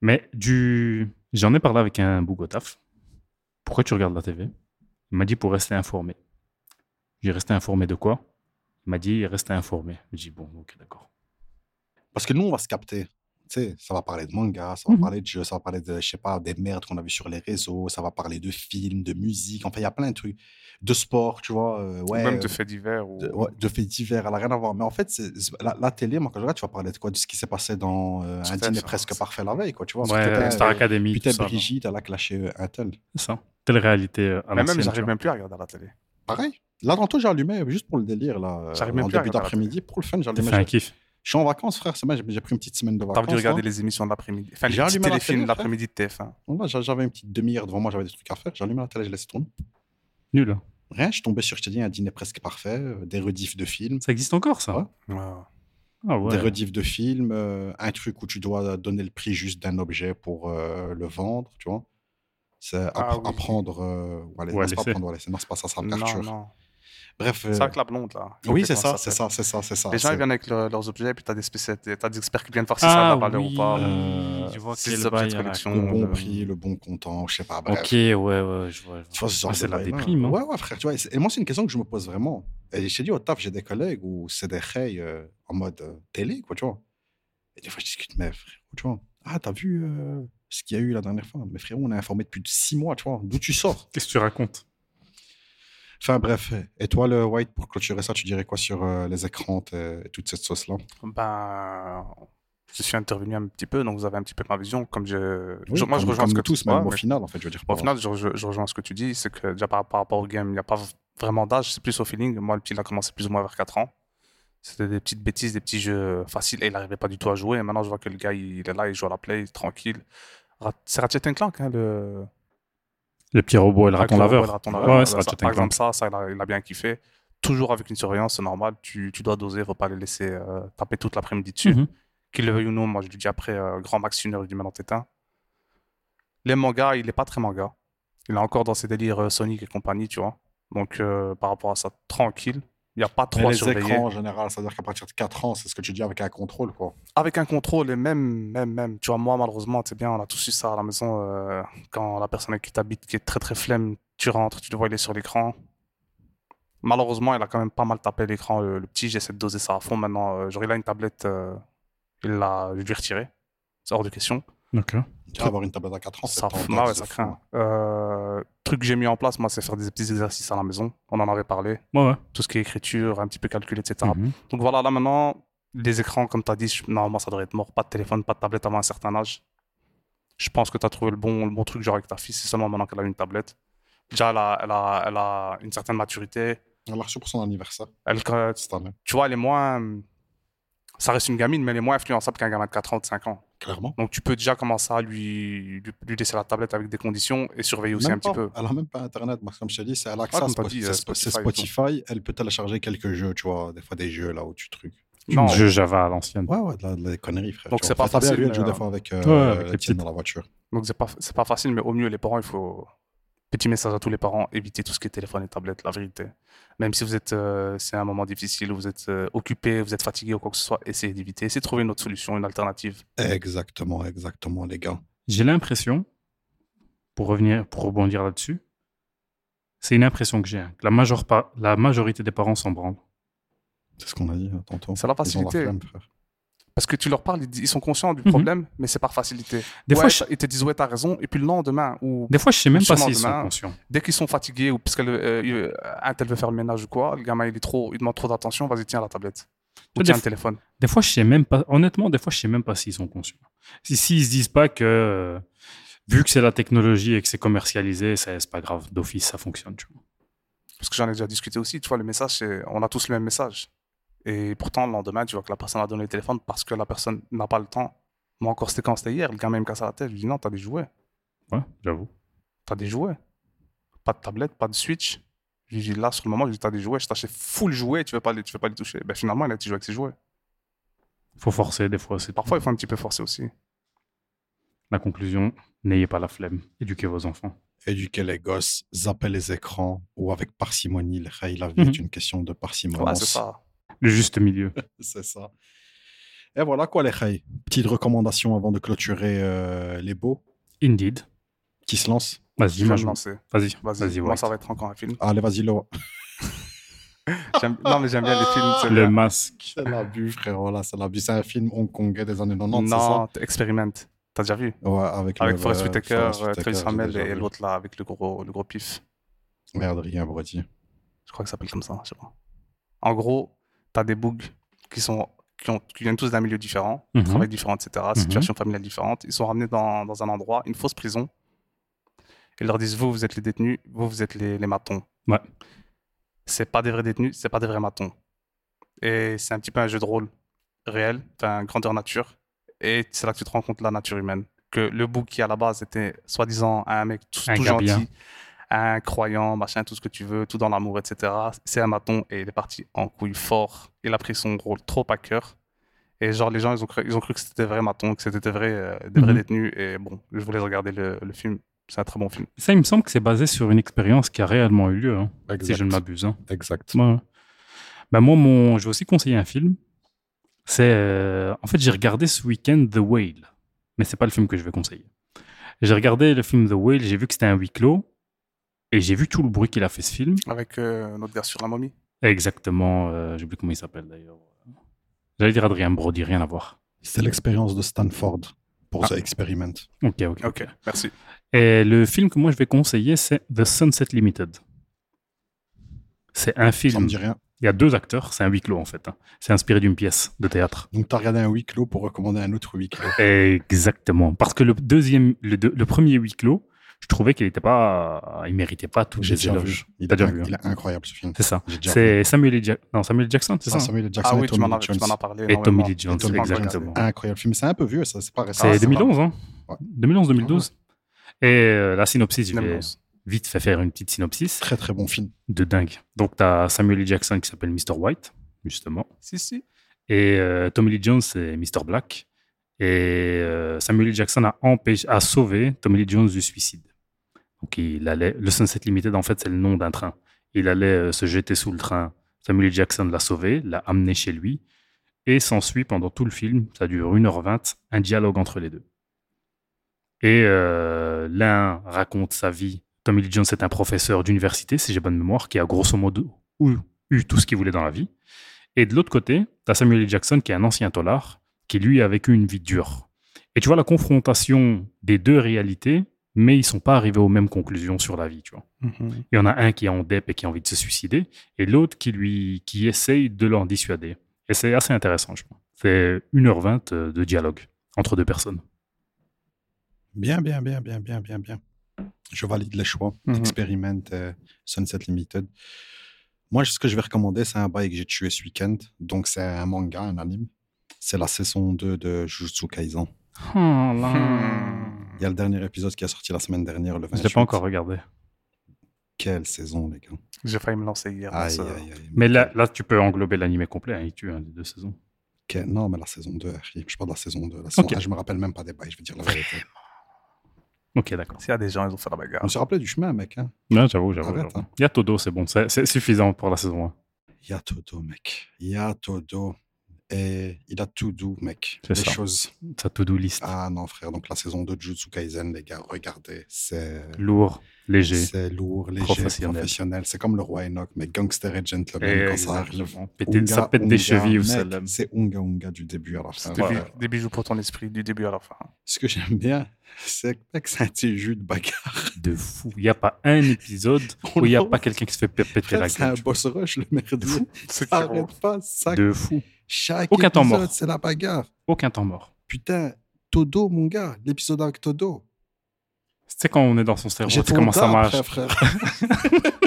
S3: Mais du. J'en ai parlé avec un bougotaf. Pourquoi tu regardes la TV Il m'a dit pour rester informé. J'ai resté informé de quoi Il m'a dit rester informé. J'ai dit bon, ok, d'accord.
S4: Parce que nous, on va se capter. Tu sais, ça va parler de manga, ça va
S3: Mhm.
S4: parler de jeux, ça va parler de, je sais pas, des merdes qu'on a vues sur les réseaux, ça va parler de films, de musique, enfin, il y a plein de trucs. De sport, tu vois, euh, ouais.
S5: Même
S4: euh,
S5: de faits divers. Ou...
S4: de, ouais, de faits divers, elle n'a rien à voir. Mais en fait, c'est- c'est- la, la télé, moi, quand je regarde, tu vas parler de quoi De ce qui s'est passé dans euh,
S5: Tout
S4: un
S5: à
S4: dîner
S5: fait,
S4: presque
S5: c'est-
S4: parfait la veille, quoi, tu vois. Parce que
S3: hein. Ouais,
S4: t'as-
S3: Star Academy,
S4: Putain,
S3: tout ça, là.
S4: Brigitte, elle a clashé euh, un tel.
S3: C'est ça. Telle réalité euh, à
S5: Mais
S3: l'ancienne,
S5: Bah, même,
S3: tu
S5: j'arrive
S3: vois.
S5: même plus à regarder la télé.
S4: Pareil. Là, tantôt, j'ai allumé juste pour le délire, là.
S5: J'arrive
S4: euh,
S5: même
S4: en
S5: plus à
S4: début
S5: regarder la
S4: d'après-midi, pour le fun, j'ai
S3: T'as
S4: allumé.
S3: fait un
S4: j'ai-
S3: kiff.
S4: Je suis en vacances, frère, c'est moi, j'ai j'ai pris une petite semaine de
S5: T'as
S4: vacances.
S5: dû regarder
S4: là.
S5: les émissions de l'après-midi. Enfin, les
S4: hein. J'ai allumé
S5: petits
S4: la
S5: téléfilms
S4: télé,
S5: de l'après-midi de TF1.
S4: Voilà, j'a- J'avais une petite demi-heure devant moi, j'avais des trucs à faire. J'ai allumé la télé, je laissé tourner.
S3: Nul. hein.
S4: Rien, je suis tombé sur, je te dis, un dîner presque parfait, euh, des redifs de films.
S3: Ça existe encore, ça
S4: Ouais.
S5: Ouais.
S3: Ah ouais.
S4: Des redifs de films, euh, un truc où tu dois donner le prix juste d'un objet pour euh, le vendre, tu vois. C'est
S5: Ah
S4: appr-
S5: oui.
S4: apprendre. euh, ou à la-
S3: Ou à
S4: non, c'est pas
S3: laisser.
S4: apprendre, ou à laisser. Non, c'est pas ça, ça me
S5: Non,
S4: capture.
S5: non.
S4: Bref. euh,
S5: C'est avec la blonde, là. Je
S4: oui,
S5: sais
S4: c'est
S5: comment
S4: ça, c'est
S5: s'appelle.
S4: ça, c'est ça, c'est ça.
S5: Les gens,
S4: c'est-
S5: ils viennent avec le- leurs objets, puis t'as des spécialités, t'as des experts qui viennent voir si ça
S3: Ah
S5: va valeur
S3: oui,
S5: ou pas.
S3: je vois
S5: C'est
S3: quel
S5: des objets
S3: bail,
S5: de
S3: là.
S5: collection.
S4: Le bon
S5: euh,
S4: prix, le bon content, je sais pas. Bref.
S3: Ok, ouais, ouais, je vois. je
S4: Tu
S3: vois.
S4: vois, ce genre
S3: Ah, c'est
S4: de
S3: la
S4: bail-là.
S3: déprime. hein.
S4: Ouais, ouais, frère. Tu vois, et c'est- et moi, c'est une question que je me pose vraiment. Et je t'ai dit, au taf, j'ai des collègues où c'est des reils euh, en mode euh, télé, quoi, tu vois. Et des fois, je discute, mais frère, tu vois, ah, t'as vu euh, ce qu'il y a eu la dernière fois Mais frérot, on est informé depuis six mois, tu vois. D'où tu sors
S3: Qu'est-ce que tu racontes
S4: Enfin, bref. Et toi, le White, pour clôturer ça, tu dirais quoi sur euh, les écrans t'es- et toute cette sauce-là
S5: Ben, je suis intervenu un petit peu, donc vous avez un petit peu ma vision. Comme je, je- moi,
S4: comme-
S5: je rejoins
S4: comme
S5: ce que
S4: nous
S5: tu
S4: tous,
S5: dis.
S4: même au final, en fait, je veux dire.
S5: Au
S4: pas-
S5: final, je, je- je rejoins ce que tu dis, c'est que déjà par, par rapport au game, il n'y a pas v- vraiment d'âge, c'est plus au feeling. Moi, le petit, il a commencé plus ou moins vers 4 ans. C'était des petites bêtises, des petits jeux faciles, et il n'arrivait pas du tout à jouer. Et maintenant, je vois que le gars, il, il est là, il joue à la play, tranquille. Rat- C'est Ratchet Clank, hein, le,
S3: Le petit robot et le raton
S5: avec le
S3: laveur.
S5: robot et le raton
S3: Ouais,
S5: laveur,
S3: c'est
S5: voilà, ça,
S3: Ratchet
S5: Par
S3: and Clank.
S5: exemple, ça, ça il a, il a bien kiffé. Toujours avec une surveillance, c'est normal. Tu, tu dois doser, faut pas les laisser euh, taper toute l'après-midi dessus.
S3: Mhm.
S5: Qu'il le veuille ou non, moi je lui dis après euh, grand max une heure, je lui dis maintenant t'éteins. Les mangas, il est pas très manga. Il est encore dans ses délires euh, Sonic et compagnie, tu vois. Donc euh, par rapport à ça, tranquille. Il n'y a pas
S4: Mais
S5: trop à
S4: les
S5: surveiller.
S4: écrans en général, c'est-à-dire qu'à partir de 4 ans, c'est ce que tu dis avec un contrôle, quoi.
S5: Avec un contrôle et même, même, même. Tu vois, moi, malheureusement, tu sais bien, on a tous eu ça à la maison. euh, quand la personne avec qui t'habite, qui est très, très flemme, tu rentres, tu le vois, il est sur l'écran. Malheureusement, il a quand même pas mal tapé l'écran, le, le petit. J'essaie de doser ça à fond maintenant. euh, genre, il a une tablette, euh, il l'a, je lui ai retiré. C'est hors de question.
S3: Ok.
S4: Tu vas avoir une tablette à 4 ans, c'est
S5: Ça, ah
S4: tentant,
S5: ouais,
S4: c'est
S5: ça
S4: fou, hein.
S5: craint. Euh, truc que j'ai mis en place, moi, c'est faire des petits exercices à la maison. On en avait parlé.
S3: Ouais, ouais.
S5: Tout ce qui est écriture, un petit peu calcul, etc.
S3: Mhm.
S5: Donc voilà, là maintenant, les écrans, comme tu as dit, je- normalement ça devrait être mort. Pas de téléphone, pas de tablette avant un certain âge. Je pense que tu as trouvé le bon, le bon truc, genre avec ta fille, c'est seulement maintenant qu'elle a une tablette. Déjà, elle a, elle a- elle a une certaine maturité.
S4: Elle l'a reçu pour son anniversaire
S5: Elle, euh,
S4: cette année.
S5: tu vois, elle est moins. Ça reste une gamine, mais elle est moins influençable qu'un gamin de 4 ans, de 5 ans.
S4: Clairement.
S5: Donc tu peux déjà commencer à lui, lui, lui laisser la tablette avec des conditions et surveiller aussi
S4: Même
S5: un
S4: pas.
S5: petit peu.
S4: Elle n'a même pas Internet, moi, comme je te dis, c'est- elle a accès
S5: Ah,
S4: à
S5: comme t'as
S4: Spo-
S5: dit,
S4: c'est
S5: euh,
S4: Spo- c'est
S5: Spotify et tout.
S4: Spotify. Elle peut télécharger quelques jeux, tu vois, des fois des jeux là où tu trucs.
S5: Non,
S3: Jeu Java à l'ancienne.
S4: Ouais, ouais, de la, de la connerie, frère.
S5: Donc,
S4: tu
S5: c'est
S4: vois.
S5: pas
S4: Ça, t'as bien
S5: facile,
S4: vu, elle joue
S5: mais,
S4: des fois avec, euh,
S3: ouais, avec les
S4: les
S3: petites.
S4: petites dans la voiture.
S5: donc c'est pas, c'est pas facile, mais au mieux, les parents, il faut. Petit message à tous les parents, évitez tout ce qui est téléphone et tablette, la vérité. Même si vous êtes, euh, c'est un moment difficile, vous êtes euh, occupé, vous êtes fatigué ou quoi que ce soit, essayez d'éviter, essayez de trouver une autre solution, une alternative.
S4: Exactement, exactement, les gars.
S3: J'ai l'impression, pour revenir, pour rebondir là-dessus, c'est une impression que j'ai. hein, que La, majeure pa- la majorité des parents s'en branlent.
S4: C'est ce qu'on a dit euh, tantôt. Ils
S5: C'est la
S4: ont la
S5: facilité.
S4: flemme, frère.
S5: Parce que tu leur parles, ils, dis- ils sont conscients du
S3: Mhm.
S5: problème, mais c'est par facilité.
S3: Des,
S5: Ouais,
S3: fois, je,
S5: ils te disent, ouais, t'as raison, et puis le lendemain, ou
S3: des fois, je sais même pas
S5: Sûrement
S3: s'ils sont
S5: demain.
S3: conscients.
S5: dès qu'ils sont fatigués ou parce qu'un tel veut faire le ménage ou quoi, le gamin il est trop, il demande trop d'attention, vas-y tiens la tablette ou
S3: Des
S5: tiens le
S3: fois-
S5: téléphone.
S3: Des fois, je sais même pas. Honnêtement, des fois, je sais même pas s'ils sont conscients. Si, s'ils se disent pas que, euh, vu que c'est la technologie et que c'est commercialisé, ça- c'est pas grave, d'office, ça fonctionne. tu vois.
S5: Parce que j'en ai déjà discuté aussi, tu vois le message, c'est- on a tous le même message. Et pourtant le lendemain tu vois que la personne a donné le téléphone parce que la personne n'a pas le temps. Moi encore c'était quand c'était hier, le gamin il me cassait la tête, je lui dis non t'as des jouets,
S3: Ouais, j'avoue.
S5: t'as des jouets, pas de tablette, pas de switch. Je lui dis là sur le moment je lui dis t'as des jouets, je t'achète full jouets, tu veux pas les, tu veux pas les toucher. Ben finalement il a été joué avec ses jouets.
S3: Faut forcer, des fois, c'est
S5: Parfois il faut un petit peu forcer aussi.
S3: La conclusion, n'ayez pas la flemme. Éduquez vos enfants.
S4: Éduquer les gosses, zapper les écrans ou avec parcimonie. Le rail, la vie
S3: Mhm.
S4: est une question de parcimonie.
S5: Ouais c'est ça.
S3: Le juste milieu.
S4: C'est ça. Et voilà quoi, les rails. Petite recommandation avant de clôturer euh, les beaux
S3: Indeed.
S4: qui se lancent.
S3: Vas-y,
S5: Je vais me
S3: Majou.
S5: lancer.
S3: Vas-y,
S5: Vas-y,
S3: vas-y.
S5: moi
S3: White.
S5: ça va être encore un film.
S4: Allez, vas-y, Loa.
S5: J'aime- Non, mais j'aime bien les films. tu sais.
S3: Le masque.
S4: C'est l'abus, frérot. Là, c'est l'abus. C'est un film hongkongais des années 90, c'est ça
S5: non, Experiment. T'as déjà vu
S4: Ouais, avec,
S5: Avec
S4: le-
S5: Forest
S4: euh,
S5: Whitaker,
S4: Forest
S5: euh,
S4: Whitaker,
S5: Travis
S4: j'ai
S5: Hammel
S4: déjà
S5: et
S4: vu.
S5: l'autre là avec le gros, le gros pif.
S4: Ouais, Adrien Brody.
S5: Je crois que ça s'appelle comme ça. Je sais pas. En gros, t'as des bugs qui sont qui, ont- qui viennent tous d'un milieu différent,
S3: Mhm.
S5: travail différent, etc.,
S4: Mhm.
S5: situation familiale différente. Ils sont ramenés dans, dans un endroit, une fausse prison. Ils leur disent vous, vous êtes les détenus, vous, vous êtes les, les matons.
S3: Ouais.
S5: C'est pas des vrais détenus, c'est pas des vrais matons. Et c'est un petit peu un jeu de rôle réel, enfin grandeur nature. Et c'est là que tu te rends compte de la nature humaine. Que le bouc qui à la base était soi-disant un mec tout,
S3: Un
S5: tout
S3: gars bien.
S5: gentil, un croyant, machin, tout ce que tu veux, tout dans l'amour, etc. C'est un maton et il est parti en couille fort. Il a pris son rôle trop à cœur. Et genre, les gens, ils ont cru, ils ont cru que c'était des vrais matons, que c'était des vrais, euh, des vrais
S3: Mhm.
S5: détenus. Et bon, je voulais regarder le, le film. C'est un très bon film.
S3: Ça, il me semble que c'est basé sur une expérience qui a réellement eu lieu, hein, si
S4: Exact.
S3: je ne m'abuse. hein.
S4: Exact.
S3: Ouais, ouais. Bah, moi, mon... je vais aussi conseiller un film. C'est euh, En fait, j'ai regardé ce week-end The Whale, mais c'est pas le film que je vais conseiller. J'ai regardé le film The Whale, j'ai vu que c'était un huis clos, et j'ai vu tout le bruit qu'il a fait ce film.
S5: Avec euh, notre gars sur la momie.
S3: Exactement, euh, j'oublie comment il s'appelle d'ailleurs. J'allais dire Adrien Brody, rien à voir.
S4: C'est l'expérience de Stanford pour
S3: Ah.
S4: The Experiment.
S3: Ok, ok.
S5: Ok, merci.
S3: Et le film que moi je vais conseiller, c'est The Sunset Limited. C'est un
S4: Ça me
S3: film.
S4: dit rien.
S3: Il y a deux acteurs, c'est un huis clos en fait. hein. C'est inspiré d'une pièce de théâtre.
S4: Donc, t'as regardé un huis clos pour recommander un autre huis clos.
S3: Exactement. Parce que le deuxième, le, deux- le premier huis clos, je trouvais qu'il n'était pas, il méritait pas toutes
S4: J'ai
S3: les
S4: déjà vu.
S3: éloges.
S4: Il
S3: T'as
S4: est,
S3: déjà
S4: inc-
S3: vu, hein.
S4: il est incroyable ce film.
S3: C'est ça.
S4: J'ai déjà vu.
S3: C'est Samuel, L. Ja- non, Samuel L. Jackson, c'est
S4: Ah,
S3: ça hein.
S4: Samuel L. Jackson
S5: Ah
S4: et
S5: oui, tu
S4: Tommy
S5: m'en as,
S4: Lee
S5: tu m'en
S4: Jones.
S5: as parlé.
S3: Et Tommy
S5: énormément.
S3: Lee Jones,
S4: Et Tommy Lee Jones.
S3: exactement.
S4: Incroyable film. C'est un peu vieux, ça, c'est pas récent.
S3: C'est
S5: Ah, c'est
S3: 2011, hein
S4: Ouais.
S3: 2011-2012. Et euh, la synopsis, je vais
S5: 2011.
S3: vite fait faire une petite synopsis
S4: Très très bon film.
S3: de dingue. Donc, tu as Samuel L. Jackson qui s'appelle Mr. White, justement.
S5: Si, si.
S3: Et euh, Tommy Lee Jones, c'est Mr. Black. Et euh, Samuel L. Jackson a, empêché, a sauvé Tommy Lee Jones du suicide. Donc, il allait, le Sunset Limited, en fait, c'est le nom d'un train. Il allait euh, se jeter sous le train. Samuel L. Jackson l'a sauvé, l'a amené chez lui. Et s'ensuit pendant tout le film, ça dure 1h20, un dialogue entre les deux. Et euh, l'un raconte sa vie. Tommy Lee Jones est un professeur d'université, si j'ai bonne mémoire, qui a grosso modo eu, eu tout ce qu'il voulait dans la vie. Et de l'autre côté, tu as Samuel L. Jackson, qui est un ancien tolard, qui lui a vécu une vie dure. Et tu vois la confrontation des deux réalités, mais ils sont pas arrivés aux mêmes conclusions sur la vie, tu vois.
S5: Mhm.
S3: Il y en a un qui est en dep et qui a envie de se suicider, et l'autre qui lui qui essaye de l'en dissuader. Et c'est assez intéressant, je pense. C'est 1h20 euh, de dialogue entre deux personnes.
S4: Bien, bien, bien, bien, bien, bien, bien. Je valide les choix.
S5: Mhm.
S4: Experiment euh, Sunset Limited. Moi, ce que je vais recommander, c'est un bail que j'ai tué ce week-end. Donc, c'est un manga, un anime. C'est la saison 2 de Jujutsu Kaisen.
S3: Oh là. Ah,
S5: Hmm.
S4: Il y a le dernier épisode qui est sorti la semaine dernière, le 28.
S3: Je l'ai pas encore regardé.
S4: Quelle saison, les gars.
S5: J'ai failli me lancer hier. dans
S4: Aïe,
S5: ce-
S4: aïe, aïe.
S3: Ah, Mais là, là, tu peux englober l'animé complet, hein, il tue un des deux saisons.
S4: Que- Non, mais la saison 2, Harry. je parle de la saison 2. La saison
S3: Ok.
S4: 1, je me rappelle même pas des bails, je
S3: *laughs*
S4: vais dire la vérité.
S3: Ok, d'accord.
S5: S'il y a des gens, ils ont fait la bagarre.
S4: On se rappelait du chemin, mec. Hein.
S3: Non, j'avoue, j'avoue.
S4: Arrête,
S3: j'avoue.
S4: hein.
S3: Il y a Todo, c'est bon, c'est c'est suffisant pour la saison 1.
S4: Il y a Todo, mec. Il y a Todo. Et il a tout doux, mec.
S3: C'est
S4: Les
S3: ça.
S4: choses.
S3: Sa to-do list.
S4: Ah non, frère. Donc la saison 2 de Jutsu Kaisen, les gars, regardez. C'est.
S3: Lourd, léger.
S4: C'est lourd, léger,
S3: Professionnel.
S4: professionnel. C'est comme le roi Enoch, mais gangster et gentleman
S3: Et
S4: quand ça arrive.
S3: exactement. Péter- ça
S4: Unga,
S3: pète des
S4: Unga,
S3: chevilles ou
S4: mec,
S3: ça l'aime.
S4: C'est Unga Unga du début à la fin.
S5: C'est
S3: Ouais.
S5: des,
S4: Voilà.
S5: bi- des bijoux pour ton esprit, du début à
S4: *laughs*
S5: la fin.
S4: Ce que j'aime bien, c'est que mec, c'est un petit jus de bagarre.
S3: de fou. Il n'y a pas un
S4: *laughs*
S3: épisode où il n'y a pas quelqu'un qui se fait pé- péter la
S4: Oh Frère, C'est un
S3: gueule.
S4: boss rush, le merdier.
S5: C'est
S4: Ça
S5: qui
S4: Arrête pas, ça.
S3: De fou.
S4: Chaque
S3: Aucun temps
S4: épisode,
S3: mort.
S4: c'est la bagarre.
S3: Aucun temps mort.
S4: Putain, Todo, mon gars, l'épisode avec Todo.
S3: C'est quand on est dans son cerveau,
S4: J'ai
S3: c'est
S4: fait
S3: comment ça marche.
S4: Après, frère. *laughs*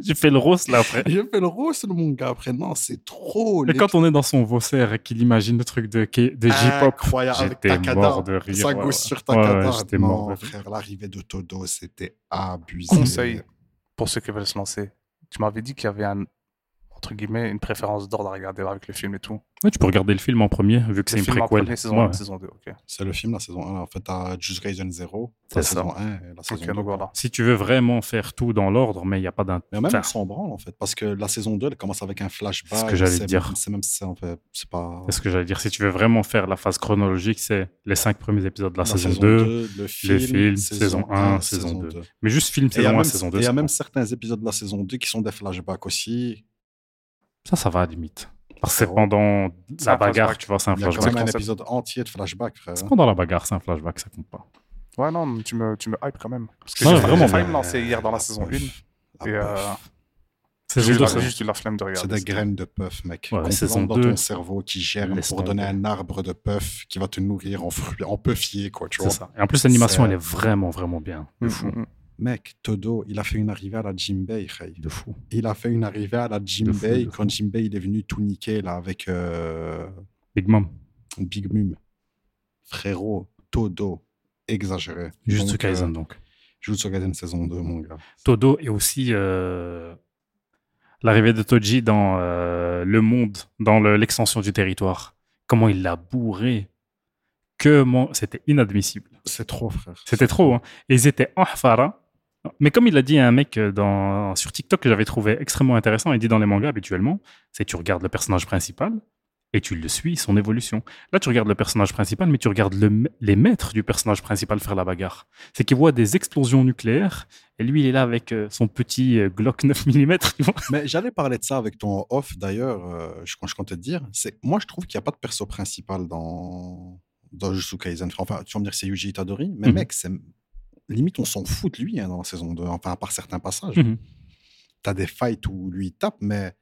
S3: J'ai fait le rose là après.
S4: J'ai fait le roast, mon gars. Après, non, c'est trop.
S3: Mais quand on est dans son vocer et qu'il imagine le truc de, K- de J-pop,
S4: Incroyable, avec
S3: j'étais
S4: Takada.
S3: mort de rire.
S4: Ça
S3: ouais, ouais.
S4: gauche sur
S3: Ouais, ouais,
S4: Takada.
S3: j'étais
S4: non,
S3: mort de rire.
S4: frère, l'arrivée de Todo, c'était abusé.
S5: Conseil pour ceux qui veulent se lancer. Tu m'avais dit qu'il y avait un, entre guillemets, une préférence d'ordre à regarder avec le film et tout.
S3: Ouais, tu peux regarder le film en premier, vu que c'est
S5: le
S3: une
S5: film en
S3: préquel.
S5: premier, saison hein.
S3: Ouais,
S5: 1,
S3: ouais.
S5: saison 2. Ok,
S4: C'est le film, la saison 1. En fait, t'as Just Gaiden 0,
S3: C'est
S4: la
S3: ça.
S4: saison 1 et la
S5: Ok,
S4: saison 2.
S5: donc voilà.
S3: Si tu veux vraiment faire tout dans l'ordre, mais il n'y a pas d'un.
S4: Mais même,
S3: Enfin,
S4: on s'en branle, en fait. Parce que la saison 2, elle commence avec un flashback.
S3: C'est ce que j'allais dire.
S4: C'est même ça, en fait. C'est pas.
S3: c'est ce que j'allais dire. Si tu veux vraiment faire la phase chronologique, c'est les cinq premiers épisodes de la,
S4: la
S3: saison 2.
S4: le film,
S3: films, saison 1, saison 2. Mais juste film
S4: Et il y a
S3: saison 1, saison
S4: même- et
S3: 2.
S4: il y a
S3: c'est
S4: même
S3: bon.
S4: certains épisodes de la saison 2 qui sont des flashbacks aussi.
S3: Ça, ça va à la limite. Parce que c'est
S4: Frérot.
S3: pendant
S5: C'est
S3: la
S5: un flashback.
S3: bagarre, tu vois, c'est un
S4: Il y a quand
S3: flashback.
S4: même un
S5: Concept.
S4: épisode entier de flashback, frère.
S3: C'est pendant la bagarre, c'est un flashback, ça compte pas.
S5: Ouais, non, mais tu me, tu me hype quand même. Parce que
S3: Ouais,
S5: j'ai
S3: vraiment,
S5: j'ai failli
S3: mais-
S5: me lancer hier dans la saison 1.
S4: puff. euh, La
S5: Et euh,
S4: puff.
S3: C'est
S5: j'ai eu
S3: juste
S5: la-
S3: ça.
S5: j'ai juste eu la flemme de
S4: C'est
S5: regarder.
S4: des graines de puff, mec.
S3: Ouais,
S4: qu'on
S3: saison
S4: plante dans
S3: 2.
S4: ton cerveau qui germe
S3: Laisse
S4: pour donner
S3: tomber.
S4: un arbre de puff qui va te nourrir en fruits, en puffier, quoi, tu
S3: C'est
S4: vois.
S3: ça. Et en plus, l'animation,
S4: C'est-
S3: elle est vraiment, vraiment bien. De
S5: Mm,
S3: fou.
S5: mm, mm.
S4: Mec, Todo, il a fait une arrivée à la Jimbei, Ray.
S3: De fou.
S4: Il a fait une arrivée à la
S3: fou,
S4: Jimbei
S3: de fou.
S4: quand Jimbei, il est venu tout niquer, là, avec euh,
S3: Big Mom.
S4: Big Mum. Frérot, Todo, exagéré.
S3: Juste
S4: Donc,
S3: Kaisen,
S4: euh,
S3: donc.
S4: Jujutsu Kaisen saison 2, mon gars.
S3: Todo et aussi euh, l'arrivée de Toji dans euh, le monde, dans le- l'extension du territoire. Comment il l'a bourré. Comment. C'était inadmissible.
S4: C'est trop, frère.
S3: C'était trop. hein. Et ils étaient en Hafara. Mais comme il l'a dit à un mec euh, dans, sur TikTok que j'avais trouvé extrêmement intéressant, il dit dans les mangas habituellement, c'est tu regardes le personnage principal et tu le suis, son évolution. Là, tu regardes le personnage principal, mais tu regardes le ma- les maîtres du personnage principal faire la bagarre. C'est qu'il voit des explosions nucléaires et lui, il est là avec euh, son petit euh, Glock *laughs* 9 mm. tu vois.
S4: Mais j'allais parler de ça avec ton off d'ailleurs, euh, je, quand je comptais te dire. C'est, moi, je trouve qu'il n'y a pas de perso principal dans, dans Jujutsu Kaisen. Enfin, tu vas me dire que c'est Yuji Itadori, mais
S3: Mhm.
S4: mec, c'est, limite, on s'en fout de lui hein, dans la saison 2, enfin, à part certains passages.
S3: Mhm.
S4: T'as des fights où lui il tape, mais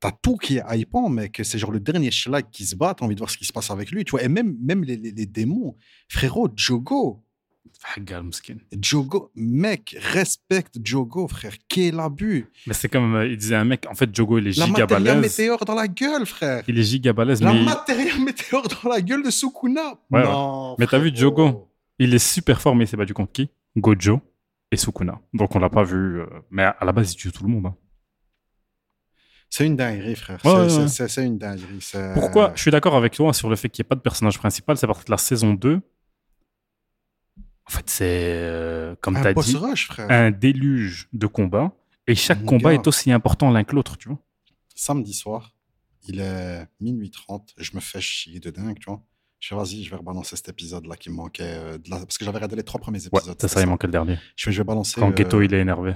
S4: t'as tout qui est hypant, mec. C'est genre le dernier schlag qui se bat, t'as envie de voir ce qui se passe avec lui, tu vois. Et même, même les, les- les démons. Frérot, Jogo,
S3: Ah, Galmskin.
S4: Jogo, mec, respecte Jogo, frère. Quel abus.
S3: Mais c'est comme euh, il disait à un mec, en fait, Jogo, il est
S4: La
S3: giga
S4: matéria
S3: balèze.
S4: météore dans la gueule, frère.
S3: Il est giga balèze,
S4: La
S3: mais il-
S4: matérielle *laughs* météore dans la gueule de Sukuna.
S3: Ouais, ouais.
S4: non.
S3: Mais t'as vu
S4: frérot.
S3: Jogo Il est super fort, mais il s'est battu contre qui Gojo et Sukuna. Donc on l'a pas vu. euh, mais à la base, il tue tout le monde. hein.
S4: C'est une dinguerie, frère.
S3: Ouais,
S4: C'est-
S3: ouais,
S4: c'est
S3: ouais.
S4: c'est- c'est une dinguerie. c'est-
S3: Pourquoi Je suis d'accord avec toi sur le fait qu'il n'y ait pas de personnage principal. C'est parce que la saison 2, en fait, c'est, euh, comme tu
S4: Un
S3: as
S4: boss
S3: dit,
S4: rush, frère.
S3: un déluge de combats. Et chaque
S4: Mon
S3: combat
S4: gars.
S3: est aussi important l'un que l'autre, tu vois.
S4: Samedi soir, il est minuit 30. Je me fais chier de dingue, tu vois. Je fais, vas-y, je vais rebalancer cet épisode-là qui me manquait. euh, de la- Parce que j'avais regardé les trois premiers
S3: Ouais,
S4: épisodes.
S3: ça, ça, il manquait le dernier.
S4: Je fais, je vais balancer.
S3: Quand
S4: euh,
S3: Ghetto, il est énervé.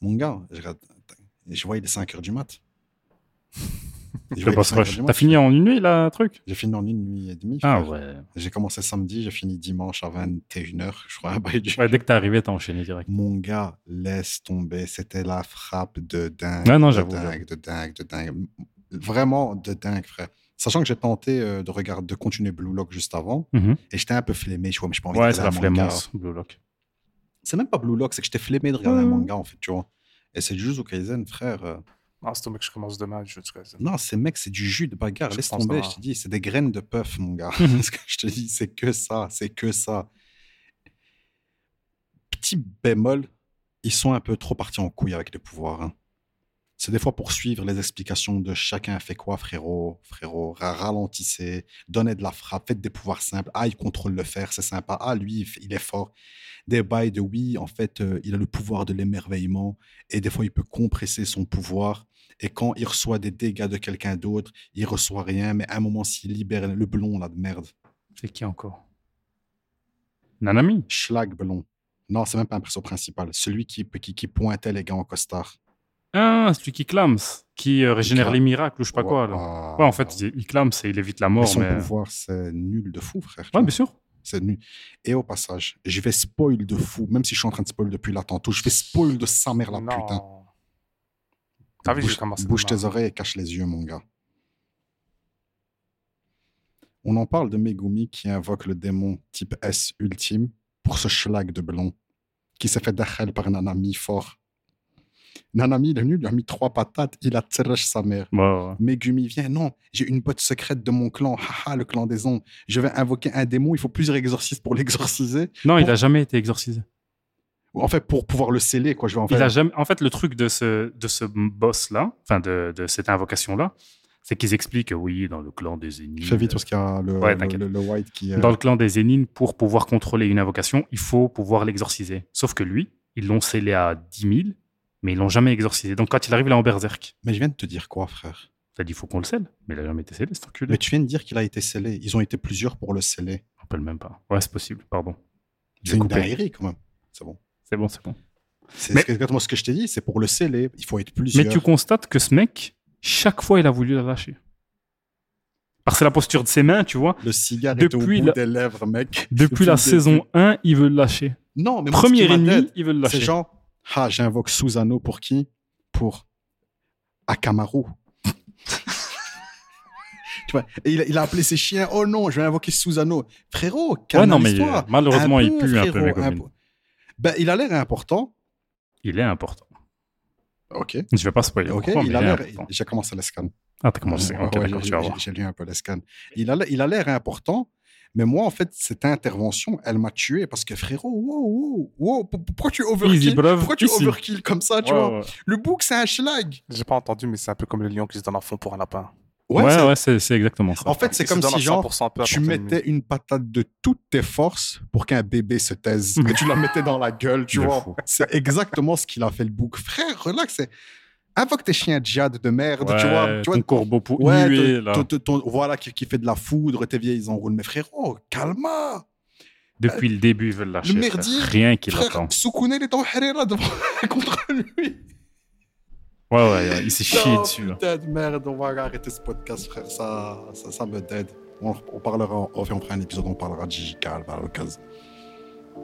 S4: Mon gars, je regarde. Et je vois, il est 5 h
S3: *laughs*
S4: du mat. Et je vois, il
S3: Le
S4: est
S3: boss
S4: 5 heures
S3: rush.
S4: du mat.
S3: T'as fini en une nuit, là, truc
S4: J'ai fini en une nuit et demie.
S3: Ah
S4: frère.
S3: ouais.
S4: J'ai commencé samedi, j'ai fini dimanche à 21h. Je crois *laughs* un bail du
S3: Ouais, Dès que t'es arrivé, t'as enchaîné direct.
S4: Mon gars, laisse tomber. C'était la frappe de dingue.
S3: Ouais, non,
S4: de
S3: j'avoue,
S4: dingue, de dingue, de dingue. Vraiment de dingue, frère. Sachant que j'ai tenté euh, de, regarder, de continuer Blue Lock juste avant
S3: Mhm.
S4: et j'étais un peu flémé. Je vois, mais je pas envie de
S3: Ouais, c'est la
S4: regarder un manga.
S3: flémence, Blue Lock.
S4: C'est même pas Blue Lock, c'est que j'étais flémé de regarder
S3: Mhm.
S4: un manga, en fait, tu vois. Et c'est Jujutsu Kaisen, frère. euh,
S5: Ah, c'est au mec, je commence demain, je te casse.
S4: Non, ces mecs, c'est du jus de bagarre.
S5: Je
S4: Laisse
S5: pense
S4: tomber,
S5: pas. Mmh
S4: je te dis, c'est des graines de puff, mon gars.
S3: Mhm.
S4: *laughs* Ce que je te dis, c'est que ça, c'est que ça. Petit bémol, ils sont un peu trop partis en couille avec les pouvoirs. hein. C'est des fois pour suivre les explications de chacun fait quoi, frérot, frérot, ra- ralentissez, donnez de la frappe, faites des pouvoirs simples. Ah, il contrôle le fer, c'est sympa. Ah, lui, il f- il est fort. Des bails de oui, en fait, euh, il a le pouvoir de l'émerveillement et des fois, il peut compresser son pouvoir. Et quand il reçoit des dégâts de quelqu'un d'autre, il reçoit rien, mais à un moment, s'il libère le blond, là, de merde.
S3: C'est qui encore Nanami
S4: Schlag blond. Non, c'est même pas un perso principal. Celui qui, qui, qui pointait les gars en costard.
S3: Ah, celui qui clams, qui euh, régénère
S4: clame.
S3: les miracles ou je sais pas quoi. là.
S4: Waouh.
S3: Ouais, en fait, il, il clame et il évite la
S4: Mais
S3: mort.
S4: son
S3: Mais...
S4: pouvoir, c'est nul de fou, frère.
S3: Ouais, bien sûr.
S4: C'est nul. Et au passage, je vais spoil de fou, même si je suis en train de spoil depuis là tantôt. Je vais spoil de sa mère, la putain.
S5: T'as vu, j'ai
S4: Bouche-
S5: commencé
S4: Bouche
S5: demain.
S4: tes oreilles et cache les yeux, mon gars. On en parle de Megumi qui invoque le démon type S ultime pour ce schlag de blond qui s'est fait d'achel par Nanami fort. Nanami, il est venu, il lui a mis trois patates, il a tirage sa mère.
S3: Ouais, Bah, ouais.
S4: Megumi, viens, non, j'ai une botte secrète de mon clan, haha, le clan des ombres. Je vais invoquer un démon, il faut plusieurs exorcistes pour *laughs* l'exorciser.
S3: Non, il
S4: Pour-
S3: a jamais été exorcisé.
S4: En fait, pour pouvoir le sceller, quoi, je vais en
S3: Il
S4: faire-
S3: a jamais... En fait, le truc de ce, de ce boss-là, enfin de, de cette invocation-là, c'est qu'ils expliquent, oui, dans le clan des ennemis.
S4: Fais vite parce qu'il y a le,
S3: Ouais,
S4: le-
S3: t'inquiète.
S4: le- le white qui. euh,
S3: Dans le clan des Zénines, pour pouvoir contrôler une invocation, il faut pouvoir l'exorciser. Sauf que lui, ils l'ont scellé à 10 000, mais ils l'ont jamais exorcisé. Donc quand il arrive là en berserk,
S4: Mais je viens de te dire quoi, frère
S3: t'as dit, il faut qu'on le scelle. Mais il a jamais été scellé, cet enculé.
S4: Mais tu viens de dire qu'il a été scellé. Ils ont été plusieurs pour le sceller.
S3: Je me rappelle même pas. Ouais, c'est possible, pardon.
S4: C'est une
S3: coupé.
S4: dinguerie, quand même. C'est bon.
S3: C'est bon, c'est bon.
S4: C'est
S3: Mais-
S4: ce que- exactement ce que je t'ai dit. C'est pour le sceller. Il faut être plusieurs.
S3: Mais tu constates que ce mec, chaque fois, il a voulu la lâcher. Parce que c'est la posture de ses mains, tu vois.
S4: Le cigare est au
S3: Depuis
S4: bout
S3: la-
S4: des lèvres, mec.
S3: Depuis la
S4: le
S3: saison
S4: début.
S3: 1, il veut le lâcher.
S4: Non, mais moi, ce qui
S3: Premier ennemi,
S4: m'inquiète,
S3: il veut le
S4: C'est
S3: lâcher.
S4: genre, ah, j'invoque Susano pour qui Pour Akamaru. *laughs* tu vois, et il, a- il a appelé ses chiens. Oh non, je vais invoquer Susano. Frérot,
S3: Ouais, non,
S4: calme
S3: mais euh, malheureusement, il pue un peu, Megumi.
S4: Ben, il a l'air important.
S3: Il est important.
S4: Ok.
S3: Je vais pas spoiler.
S4: Ok,
S3: pourquoi, mais
S4: il a
S3: est
S4: l'air.
S3: important.
S4: J'ai commencé la scan.
S3: Ah, t'as commencé.
S4: Ouais,
S3: Ok,
S4: ouais,
S3: d'accord,
S4: j'ai-
S3: tu vas
S4: j'ai-
S3: voir.
S4: J'ai lu un peu la scan. Il a, l- il a l'air important, mais moi, en fait, cette intervention, elle m'a tué parce que frérot, wow, wow, wow, p- pourquoi tu
S3: Easy,
S4: overkill
S3: brave,
S4: Pourquoi tu
S3: easy.
S4: overkill comme ça, tu
S3: Ouais,
S4: vois
S3: ouais.
S4: Le bouc, c'est un schlag.
S5: J'ai pas entendu, mais c'est un peu comme le lion qui se donne à fond pour un lapin.
S3: Ouais,
S4: c'est-
S3: ouais, c'est c'est exactement ça.
S4: En fait, c'est
S5: Il se
S4: comme
S5: donne à
S4: si, genre,
S5: 100% un peu à
S4: tu
S5: portée de
S4: mettais une patate de toutes tes forces pour qu'un bébé se taise.
S3: Mhm.
S4: et
S3: *laughs*
S4: tu la mettais dans la gueule, tu
S3: De
S4: vois.
S3: fou.
S4: C'est exactement ce qu'il a fait, le bouc. Frère, relax. c'est- Invoque tes chiens djihad de merde,
S3: Ouais,
S4: tu vois. Tu vois,
S3: ton corbeau pour
S4: Ouais,
S3: huer,
S4: ton-
S3: là.
S4: ton- ton- ton- voilà, qui, qui fait de la foudre, tes vieilles enroules. Mais frérot, calma
S3: Depuis le début, ils veulent lâcher.
S4: le
S3: frère.
S4: merdier,
S3: Rien qui l'attend.
S4: Frère, Sukune, il est en Herrera devant- *laughs* contre lui
S3: Ouais, ouais, ouais, il s'est chié
S4: Non,
S5: hein.
S3: dessus. là.
S4: Putain de merde, on va arrêter ce podcast, frère, ça, ça, ça me dead. On, on parlera, en- on, fera un épisode, on parlera de Gigi Calve à l'occasion.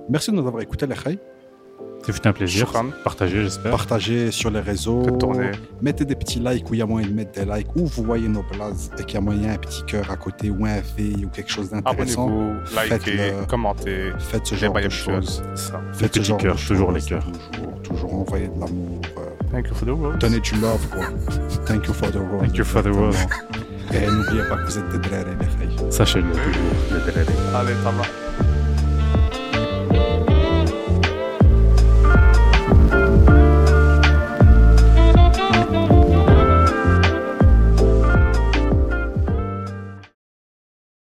S4: Merci de nous avoir écoutés, les Khay.
S3: Ça fut un plaisir.
S5: Shukran.
S3: Partagez, j'espère.
S4: Partagez sur les réseaux.
S5: Faites tourner.
S4: Mettez des petits likes où il y a moyen de mettre des likes, où vous voyez nos blazes et qu'il y a moyen un petit cœur à côté ou un V ou quelque chose d'intéressant.
S5: Abonnez-vous, likez,
S4: Faites-le.
S5: commentez.
S4: Faites ce
S5: Les
S4: genre de
S5: bails
S4: choses.
S3: Ça. Les
S4: Faites ce
S3: petits
S4: genre de
S3: cœurs, toujours les
S4: choses.
S3: cœurs.
S4: Toujours, toujours envoyer de l'amour. euh,
S5: Thank you for the world.
S4: Donnez du love, quoi. Thank you for the world.
S3: Thank you for the world.
S4: Et n'oubliez pas que vous êtes des drères et des reilles.
S3: Sachez-le toujours, le délai.
S5: Allez, ça va.